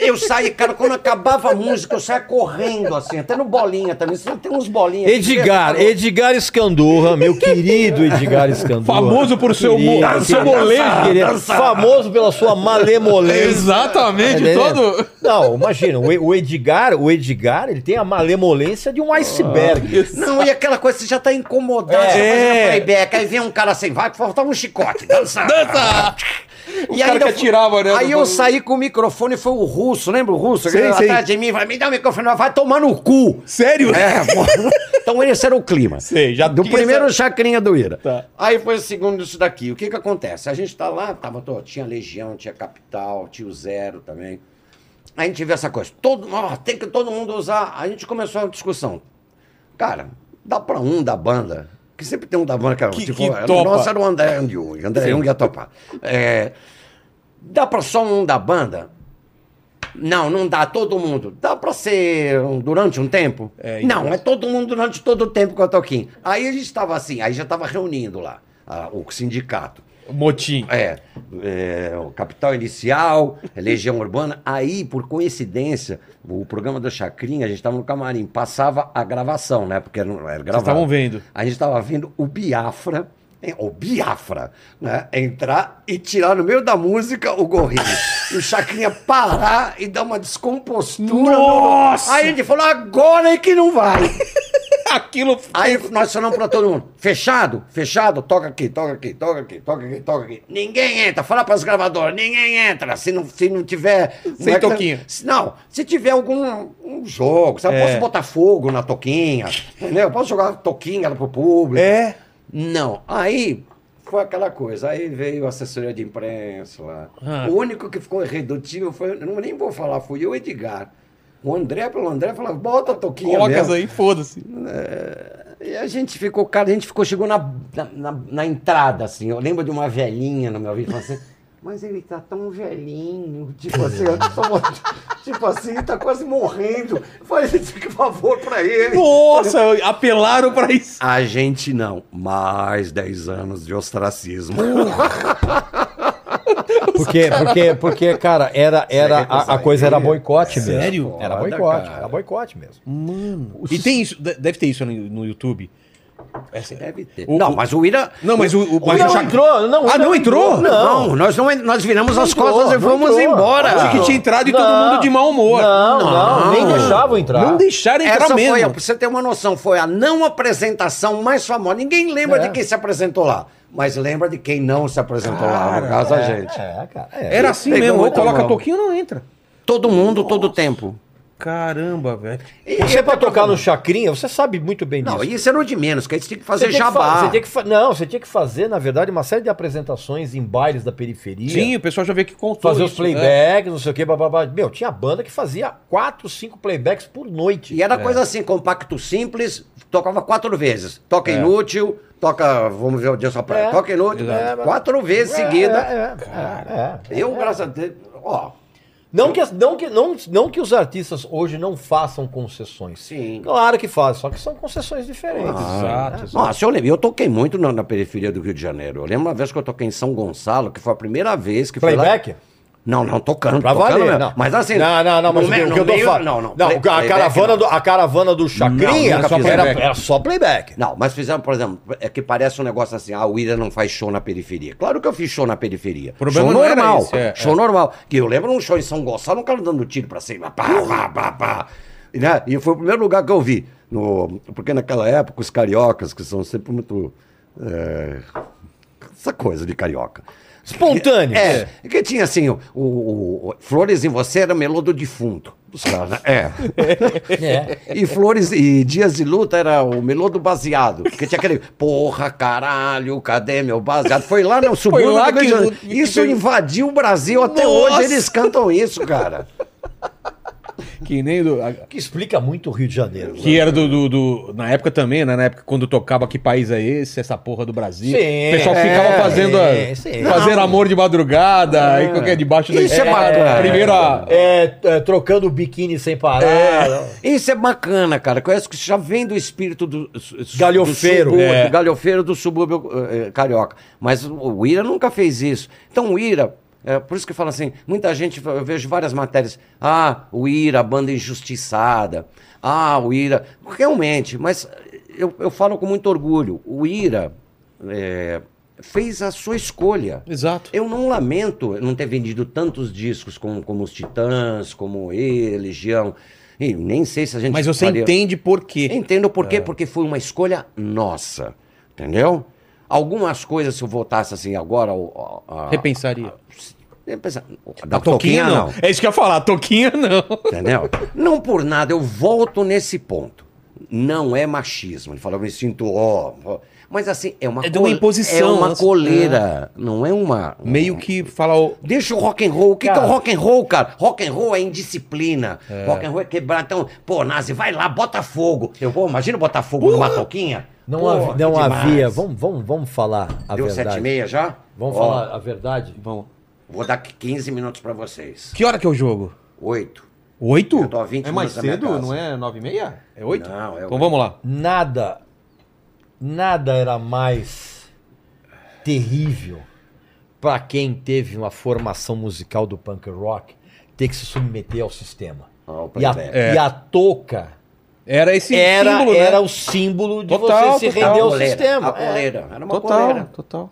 Speaker 4: eu saí, cara, quando acabava a música, eu saía correndo assim, até no bolinha também. Você tem uns bolinhas. aqui,
Speaker 3: Edgar,
Speaker 4: né?
Speaker 3: Edgar Escandurra, meu querido Edgar Escandurra.
Speaker 5: Famoso por seu mo-
Speaker 3: Querido,
Speaker 5: seu
Speaker 3: querido,
Speaker 5: molejo.
Speaker 3: querido, Famoso pela sua malemolência.
Speaker 1: É
Speaker 5: Exatamente,
Speaker 3: Entendeu?
Speaker 5: todo...
Speaker 3: Não, imagina, o E- o Edgar, o Edgar, ele tem a malemolência de um
Speaker 5: Ah,
Speaker 3: iceberg.
Speaker 4: Não, e aquela coisa, você já tá incomodado, você
Speaker 5: É.
Speaker 4: fazendo playback, aí vem um cara assim, vai, faltava um chicote, dança.
Speaker 5: *laughs* Dança!
Speaker 4: E
Speaker 5: cara
Speaker 4: ainda
Speaker 5: que
Speaker 4: fu-
Speaker 5: atirava, né,
Speaker 4: Aí
Speaker 5: no-
Speaker 4: eu saí com o microfone, foi o russo, lembra o russo?
Speaker 6: Sei,
Speaker 4: Ele
Speaker 6: sei.
Speaker 4: atrás de mim, vai, me dá o microfone, vai tomar no cu.
Speaker 5: *laughs* Sério?
Speaker 4: É, pô. Então esse era o clima.
Speaker 5: Sei, já-
Speaker 4: Do
Speaker 5: que
Speaker 4: primeiro
Speaker 5: essa-
Speaker 4: chacrinha do Ira.
Speaker 5: Tá.
Speaker 4: Aí foi o segundo isso daqui. O que que acontece? A gente tá lá, tava, to- tinha Legião, tinha Capital, tinha o Zero também. A gente vê essa coisa. Todo, ó, tem que todo mundo usar. A gente começou a discussão. Cara, dá pra um da banda. Que sempre tem um da banda que, é
Speaker 5: Que-
Speaker 4: tipo,
Speaker 5: que
Speaker 4: era-
Speaker 5: topa.
Speaker 4: nossa era o André Young. André Young ia topar. É, dá pra só um da banda? Não, não dá todo mundo. Dá pra ser um- durante um tempo?
Speaker 5: É, então.
Speaker 4: não, é todo mundo durante todo o tempo com a Toquinha. Aí a gente estava assim, aí já estava reunindo lá a- o sindicato.
Speaker 5: Motim.
Speaker 4: É, é, o Capital Inicial, Legião Urbana. Aí, por coincidência, o programa da Chacrinha, a gente estava no camarim, passava a gravação, né? Porque não era gravado.
Speaker 5: estavam vendo.
Speaker 4: A gente estava vendo o Biafra, hein, o Biafra, né? Entrar e tirar no meio da música o gorrinho. e o Chacrinha parar e dar uma descompostura.
Speaker 5: Nossa!
Speaker 4: Aí a gente falou, agora é que não vai.
Speaker 5: *laughs* Aquilo...
Speaker 4: Aí nós falamos pra todo mundo: fechado, fechado, toca aqui, toca aqui, toca aqui, toca aqui, toca aqui. Ninguém entra, fala pras gravadoras, ninguém entra. Se não, se não tiver. como é que-
Speaker 5: toquinha.
Speaker 4: se- Não, se tiver algum um jogo, sabe?
Speaker 5: É.
Speaker 4: Posso botar fogo na toquinha, entendeu? Posso jogar toquinha pro público.
Speaker 5: É...
Speaker 4: Não. Aí foi aquela coisa. Aí veio a assessoria de imprensa lá.
Speaker 5: Ah.
Speaker 4: O único que ficou irredutível foi, eu não nem vou falar, foi o Edgar. O André, pelo André, falava, bota a toquinha
Speaker 5: Coloca
Speaker 4: mesmo. É,
Speaker 5: isso aí, foda-se.
Speaker 4: E a gente ficou, cara, a gente ficou, chegou na, na, na- na entrada, assim. Eu lembro de uma velhinha no meu vídeo, falando assim, mas ele tá tão velhinho, tipo assim, eu só vou- *laughs* tipo assim, tá quase morrendo. Eu Falei, gente, que favor pra ele.
Speaker 5: Nossa, apelaram pra isso.
Speaker 4: A *laughs* gente não. Mais 10 anos de ostracismo.
Speaker 3: Porque, *laughs* porque, porque, cara, era, era, a, a coisa era boicote mesmo.
Speaker 5: Sério?
Speaker 3: Era
Speaker 4: Foda,
Speaker 3: boicote,
Speaker 4: cara.
Speaker 3: era boicote mesmo.
Speaker 5: Mano. E tem isso, de- deve ter isso no, no YouTube. Essa-
Speaker 4: Deve ter.
Speaker 5: O-
Speaker 4: não,
Speaker 5: o-
Speaker 4: mas o Ira.
Speaker 5: Não, mas o. o, mas o
Speaker 3: não
Speaker 5: Chacrinha-
Speaker 3: entrou, não,
Speaker 5: Ah, não entrou?
Speaker 3: Não.
Speaker 4: Não, nós, não, en- nós viramos as
Speaker 3: entrou,
Speaker 4: costas e
Speaker 3: não
Speaker 4: fomos
Speaker 3: entrou.
Speaker 4: embora.
Speaker 3: Achei
Speaker 5: que tinha entrado e todo
Speaker 3: Não.
Speaker 5: mundo de mau humor.
Speaker 3: Não, não, nem deixavam entrar.
Speaker 5: Não
Speaker 1: tá
Speaker 5: deixaram entrar
Speaker 4: Ah, Essa
Speaker 5: mesmo.
Speaker 4: foi, a- pra você ter uma noção, foi a não apresentação mais famosa. Ninguém lembra
Speaker 3: É.
Speaker 4: de quem se apresentou lá, mas lembra de quem não se apresentou lá, no caso a gente.
Speaker 3: É, cara. é.
Speaker 5: Era assim
Speaker 4: Pegou
Speaker 5: mesmo. Ou
Speaker 4: muito
Speaker 5: coloca
Speaker 4: mal.
Speaker 5: toquinho ou não entra.
Speaker 4: Todo mundo, todo tempo.
Speaker 5: Caramba, velho.
Speaker 3: Você pra tocar no Chacrinha, você sabe muito bem disso.
Speaker 4: Não, isso era o de menos, que a gente tinha que fazer
Speaker 3: tinha que
Speaker 4: jabá.
Speaker 3: fa- você tinha que fa- Não, você tinha que fazer, na verdade, uma série de apresentações em bailes da periferia.
Speaker 5: Sim, o pessoal já veio que contou.
Speaker 3: Fazer os
Speaker 5: isso,
Speaker 1: é.
Speaker 5: né?
Speaker 3: playbacks, não sei o que, bababá. Meu, tinha banda que fazia quatro, cinco playbacks por noite.
Speaker 4: E era coisa assim, compacto simples, tocava quatro vezes. Toca inútil, toca, vamos ver o dia só pra.
Speaker 3: É.
Speaker 4: Toca inútil,
Speaker 3: É, mas-
Speaker 4: quatro vezes seguida.
Speaker 3: É, é, é, é, é.
Speaker 4: Eu, graças a Deus, ó,
Speaker 3: Não, que, as- não, que, não, não que os artistas hoje não façam concessões.
Speaker 4: sim. Ah.
Speaker 3: Claro que fazem, só que são concessões diferentes.
Speaker 5: Exato. exato.
Speaker 4: Nossa, eu lembro, eu toquei muito na, na periferia do Rio de Janeiro. Eu lembro uma vez que eu toquei em São Gonçalo, que foi a primeira vez que foi lá-
Speaker 3: Playback?
Speaker 4: Não, não, tocando.
Speaker 3: Pra
Speaker 4: tocando
Speaker 3: valer,
Speaker 4: mesmo.
Speaker 3: não.
Speaker 4: Mas assim.
Speaker 3: Não, não, não,
Speaker 4: no
Speaker 3: mas o
Speaker 4: me-
Speaker 3: que- o
Speaker 4: no
Speaker 3: que eu tô
Speaker 4: meio-
Speaker 3: falando.
Speaker 4: Não, não.
Speaker 3: a,
Speaker 4: play-
Speaker 3: caravana
Speaker 4: playback,
Speaker 3: do, a caravana do Chacrinha
Speaker 4: Não, nunca É. fiz
Speaker 3: era,
Speaker 5: playback.
Speaker 3: era só playback.
Speaker 4: Não, mas fizemos, por exemplo, é que parece um negócio assim, ah, o Ira não faz show na periferia. Claro que eu fiz show na periferia.
Speaker 5: problema
Speaker 4: show
Speaker 5: não era
Speaker 4: normal.
Speaker 5: esse, é,
Speaker 4: show normal. Que eu lembro um show em São Gonçalo, um cara dando tiro pra cima, pá, pá, pá, pá. E, né, e foi o primeiro lugar que eu vi. No, porque naquela época os cariocas, que são sempre muito. é, essa coisa de carioca.
Speaker 3: Espontâneos.
Speaker 4: É, porque tinha assim, o, o- o- Flores em Você era melô do defunto. Os caras, né? É.
Speaker 3: É.
Speaker 4: E Flores e Dias de Luta era o melô do baseado. Porque tinha aquele porra, caralho, cadê meu baseado? Foi lá no subúrbio.
Speaker 5: lá
Speaker 4: do Rio de
Speaker 5: que-
Speaker 4: Janeiro. Isso invadiu o Brasil. Até
Speaker 5: Nossa!
Speaker 4: hoje eles cantam isso, cara.
Speaker 5: Que nem do.
Speaker 3: Que explica muito o Rio de Janeiro.
Speaker 5: Que era do, do- do- Na época também, né? Na época quando tocava Que País é Esse, essa porra do Brasil.
Speaker 3: Sim,
Speaker 5: o pessoal
Speaker 3: é,
Speaker 5: ficava fazendo.
Speaker 3: sim,
Speaker 5: a-
Speaker 3: sim.
Speaker 5: Fazendo
Speaker 4: Não.
Speaker 5: amor de madrugada, e qualquer debaixo da
Speaker 4: Isso é
Speaker 5: escada,
Speaker 4: bacana.
Speaker 5: Primeira.
Speaker 3: É, é, trocando o biquíni sem parar.
Speaker 4: Isso é bacana, cara. Conhece que já vem do espírito do. su- su-
Speaker 3: Galhofeiro.
Speaker 4: Do subúrbio,
Speaker 5: É.
Speaker 4: Galhofeiro do subúrbio eh, eh, carioca. Mas o- o Ira nunca fez isso. Então o Ira. é, por isso que eu falo assim, muita gente, eu vejo várias matérias. Ah, o Ira, a banda injustiçada. Ah, o Ira. Realmente, mas eu, eu falo com muito orgulho. O Ira eh, fez a sua escolha.
Speaker 5: Exato.
Speaker 4: Eu não lamento não ter vendido tantos discos como, como os Titãs, como ele, Legião. E nem sei se a gente.
Speaker 5: Mas você
Speaker 4: faria-
Speaker 5: entende É. por quê.
Speaker 4: Entendo por quê, porque foi uma escolha nossa. Entendeu? Algumas coisas, se eu votasse assim agora. o- a- a-
Speaker 5: Repensaria.
Speaker 4: eu pensava, Da
Speaker 1: Ah,
Speaker 4: Toquinha, não.
Speaker 5: É isso que eu ia falar, Toquinha não.
Speaker 4: Entendeu? Não por nada, eu volto nesse ponto. Não é machismo. Ele fala, eu me sinto, ó. ó. Mas assim, é uma
Speaker 5: É de uma
Speaker 4: col- É
Speaker 5: imposição,
Speaker 4: uma
Speaker 5: né?
Speaker 4: coleira. Não é uma.
Speaker 5: Meio que fala o.
Speaker 4: Deixa o rock and roll. O que, que é o rock and roll, cara? Rock and roll é indisciplina. Rock and roll é quebrar. Então, pô, Nazi, vai lá, bota fogo. Eu vou, imagina botar fogo numa toquinha.
Speaker 3: Não,
Speaker 4: Pô,
Speaker 3: hav-
Speaker 4: que
Speaker 3: não
Speaker 4: demais.
Speaker 3: havia. Vamos, vamos, vamos falar a
Speaker 4: Deu sete e
Speaker 3: verdade.
Speaker 4: meia já?
Speaker 3: Vamos
Speaker 4: Ó,
Speaker 3: falar a verdade?
Speaker 5: Bom.
Speaker 4: Vou dar 15 minutos pra vocês.
Speaker 5: Que hora que é o jogo?
Speaker 4: Oito.
Speaker 5: Oito?
Speaker 3: Uh,
Speaker 4: Eu tô a 20
Speaker 5: É mais
Speaker 4: minutos da minha
Speaker 5: cedo?
Speaker 4: casa.
Speaker 5: Não é nove e meia? É oito?
Speaker 4: Não, é
Speaker 5: Então vamos lá.
Speaker 3: Nada, nada era mais terrível pra quem teve uma formação musical do punk rock ter que se submeter ao sistema.
Speaker 4: Ó, o
Speaker 3: E a,
Speaker 4: playback.
Speaker 5: É.
Speaker 3: e a touca
Speaker 5: Era esse
Speaker 3: era,
Speaker 5: símbolo, né?
Speaker 3: era o símbolo de
Speaker 5: Total,
Speaker 3: você se
Speaker 5: total.
Speaker 3: render
Speaker 4: A
Speaker 3: ao
Speaker 4: coleira,
Speaker 3: é sistema.
Speaker 4: A coleira. Era uma
Speaker 5: Total,
Speaker 4: coleira.
Speaker 5: total.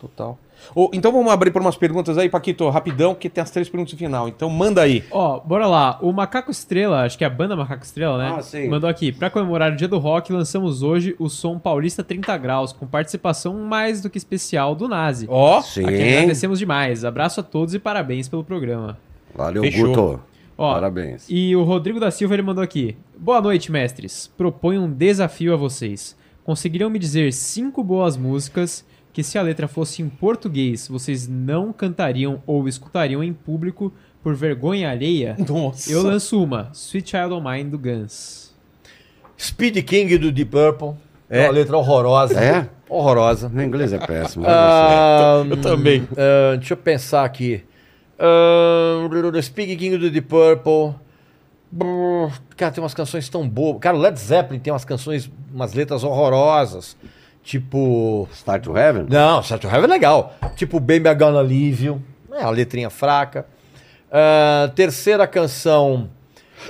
Speaker 5: Total. Ô, então vamos abrir por umas perguntas aí, Paquito, rapidão, que tem as três perguntas no final. Então manda aí.
Speaker 2: Ó, bora lá. O Macaco Estrela, acho que é a banda Macaco Estrela, né?
Speaker 4: Ah, sim.
Speaker 2: Mandou aqui. Pra comemorar o Dia do Rock, lançamos hoje o som Paulista 30 Graus, com participação mais do que especial do Nazi.
Speaker 5: Ó,
Speaker 2: A quem
Speaker 4: Sim.
Speaker 2: agradecemos demais. Abraço a todos e parabéns pelo programa.
Speaker 4: Valeu,
Speaker 5: Fechou.
Speaker 4: Guto.
Speaker 2: Ó,
Speaker 4: Parabéns.
Speaker 2: E o Rodrigo da Silva ele mandou aqui. Boa noite, mestres. Proponho um desafio a vocês. Conseguiriam me dizer cinco boas músicas que, se a letra fosse em português, vocês não cantariam ou escutariam em público por vergonha alheia?
Speaker 5: nossa.
Speaker 2: Eu lanço uma: Sweet Child O' Mine do Guns.
Speaker 3: Speed King do Deep Purple.
Speaker 5: É.
Speaker 3: É uma letra horrorosa.
Speaker 4: É?
Speaker 3: Horrorosa.
Speaker 4: Meu inglês é *laughs* péssimo. eu não sei.
Speaker 3: Ah,
Speaker 5: né, Eu também.
Speaker 3: ah, deixa eu pensar aqui. Uh, Speak King do The Purple. Brrr, Cara, tem umas canções tão boas. Cara, o Led Zeppelin tem umas canções, umas letras horrorosas. Tipo.
Speaker 4: Start to Heaven?
Speaker 3: Não, Start to Heaven é legal. Tipo Baby I Gonna Leave You. É a letrinha fraca. Ah, terceira canção.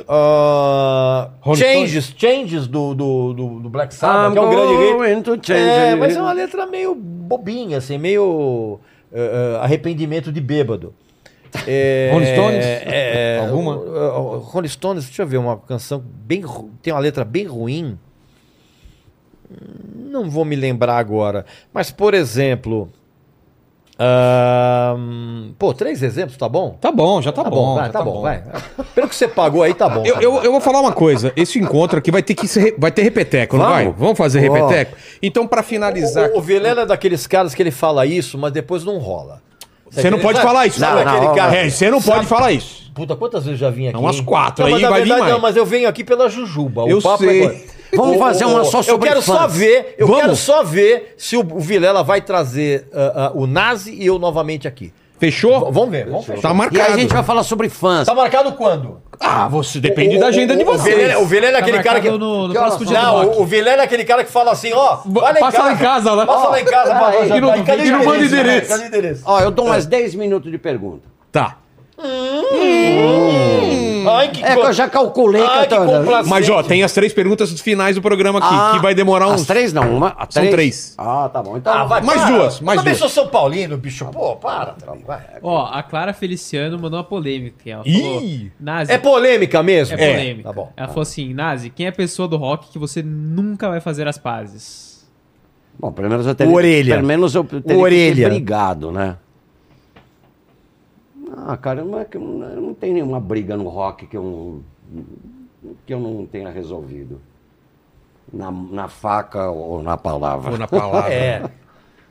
Speaker 3: ah,
Speaker 1: Rolling
Speaker 3: changes, Changes do, do, do- do Black Sabbath,
Speaker 4: I'm
Speaker 3: que é um grande hit.
Speaker 4: going to change
Speaker 3: É,
Speaker 4: it.
Speaker 3: mas é uma letra meio bobinha, assim, meio eh, eh, arrependimento de
Speaker 4: *laughs*
Speaker 3: bêbado. É,
Speaker 1: Rolling Stones?
Speaker 3: é,
Speaker 1: Alguma?
Speaker 3: o- o- Rolling Stones, deixa eu ver, uma canção bem. ru- tem uma letra bem ruim. Não vou me lembrar agora. Mas, por exemplo. ahn, pô, três exemplos, tá bom?
Speaker 1: Tá bom, já tá, bom.
Speaker 3: vai,
Speaker 1: já
Speaker 3: tá, bom, vai. Pelo que você pagou aí, tá bom.
Speaker 1: Eu, eu, eu vou falar uma coisa. Esse encontro aqui vai ter que ser, vai ter repeteco, não
Speaker 4: Vamos.
Speaker 1: vai? Vamos fazer
Speaker 4: Ó.
Speaker 1: repeteco? Então, pra finalizar.
Speaker 3: O, o Vilela é daqueles caras que ele fala isso, mas depois não rola.
Speaker 1: Você não pode falar isso.
Speaker 3: Sabe
Speaker 4: Não,
Speaker 3: aquele
Speaker 4: não,
Speaker 3: cara?
Speaker 1: É, você não pode falar isso.
Speaker 3: Puta, quantas vezes já vim aqui?
Speaker 1: umas
Speaker 3: hein?
Speaker 1: quatro,
Speaker 3: mas
Speaker 1: aí
Speaker 3: na
Speaker 1: vai vir
Speaker 3: verdade,
Speaker 1: mais.
Speaker 3: Não, mas eu venho aqui pela Jujuba.
Speaker 1: Eu
Speaker 3: o papo
Speaker 1: sei.
Speaker 3: é agora.
Speaker 4: Vamos
Speaker 3: Ô, ô,
Speaker 4: fazer
Speaker 3: ô,
Speaker 4: uma
Speaker 3: ô,
Speaker 4: só
Speaker 3: Eu
Speaker 4: sobre
Speaker 3: quero só
Speaker 4: fãs.
Speaker 3: ver, eu
Speaker 1: Vamos.
Speaker 3: quero só ver se o, o Vilela vai trazer ah, ah, o Nazi e eu novamente aqui.
Speaker 1: Fechou?
Speaker 3: V- vamos ver, vamos ver.
Speaker 1: Tá
Speaker 4: E aí
Speaker 1: marcado.
Speaker 4: a gente vai falar sobre fãs.
Speaker 3: Tá marcado quando?
Speaker 1: Ah, você depende da agenda de
Speaker 3: O Vilela,
Speaker 1: vocês.
Speaker 3: o Vilela é aquele cara que.
Speaker 2: Tá No, no
Speaker 4: Que
Speaker 2: próximo
Speaker 4: horas
Speaker 2: dia do
Speaker 3: Não,
Speaker 2: rock.
Speaker 3: o- o Vilela é aquele cara que fala assim, ó, vai lá em
Speaker 2: Passa
Speaker 3: casa.
Speaker 2: lá em casa, né?
Speaker 3: Passa lá em casa, pra
Speaker 4: Ah,
Speaker 3: jantar.
Speaker 4: e
Speaker 1: não-
Speaker 3: Cadê
Speaker 1: e não manda
Speaker 3: cara?
Speaker 1: endereço?
Speaker 3: Cadê o endereço?
Speaker 4: Ó, eu dou
Speaker 1: É.
Speaker 4: mais 10 minutos de pergunta.
Speaker 1: Tá.
Speaker 3: Ai, que
Speaker 4: É que
Speaker 3: co-
Speaker 4: eu já calculei que
Speaker 3: Ai,
Speaker 4: eu
Speaker 3: que
Speaker 4: tô andando.
Speaker 3: complacente.
Speaker 1: Mas, ó, tem as três perguntas finais do programa aqui, Ah, que vai demorar
Speaker 4: Ah, As
Speaker 1: uns.
Speaker 4: três não, uma. a
Speaker 1: São
Speaker 4: três.
Speaker 1: três.
Speaker 4: Ah, tá bom. Então.
Speaker 3: Ah, vai,
Speaker 1: Mais
Speaker 3: para.
Speaker 1: duas,
Speaker 3: Eu
Speaker 1: mais
Speaker 3: também
Speaker 1: duas.
Speaker 3: sou São Paulino, bicho. Pô, para também, vai.
Speaker 2: Ó, a Clara Feliciano mandou uma polêmica. Ela
Speaker 1: Ih!
Speaker 2: falou, Nazi,
Speaker 3: É polêmica mesmo?
Speaker 2: é polêmica.
Speaker 3: Tá bom.
Speaker 2: Ela falou assim, Nazi, quem é a pessoa do rock que você nunca vai fazer as pazes?
Speaker 4: Bom, pelo menos eu teria.
Speaker 3: Orelha.
Speaker 4: Pelo menos eu teria que
Speaker 3: Orelha.
Speaker 4: ter brigado, né? Ah, cara, eu não, é que- eu não- eu não tenho nenhuma briga no rock que eu, que eu não tenha resolvido. Na, na faca ou na palavra.
Speaker 1: Pô, na palavra.
Speaker 3: É.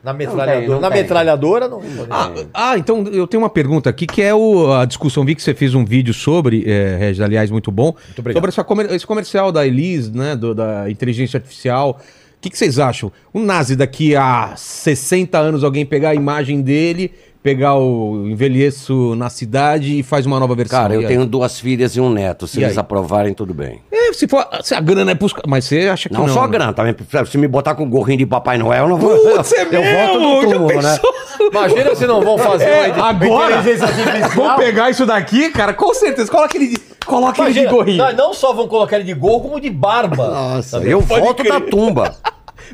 Speaker 3: Na metralhadora.
Speaker 4: tem, não
Speaker 3: na
Speaker 4: tem.
Speaker 3: metralhadora não.
Speaker 1: Ah, ah, então eu tenho uma pergunta aqui que é o- a discussão. Vi que você fez um vídeo sobre, é, Regis, aliás, muito bom.
Speaker 3: obrigado.
Speaker 1: sobre essa comer- esse comercial da Elis, né? do- da inteligência artificial. O que, que vocês acham? O Nazi daqui a 60 anos, alguém pegar a imagem dele, pegar o envelheço na cidade e faz uma nova versão.
Speaker 4: Cara,
Speaker 1: E
Speaker 4: eu
Speaker 1: aí?
Speaker 4: tenho duas filhas e um neto. Se
Speaker 1: E
Speaker 4: eles
Speaker 1: aí?
Speaker 4: aprovarem, tudo bem.
Speaker 1: É, se, for, se a grana é pros. ca- Mas você acha que não?
Speaker 4: Não, só a
Speaker 1: né?
Speaker 4: grana também. Se me botar com gorrinho de Papai Noel, eu não vou.
Speaker 1: Putz, é
Speaker 4: *laughs* eu
Speaker 1: mesmo?
Speaker 4: volto pro
Speaker 1: Já
Speaker 4: túmulo, né?
Speaker 1: pensou?
Speaker 3: Imagina se não vão fazer
Speaker 1: É,
Speaker 3: uma
Speaker 1: agora.
Speaker 3: inteligência artificial.
Speaker 1: Vou pegar isso daqui, cara, com certeza. Coloca ele de, coloca ele de
Speaker 3: Imagina,
Speaker 1: gorrinho.
Speaker 3: não, não só vão colocar ele de gorro, como de barba.
Speaker 4: *laughs*
Speaker 3: Tá
Speaker 4: Nossa,
Speaker 3: Sabe?
Speaker 4: Tá eu volto
Speaker 1: *laughs*
Speaker 4: da tumba.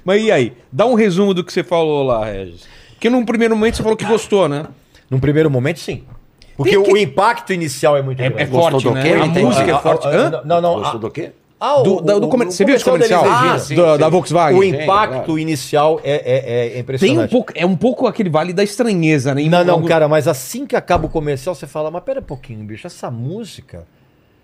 Speaker 1: Mas e aí? Dá um resumo do que você falou lá, Regis. Porque num primeiro momento você falou que gostou, né?
Speaker 3: Num primeiro momento, sim. Porque o impacto inicial é muito grande.
Speaker 1: é forte,
Speaker 4: do
Speaker 1: né?
Speaker 4: quê?
Speaker 1: A
Speaker 4: Entendi.
Speaker 1: música é
Speaker 3: Ah,
Speaker 1: forte.
Speaker 3: ah,
Speaker 1: Hã?
Speaker 3: ah, Não, não.
Speaker 4: Gostou
Speaker 3: ah,
Speaker 4: do quê?
Speaker 3: ah, o-
Speaker 1: Do- da- do
Speaker 3: o-
Speaker 1: comer-
Speaker 3: o
Speaker 1: você viu esse comercial?
Speaker 3: da Elis
Speaker 4: Ah,
Speaker 3: Regina.
Speaker 4: sim,
Speaker 1: da,
Speaker 4: sim.
Speaker 1: da Volkswagen.
Speaker 3: O
Speaker 4: Sim,
Speaker 3: impacto
Speaker 4: claro.
Speaker 3: inicial é, é- é
Speaker 1: Tem um
Speaker 3: impressionante.
Speaker 1: pouco, é um pouco aquele vale da estranheza, né? Em
Speaker 3: Não, não,
Speaker 1: algum-
Speaker 3: cara, mas assim que acaba o comercial, você fala, mas pera um pouquinho, bicho, essa música,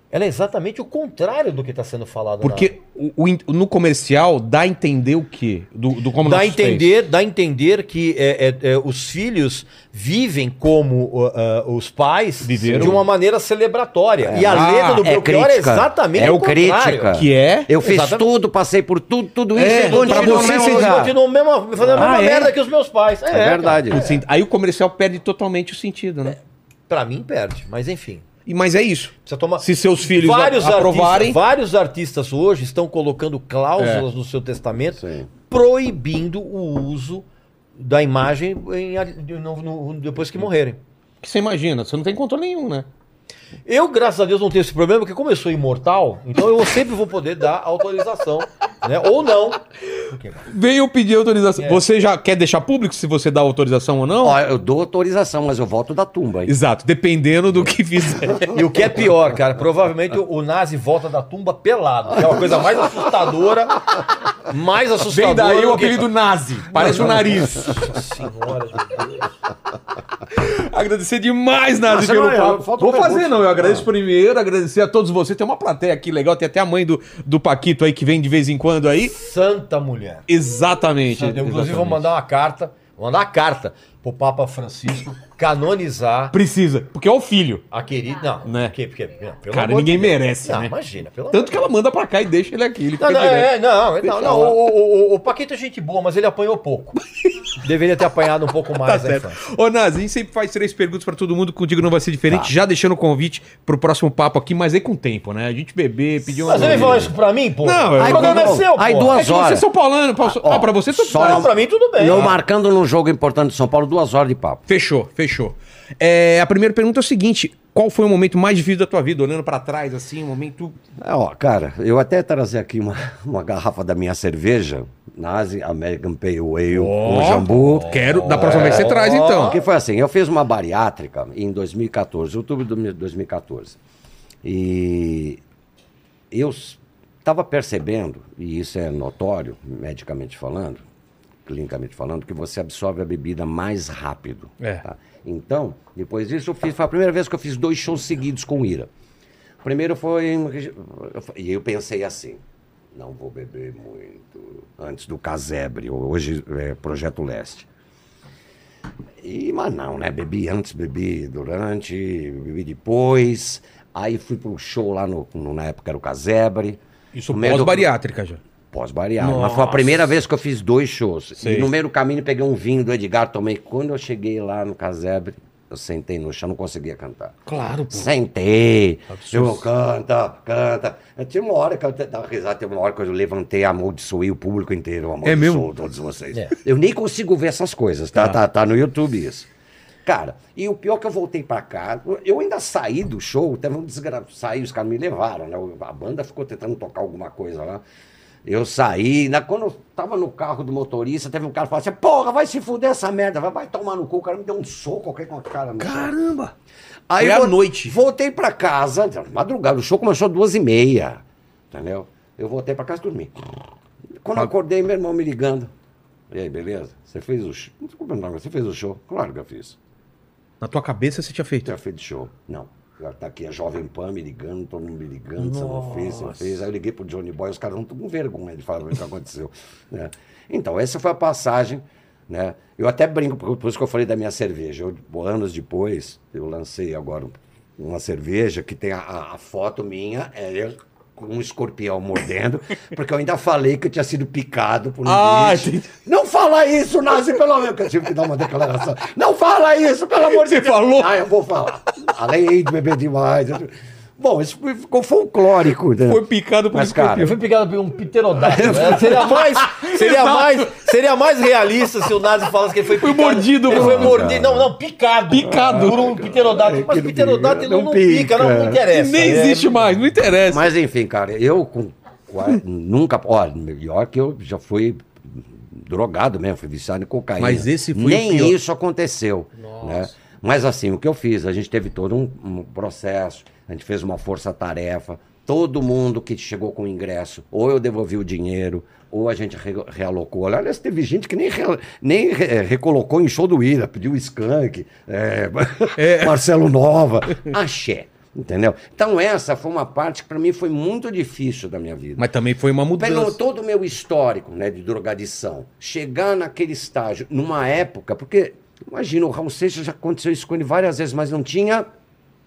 Speaker 3: ela é exatamente o contrário do que está sendo falado. na-
Speaker 1: Porque o- o in- no comercial dá a entender o quê? Do, do como
Speaker 3: dá a
Speaker 1: nossos três.
Speaker 3: entender, dá a entender que é, é, é, os filhos vivem como uh, uh, os pais
Speaker 1: Viveram.
Speaker 3: de uma maneira celebratória. e a
Speaker 1: ah,
Speaker 3: letra do
Speaker 4: é
Speaker 3: Belchior é
Speaker 4: crítica.
Speaker 3: exatamente
Speaker 4: É
Speaker 3: o
Speaker 4: o
Speaker 3: contrário.
Speaker 4: crítica.
Speaker 1: Que é?
Speaker 4: Eu fiz
Speaker 3: Exatamente.
Speaker 4: tudo, passei por tudo, tudo isso.
Speaker 1: É, pra
Speaker 4: chegou onde eu
Speaker 1: você
Speaker 4: não
Speaker 1: se
Speaker 4: lembro.
Speaker 1: Exato.
Speaker 3: Continuam mesmo, fazendo a
Speaker 1: Ah,
Speaker 3: mesma
Speaker 1: é?
Speaker 3: merda que os meus pais. É,
Speaker 4: É verdade.
Speaker 1: O sen- Aí o comercial perde totalmente o sentido, né?
Speaker 3: Cara. Pra mim, perde, mas enfim.
Speaker 1: E, mas é isso.
Speaker 3: Precisa tomar...
Speaker 1: Se seus filhos a- aprovarem. É.
Speaker 3: Artistas, vários artistas hoje estão colocando cláusulas no seu testamento
Speaker 4: Sim.
Speaker 3: proibindo o uso da imagem em- no- no- depois que morrerem.
Speaker 1: que você imagina, você não tem controle nenhum, né?
Speaker 3: Eu, graças a Deus, não tenho esse problema, porque como eu sou imortal, então eu sempre vou poder dar autorização, né? Ou não.
Speaker 1: Veio pedir autorização.
Speaker 3: É.
Speaker 1: Você já quer deixar público se você dá autorização ou não?
Speaker 4: Ó, eu dou autorização, mas eu volto da tumba. hein?
Speaker 1: Exato, dependendo do que fizer.
Speaker 3: *laughs* E o que é pior, cara, provavelmente o Nazi volta da tumba pelado, que é uma coisa mais assustadora, mais assustadora.
Speaker 1: Vem daí o
Speaker 3: do que-
Speaker 1: apelido Nazi. Parece um
Speaker 3: *laughs*
Speaker 1: nariz.
Speaker 3: Senhora,
Speaker 1: Agradecer demais, Nazi,
Speaker 4: Nossa,
Speaker 1: pelo
Speaker 3: é,
Speaker 4: não, eu-
Speaker 1: papo.
Speaker 4: falta
Speaker 1: Vou
Speaker 3: um
Speaker 4: uma
Speaker 1: fazer,
Speaker 4: pergunta.
Speaker 1: não. Eu
Speaker 3: Ah.
Speaker 1: agradeço primeiro, agradecer a todos vocês. Tem uma plateia aqui legal, tem até a mãe do, do Paquito aí que vem de vez em quando aí.
Speaker 3: santa mulher.
Speaker 1: Exatamente.
Speaker 3: Eu, inclusive, vou
Speaker 1: exatamente.
Speaker 3: mandar uma carta, vou mandar uma carta pro Papa Francisco canonizar
Speaker 1: Precisa, porque é o filho.
Speaker 3: a querida. Não,
Speaker 1: Né?
Speaker 3: porque, porque, não, pelo
Speaker 1: Cara,
Speaker 3: amor de
Speaker 1: ninguém
Speaker 3: Deus.
Speaker 1: merece,
Speaker 3: Não,
Speaker 1: né?
Speaker 3: imagina, pelo amor
Speaker 1: Tanto
Speaker 3: de
Speaker 1: que ela manda pra cá e deixa ele aqui. Ele
Speaker 3: Não,
Speaker 1: fica
Speaker 3: não,
Speaker 1: direto.
Speaker 3: é, não, não, não, o, o, o- o Paquito é gente boa, mas ele apanhou pouco. Deveria ter apanhado um pouco mais
Speaker 4: É
Speaker 1: né,
Speaker 3: na infância.
Speaker 1: Ô, Nazinho sempre faz três perguntas pra todo mundo, contigo não vai ser diferente.
Speaker 4: Tá.
Speaker 1: Já deixando o convite pro próximo papo aqui, mas aí com tempo, né? A gente beber, pedir uma.
Speaker 3: Mas ele falou isso pra mim, pô?
Speaker 1: Não,
Speaker 3: eu...
Speaker 1: eu-
Speaker 3: o programa é
Speaker 4: não.
Speaker 3: seu, pô.
Speaker 4: Aí duas-
Speaker 1: É que você é
Speaker 4: horas.
Speaker 1: São Paulano, Paulo. Ah, pra você, tudo
Speaker 4: só-
Speaker 1: bem.
Speaker 3: Não, pra mim tudo bem.
Speaker 4: Eu marcando num jogo importante de São Paulo, duas horas de papo.
Speaker 1: Fechou, fechou. É, a primeira pergunta é o seguinte: qual foi o momento mais difícil da tua vida? Olhando pra trás, assim, um momento.
Speaker 4: É, ó, cara, eu até trazer aqui uma, uma garrafa da minha cerveja, Nazi American Pale Ale, com jambu. É.
Speaker 1: Quero, da próxima vez você traz, então.
Speaker 4: Porque foi assim, eu fiz uma bariátrica em 2014, outubro de 2014. E eu estava percebendo, e isso é notório, medicamente falando, clinicamente falando, que você absorve a bebida mais rápido.
Speaker 1: É.
Speaker 4: tá? Então, depois disso, eu fiz, foi a primeira vez que eu fiz dois shows seguidos com Ira. O Primeiro foi. em- eu fa- E eu pensei assim: não vou beber muito. Antes do Casebre, hoje é Projeto Leste. E, mas não, né? Bebi antes, bebi durante, bebi depois. Aí fui para um show lá, no, no- na época era o Casebre.
Speaker 1: Isso
Speaker 4: No meio do-
Speaker 1: pós-bariátrica já.
Speaker 4: Pós-bariátrica. Mas foi a primeira vez que eu fiz dois shows.
Speaker 1: Sei.
Speaker 4: E no meio do caminho peguei um vinho do Edgar, tomei. Quando eu cheguei lá no Casebre, eu sentei no chão, não conseguia cantar.
Speaker 1: Claro, pô.
Speaker 4: Sentei. Eu canta, canta. Eu tinha uma hora que eu tava risada, teve uma hora que eu levantei, amaldiçoei o público inteiro, amaldiçoou
Speaker 1: É mesmo?
Speaker 4: todos vocês. Eu nem consigo ver essas coisas, tá? Tá, tá no YouTube isso. Cara, e o pior é que eu voltei pra cá, eu ainda saí do show, teve um desgraçado, saí, os caras me levaram, né? A banda ficou tentando tocar alguma coisa lá. Eu saí, na, quando eu tava no carro do motorista, teve um cara que falou assim, porra, vai se fuder essa merda, vai, vai tomar no cu, o cara me deu um soco, ok, com a cara no chão.
Speaker 1: Caramba!
Speaker 4: Aí
Speaker 1: Foi à
Speaker 4: eu
Speaker 1: noite.
Speaker 4: Voltei pra casa, madrugada, o show começou às duas e meia, entendeu? Eu voltei pra casa e dormi. Quando eu acordei, meu irmão me ligando. E aí, beleza? Você fez o show? Desculpa, não, mas você fez o show? Claro que eu fiz.
Speaker 1: Na tua cabeça você tinha feito.
Speaker 4: Tinha feito show. Não. Agora tá aqui a Jovem Pan me ligando, todo mundo me ligando, você não fez, você não fez. Aí eu liguei pro Johnny Boy, os caras não estão com vergonha de falar o que aconteceu. *laughs* né? Então, essa foi a passagem. Né? Eu até brinco, por, por isso que eu falei da minha cerveja. Eu, anos depois, eu lancei agora um, uma cerveja que tem a, a- a foto minha, é eu com um escorpião mordendo, *laughs* porque eu ainda falei que eu tinha sido picado por um
Speaker 1: Ah,
Speaker 4: bicho.
Speaker 1: entendi.
Speaker 4: Não fala isso, Nazi, pelo amor que eu tive que dar uma declaração. Não fala isso, pelo amor de
Speaker 1: *laughs* Você
Speaker 4: Deus.
Speaker 1: falou?
Speaker 4: Ah, eu vou falar. Além de beber demais. Bom, isso foi- ficou folclórico. Né?
Speaker 1: Foi picado por
Speaker 4: Mas, cara,
Speaker 3: Eu fui picado por um pterodáctilo. né? Seria mais, seria mais, seria mais realista se o Nazi falasse que ele foi
Speaker 1: Foi
Speaker 3: picado.
Speaker 1: mordido,
Speaker 3: ele
Speaker 1: por
Speaker 3: foi
Speaker 1: um-
Speaker 3: mordido. Não, não, picado.
Speaker 1: Picado.
Speaker 3: Por um pterodátilo. Mas pterodátilo não,
Speaker 4: não
Speaker 3: pica, não,
Speaker 4: pica.
Speaker 3: não interessa.
Speaker 1: Nem
Speaker 3: né?
Speaker 1: existe mais, não interessa.
Speaker 4: Mas enfim, cara, eu com, qua- nunca. Olha, melhor que eu já fui drogado mesmo, fui viciado em cocaína.
Speaker 1: Mas esse foi o
Speaker 4: Nem
Speaker 1: pior.
Speaker 4: isso aconteceu. Né? Mas assim, o que eu fiz? A gente teve todo um, um processo, a gente fez uma força-tarefa. Todo mundo que chegou com ingresso, ou eu devolvi o dinheiro, ou a gente re- realocou. Aliás, teve gente que nem, re- nem re- recolocou em show do Ira, pediu skunk, é, *laughs* Marcelo Nova, axé. Entendeu? Então, essa foi uma parte que para mim foi muito difícil da minha vida.
Speaker 1: Mas também foi uma
Speaker 4: Pelo
Speaker 1: mudança.
Speaker 4: todo o meu histórico né, de drogadição, chegar naquele estágio, numa época, porque, imagina, o Raul Seixas já aconteceu isso com ele várias vezes, mas não tinha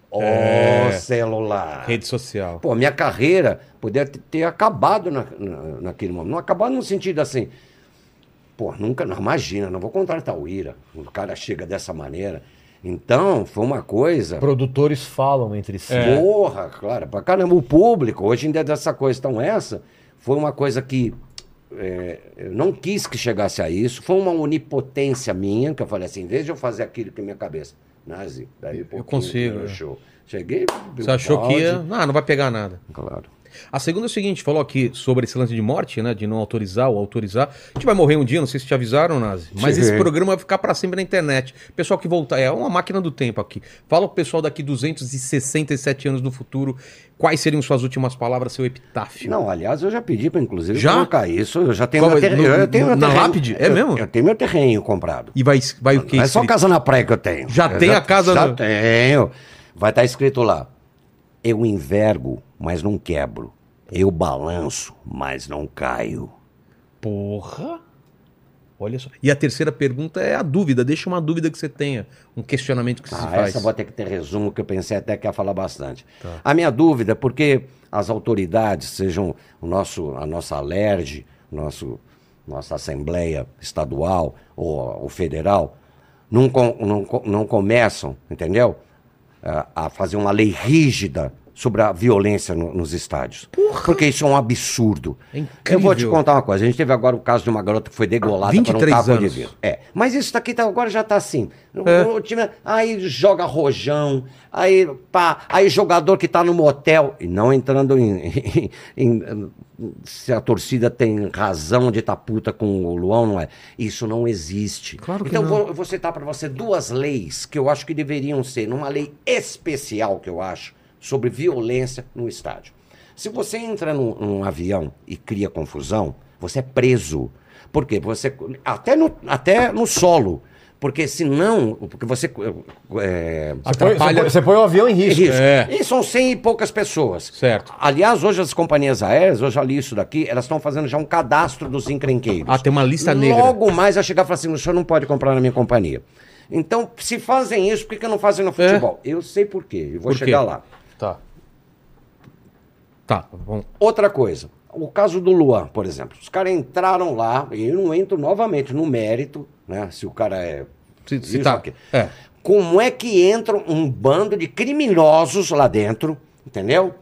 Speaker 4: o celular.
Speaker 1: É. Rede social.
Speaker 4: Pô, minha carreira poderia te- ter acabado na, na- naquele momento. Não acabado no sentido assim, pô, nunca, não, imagina, não vou contratar o Ira. O cara chega dessa maneira. Então, foi uma coisa...
Speaker 3: Produtores falam entre si.
Speaker 1: É.
Speaker 4: Porra, claro, pra caramba, o público, hoje ainda é dessa coisa. Então, essa foi uma coisa que é, eu não quis que chegasse a isso, foi uma onipotência minha, que eu falei assim, em vez de eu fazer aquilo que minha cabeça, Nazi, daí pouquinho,
Speaker 1: consigo,
Speaker 4: primeiro
Speaker 1: é.
Speaker 4: Show. Cheguei,
Speaker 1: Você achou que ia. Ah, não vai pegar nada.
Speaker 4: Claro.
Speaker 1: A segunda é o seguinte, falou aqui sobre esse lance de morte, né? De não autorizar ou autorizar. A gente vai morrer um dia, não sei se te avisaram, Nazi. Mas
Speaker 4: Sim.
Speaker 1: esse programa vai ficar pra sempre na internet. Pessoal que voltar, é uma máquina do tempo aqui. Fala pro pessoal daqui 267 anos no futuro, quais seriam suas últimas palavras, seu epitáfio.
Speaker 4: Não, aliás, eu já pedi para inclusive
Speaker 1: Já?
Speaker 4: colocar isso, eu já tenho
Speaker 1: Qual é?
Speaker 4: terre-
Speaker 1: No-
Speaker 4: eu tenho meu
Speaker 1: na
Speaker 4: terreno-
Speaker 1: lápide? É
Speaker 4: eu-
Speaker 1: mesmo?
Speaker 4: Eu tenho meu terreno comprado.
Speaker 1: E vai, vai o quê?
Speaker 4: Não é só
Speaker 1: escrito?
Speaker 4: casa na praia que eu tenho.
Speaker 1: Já
Speaker 4: Eu
Speaker 1: tem a casa
Speaker 4: Já
Speaker 1: na-
Speaker 4: tenho. Vai estar escrito lá. Eu envergo, mas não quebro. Eu balanço, mas não caio.
Speaker 1: Porra! Olha só. E a terceira pergunta é a dúvida. Deixa uma dúvida que você tenha, um questionamento que você
Speaker 4: Ah,
Speaker 1: faz. Tá.
Speaker 4: essa eu vou ter que ter resumo, que eu pensei até que ia falar bastante. A minha dúvida, é porque as autoridades, sejam o nosso, a nossa alerj, nosso nossa Assembleia Estadual ou, ou Federal, não, com- não, co- não começam, entendeu? Ah, a fazer uma lei rígida sobre a violência no- nos estádios. Porque isso é um absurdo.
Speaker 1: É
Speaker 4: Eu vou te contar uma coisa. A gente teve agora o caso de uma garota que foi degolada por um
Speaker 1: 23
Speaker 4: taco de
Speaker 1: anos.
Speaker 4: vidro. É. Mas isso daqui tá- agora já tá assim. O-
Speaker 1: É.
Speaker 4: o time- aí joga rojão, aí pá, aí jogador que tá no motel, e não entrando em, em- em- se a torcida tem razão de estar puta com o Luão, não é? Isso não existe.
Speaker 1: Claro que
Speaker 4: então
Speaker 1: não.
Speaker 4: vou- eu vou citar para você duas leis que eu acho que deveriam ser numa lei especial que eu acho sobre violência no estádio. Se você entra num, num avião e cria confusão, você é preso. Por quê? Você, até, no, até no solo. Porque senão. Porque você. é,
Speaker 3: Você põe, você põe- você põe o avião em risco.
Speaker 4: risco.
Speaker 1: É.
Speaker 4: E são cem e poucas pessoas.
Speaker 1: Certo.
Speaker 4: Aliás, hoje as companhias aéreas, eu já li isso daqui, elas estão fazendo já um cadastro dos encrenqueiros.
Speaker 1: Ah, tem uma lista negra.
Speaker 4: Logo mais vai chegar e falar assim: o senhor não pode comprar na minha companhia. Então, se fazem isso, por que, que não fazem no futebol? Eu sei por quê, eu vou
Speaker 1: É. Por quê?
Speaker 4: chegar lá.
Speaker 1: Tá. Tá, vamos.
Speaker 4: Outra coisa, o caso do Luan, por exemplo. Os caras entraram lá, e eu não entro novamente no mérito, né? Se o cara é.
Speaker 1: Se, se
Speaker 4: isso
Speaker 1: tá.
Speaker 4: aqui.
Speaker 1: É.
Speaker 4: Como é que entra um bando de criminosos lá dentro, entendeu?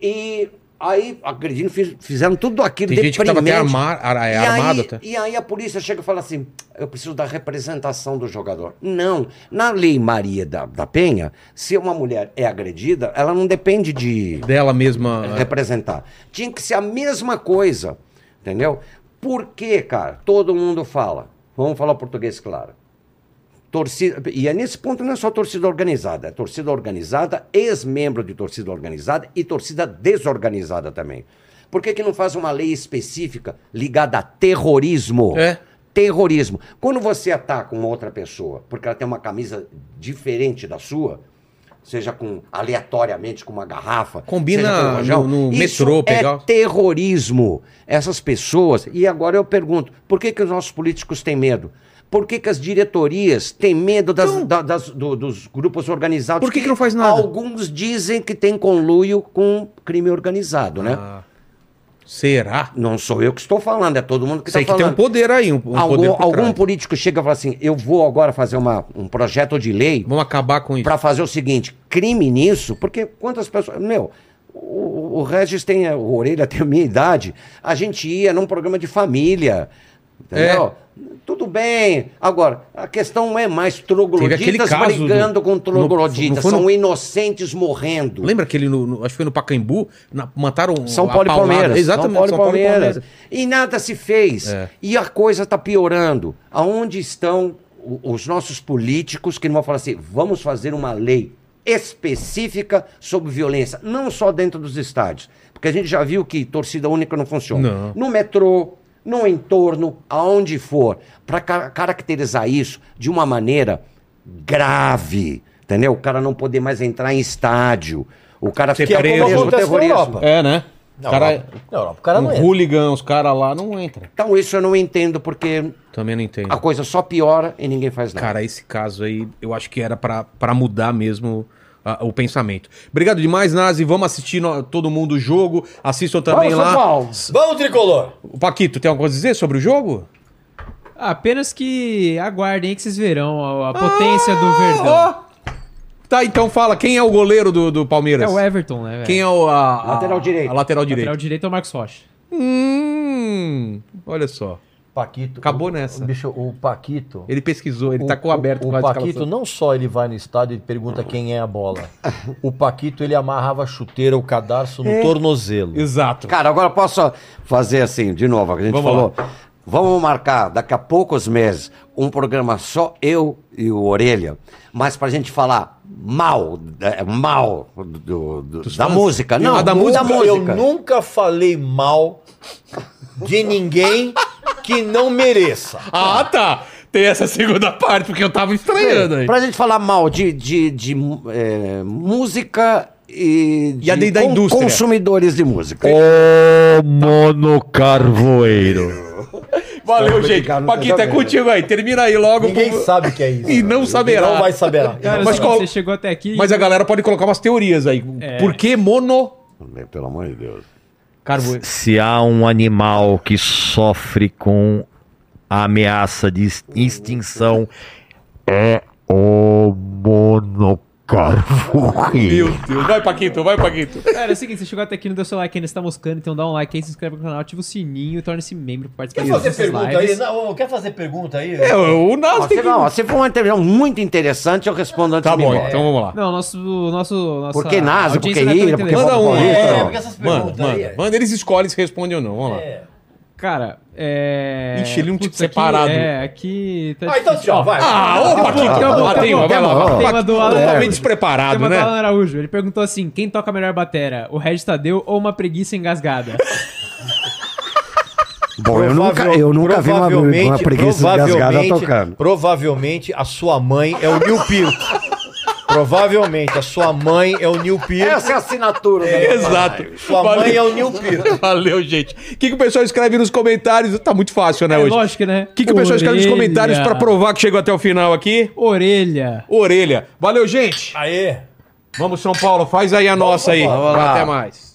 Speaker 4: E aí, acredito, fiz- fizeram tudo aquilo
Speaker 1: Tem gente que tava até
Speaker 4: deprimente.
Speaker 1: armar, ar- é,
Speaker 4: E
Speaker 1: armado
Speaker 4: aí,
Speaker 1: até.
Speaker 4: e aí a polícia chega e fala assim: eu preciso da representação do jogador. Não. Na Lei Maria da, da Penha, se uma mulher é agredida, ela não depende de
Speaker 1: Dela
Speaker 4: É,
Speaker 1: mesma. é,
Speaker 4: representar. Tinha que ser a mesma coisa, entendeu? Por quê, cara? Todo mundo fala. Vamos falar português, claro. Torcida, e é nesse ponto não é só torcida organizada, é torcida organizada, ex-membro de torcida organizada e torcida desorganizada também. Por que, que não faz uma lei específica ligada a terrorismo?
Speaker 1: É.
Speaker 4: Terrorismo. Quando você ataca uma outra pessoa porque ela tem uma camisa diferente da sua, seja com aleatoriamente com uma garrafa,
Speaker 1: Combina
Speaker 4: seja com rojão,
Speaker 1: no- no
Speaker 4: isso
Speaker 1: metrô,
Speaker 4: é
Speaker 1: pegar-
Speaker 4: terrorismo. Essas pessoas. E agora eu pergunto: por que, que os nossos políticos têm medo? Por que, que as diretorias têm medo das- da- das- do- dos grupos organizados?
Speaker 1: Então- Por que que não faz nada?
Speaker 4: Alguns dizem que tem conluio com crime organizado, né?
Speaker 1: Ah, será?
Speaker 4: Não sou eu que estou falando, é todo mundo que está
Speaker 1: Sei que
Speaker 4: falando.
Speaker 1: tem um poder aí, um, um
Speaker 4: algum,
Speaker 1: poder por
Speaker 4: algum
Speaker 1: trás.
Speaker 4: político chega e fala assim: eu vou agora fazer uma- um projeto de lei
Speaker 1: Vamos acabar com isso.
Speaker 4: para fazer o seguinte, crime nisso, porque quantas pessoas. Meu, o, o Regis tem. a- O Orelha *laughs* tem a minha idade. A gente ia num programa de família. Entendeu? Tudo bem. Agora, a questão não é mais
Speaker 1: É. Teve aquele
Speaker 4: trogloditas
Speaker 1: caso
Speaker 4: brigando
Speaker 1: do-
Speaker 4: com
Speaker 1: no-
Speaker 4: trogloditas.
Speaker 1: não foi no-
Speaker 4: São inocentes morrendo.
Speaker 1: Lembra aquele, no, no- acho que foi no Pacaembu, na- mataram um-
Speaker 4: São
Speaker 1: a
Speaker 4: Paulo e
Speaker 1: paulada.
Speaker 4: Palmeiras.
Speaker 1: Exatamente,
Speaker 4: São Paulo e Palmeiras. É. E nada se fez. E a coisa está piorando. Aonde estão o- os nossos políticos que não vão falar assim, vamos fazer uma lei específica sobre violência, não só dentro dos estádios, porque a gente já viu que torcida única não funciona.
Speaker 1: Não.
Speaker 4: No metrô, no entorno, aonde for, para caracterizar isso de uma maneira grave, entendeu? O cara não poder mais entrar em estádio, o cara
Speaker 1: Ser
Speaker 4: fica
Speaker 1: preso.
Speaker 4: preso,
Speaker 3: É Acontece na
Speaker 4: terrorismo.
Speaker 3: Europa.
Speaker 1: É, né?
Speaker 3: Na
Speaker 1: cara,
Speaker 3: Europa- na Europa, o cara
Speaker 1: um
Speaker 3: não entra.
Speaker 1: hooligan, os caras lá não entram.
Speaker 4: Então isso eu não entendo, porque
Speaker 1: Também não entendo.
Speaker 4: a coisa só piora e ninguém faz nada.
Speaker 1: Cara, esse caso aí, eu acho que era pra pra mudar mesmo ah, o pensamento. Obrigado demais, Nazi. Vamos assistir no- todo mundo o jogo. Assistam também
Speaker 4: Vamos, São
Speaker 1: lá.
Speaker 4: Paulo.
Speaker 3: Vamos, tricolor!
Speaker 1: O Paquito, tem alguma coisa a dizer sobre o jogo?
Speaker 2: Ah, Apenas que aguardem aí que vocês verão a, a potência do Verdão.
Speaker 1: Tá, então fala, quem é o goleiro do, do Palmeiras?
Speaker 2: É o Everton, né, velho?
Speaker 1: Quem é o. a- a-
Speaker 4: Lateral direito.
Speaker 1: A lateral direito.
Speaker 2: Lateral direito é o Marcos Rocha.
Speaker 1: Hum, olha só.
Speaker 3: Paquito.
Speaker 1: Acabou
Speaker 3: o-
Speaker 1: nessa.
Speaker 3: o Bicho, o Paquito.
Speaker 1: Ele pesquisou, ele tacou aberto
Speaker 3: o,
Speaker 1: com a
Speaker 3: o Paquito
Speaker 1: escalação.
Speaker 3: não só ele vai no estádio e pergunta quem é a bola. O Paquito ele amarrava a chuteira, o cadarço no tornozelo.
Speaker 1: Exato.
Speaker 4: Cara, agora posso fazer assim, de novo, a gente
Speaker 1: Vamos
Speaker 4: falou. Vamos marcar daqui a poucos meses um programa só eu e o Orelha, mas pra gente falar mal, é, mal do- do- da
Speaker 1: fãs?
Speaker 4: música. Não,
Speaker 1: Ah, da
Speaker 4: da
Speaker 1: música?
Speaker 4: música.
Speaker 3: Eu nunca falei mal de ninguém que não mereça.
Speaker 1: Ah, tá. Tem essa segunda parte, porque eu tava estranhando aí.
Speaker 4: Pra gente falar mal de, de, de, é, música e,
Speaker 1: E a lei da indústria.
Speaker 4: consumidores de música.
Speaker 3: Ô monocarvoeiro.
Speaker 1: Valeu, gente.
Speaker 4: obrigado,
Speaker 1: Paquito, é
Speaker 4: também.
Speaker 1: contigo aí. Termina aí logo.
Speaker 3: Ninguém
Speaker 1: pô-
Speaker 3: sabe o que é isso.
Speaker 1: E não saberá.
Speaker 3: Não vai saber.
Speaker 2: Cara,
Speaker 1: Mas
Speaker 2: se
Speaker 1: qual-
Speaker 2: assim, você chegou até aqui... É.
Speaker 1: Mas a galera pode colocar umas teorias aí. Por que mono...
Speaker 4: Pelo amor de Deus.
Speaker 1: Carbo...
Speaker 3: Se há um animal que sofre com a ameaça de ex- extinção, é o monocarvo.
Speaker 1: Deus, vai, Paquito, vai, Paquito.
Speaker 2: Cara, é o seguinte, você chegou até aqui no deu seu like ainda, está moscando, então dá um like aí, se inscreve no canal, ativa o sininho e torna-se membro para participar
Speaker 3: Quer fazer
Speaker 2: dessas
Speaker 3: pergunta aí?
Speaker 2: lives.
Speaker 3: Não, quer fazer pergunta aí?
Speaker 1: É, o Nas
Speaker 4: Ó,
Speaker 1: tem
Speaker 4: se,
Speaker 1: que...
Speaker 4: não, ó, se for uma entrevista muito interessante, eu respondo antes
Speaker 1: Tá
Speaker 4: de ir
Speaker 1: bom,
Speaker 4: embora.
Speaker 1: então vamos lá.
Speaker 2: Não, nosso, nosso, nossa
Speaker 4: Por que NASA? Por que
Speaker 2: audiência não é tão
Speaker 4: Ilha? Por que
Speaker 2: inteligente.
Speaker 1: Manda
Speaker 4: Botafogo?
Speaker 1: um aí,
Speaker 4: É,
Speaker 1: então.
Speaker 3: porque essas
Speaker 1: Manda,
Speaker 3: perguntas aí,
Speaker 1: manda.
Speaker 3: é.
Speaker 1: Manda, eles escolhem se respondem ou não, vamos lá.
Speaker 2: Cara, é...
Speaker 1: Ixi, ele é um tipo
Speaker 2: Putz,
Speaker 1: separado.
Speaker 2: Aqui, é, aqui... Tá
Speaker 3: Ah, então
Speaker 2: difícil.
Speaker 3: tchau, vai.
Speaker 1: Ah,
Speaker 2: Tá
Speaker 1: ô,
Speaker 2: bom,
Speaker 1: Paquito,
Speaker 2: tá
Speaker 1: tá
Speaker 2: bom,
Speaker 1: bom,
Speaker 2: tá
Speaker 1: tem
Speaker 2: bom,
Speaker 1: uma, vai
Speaker 2: tá
Speaker 1: lá,
Speaker 2: bom.
Speaker 1: vai lá.
Speaker 2: Tema do Alan
Speaker 1: Totalmente
Speaker 2: Araújo.
Speaker 1: despreparado,
Speaker 2: Tema do
Speaker 1: né?
Speaker 2: Alan Araújo. Ele perguntou assim, quem toca melhor batera, o Red Tadeu ou uma preguiça engasgada?
Speaker 7: Bom, eu nunca, eu nunca vi uma, uma preguiça engasgada tocando.
Speaker 3: Provavelmente a sua mãe é o Neil Peart. provavelmente a sua mãe é o Neil Peart.
Speaker 4: Essa é a assinatura. do meu
Speaker 1: Exato.
Speaker 4: pai.
Speaker 3: Sua mãe é o Neil Peart.
Speaker 1: Valeu, gente. O que, que o pessoal escreve nos comentários? Tá muito fácil, né,
Speaker 2: É,
Speaker 1: hoje?
Speaker 2: lógico, né?
Speaker 1: O que, que o pessoal escreve nos
Speaker 2: Orelha.
Speaker 1: comentários pra provar que chegou até o final aqui?
Speaker 2: Orelha.
Speaker 1: Orelha. Valeu, gente.
Speaker 3: Aê!
Speaker 1: Vamos, São Paulo. Faz aí a nossa aí.
Speaker 3: Vamos
Speaker 4: lá.
Speaker 1: Até mais.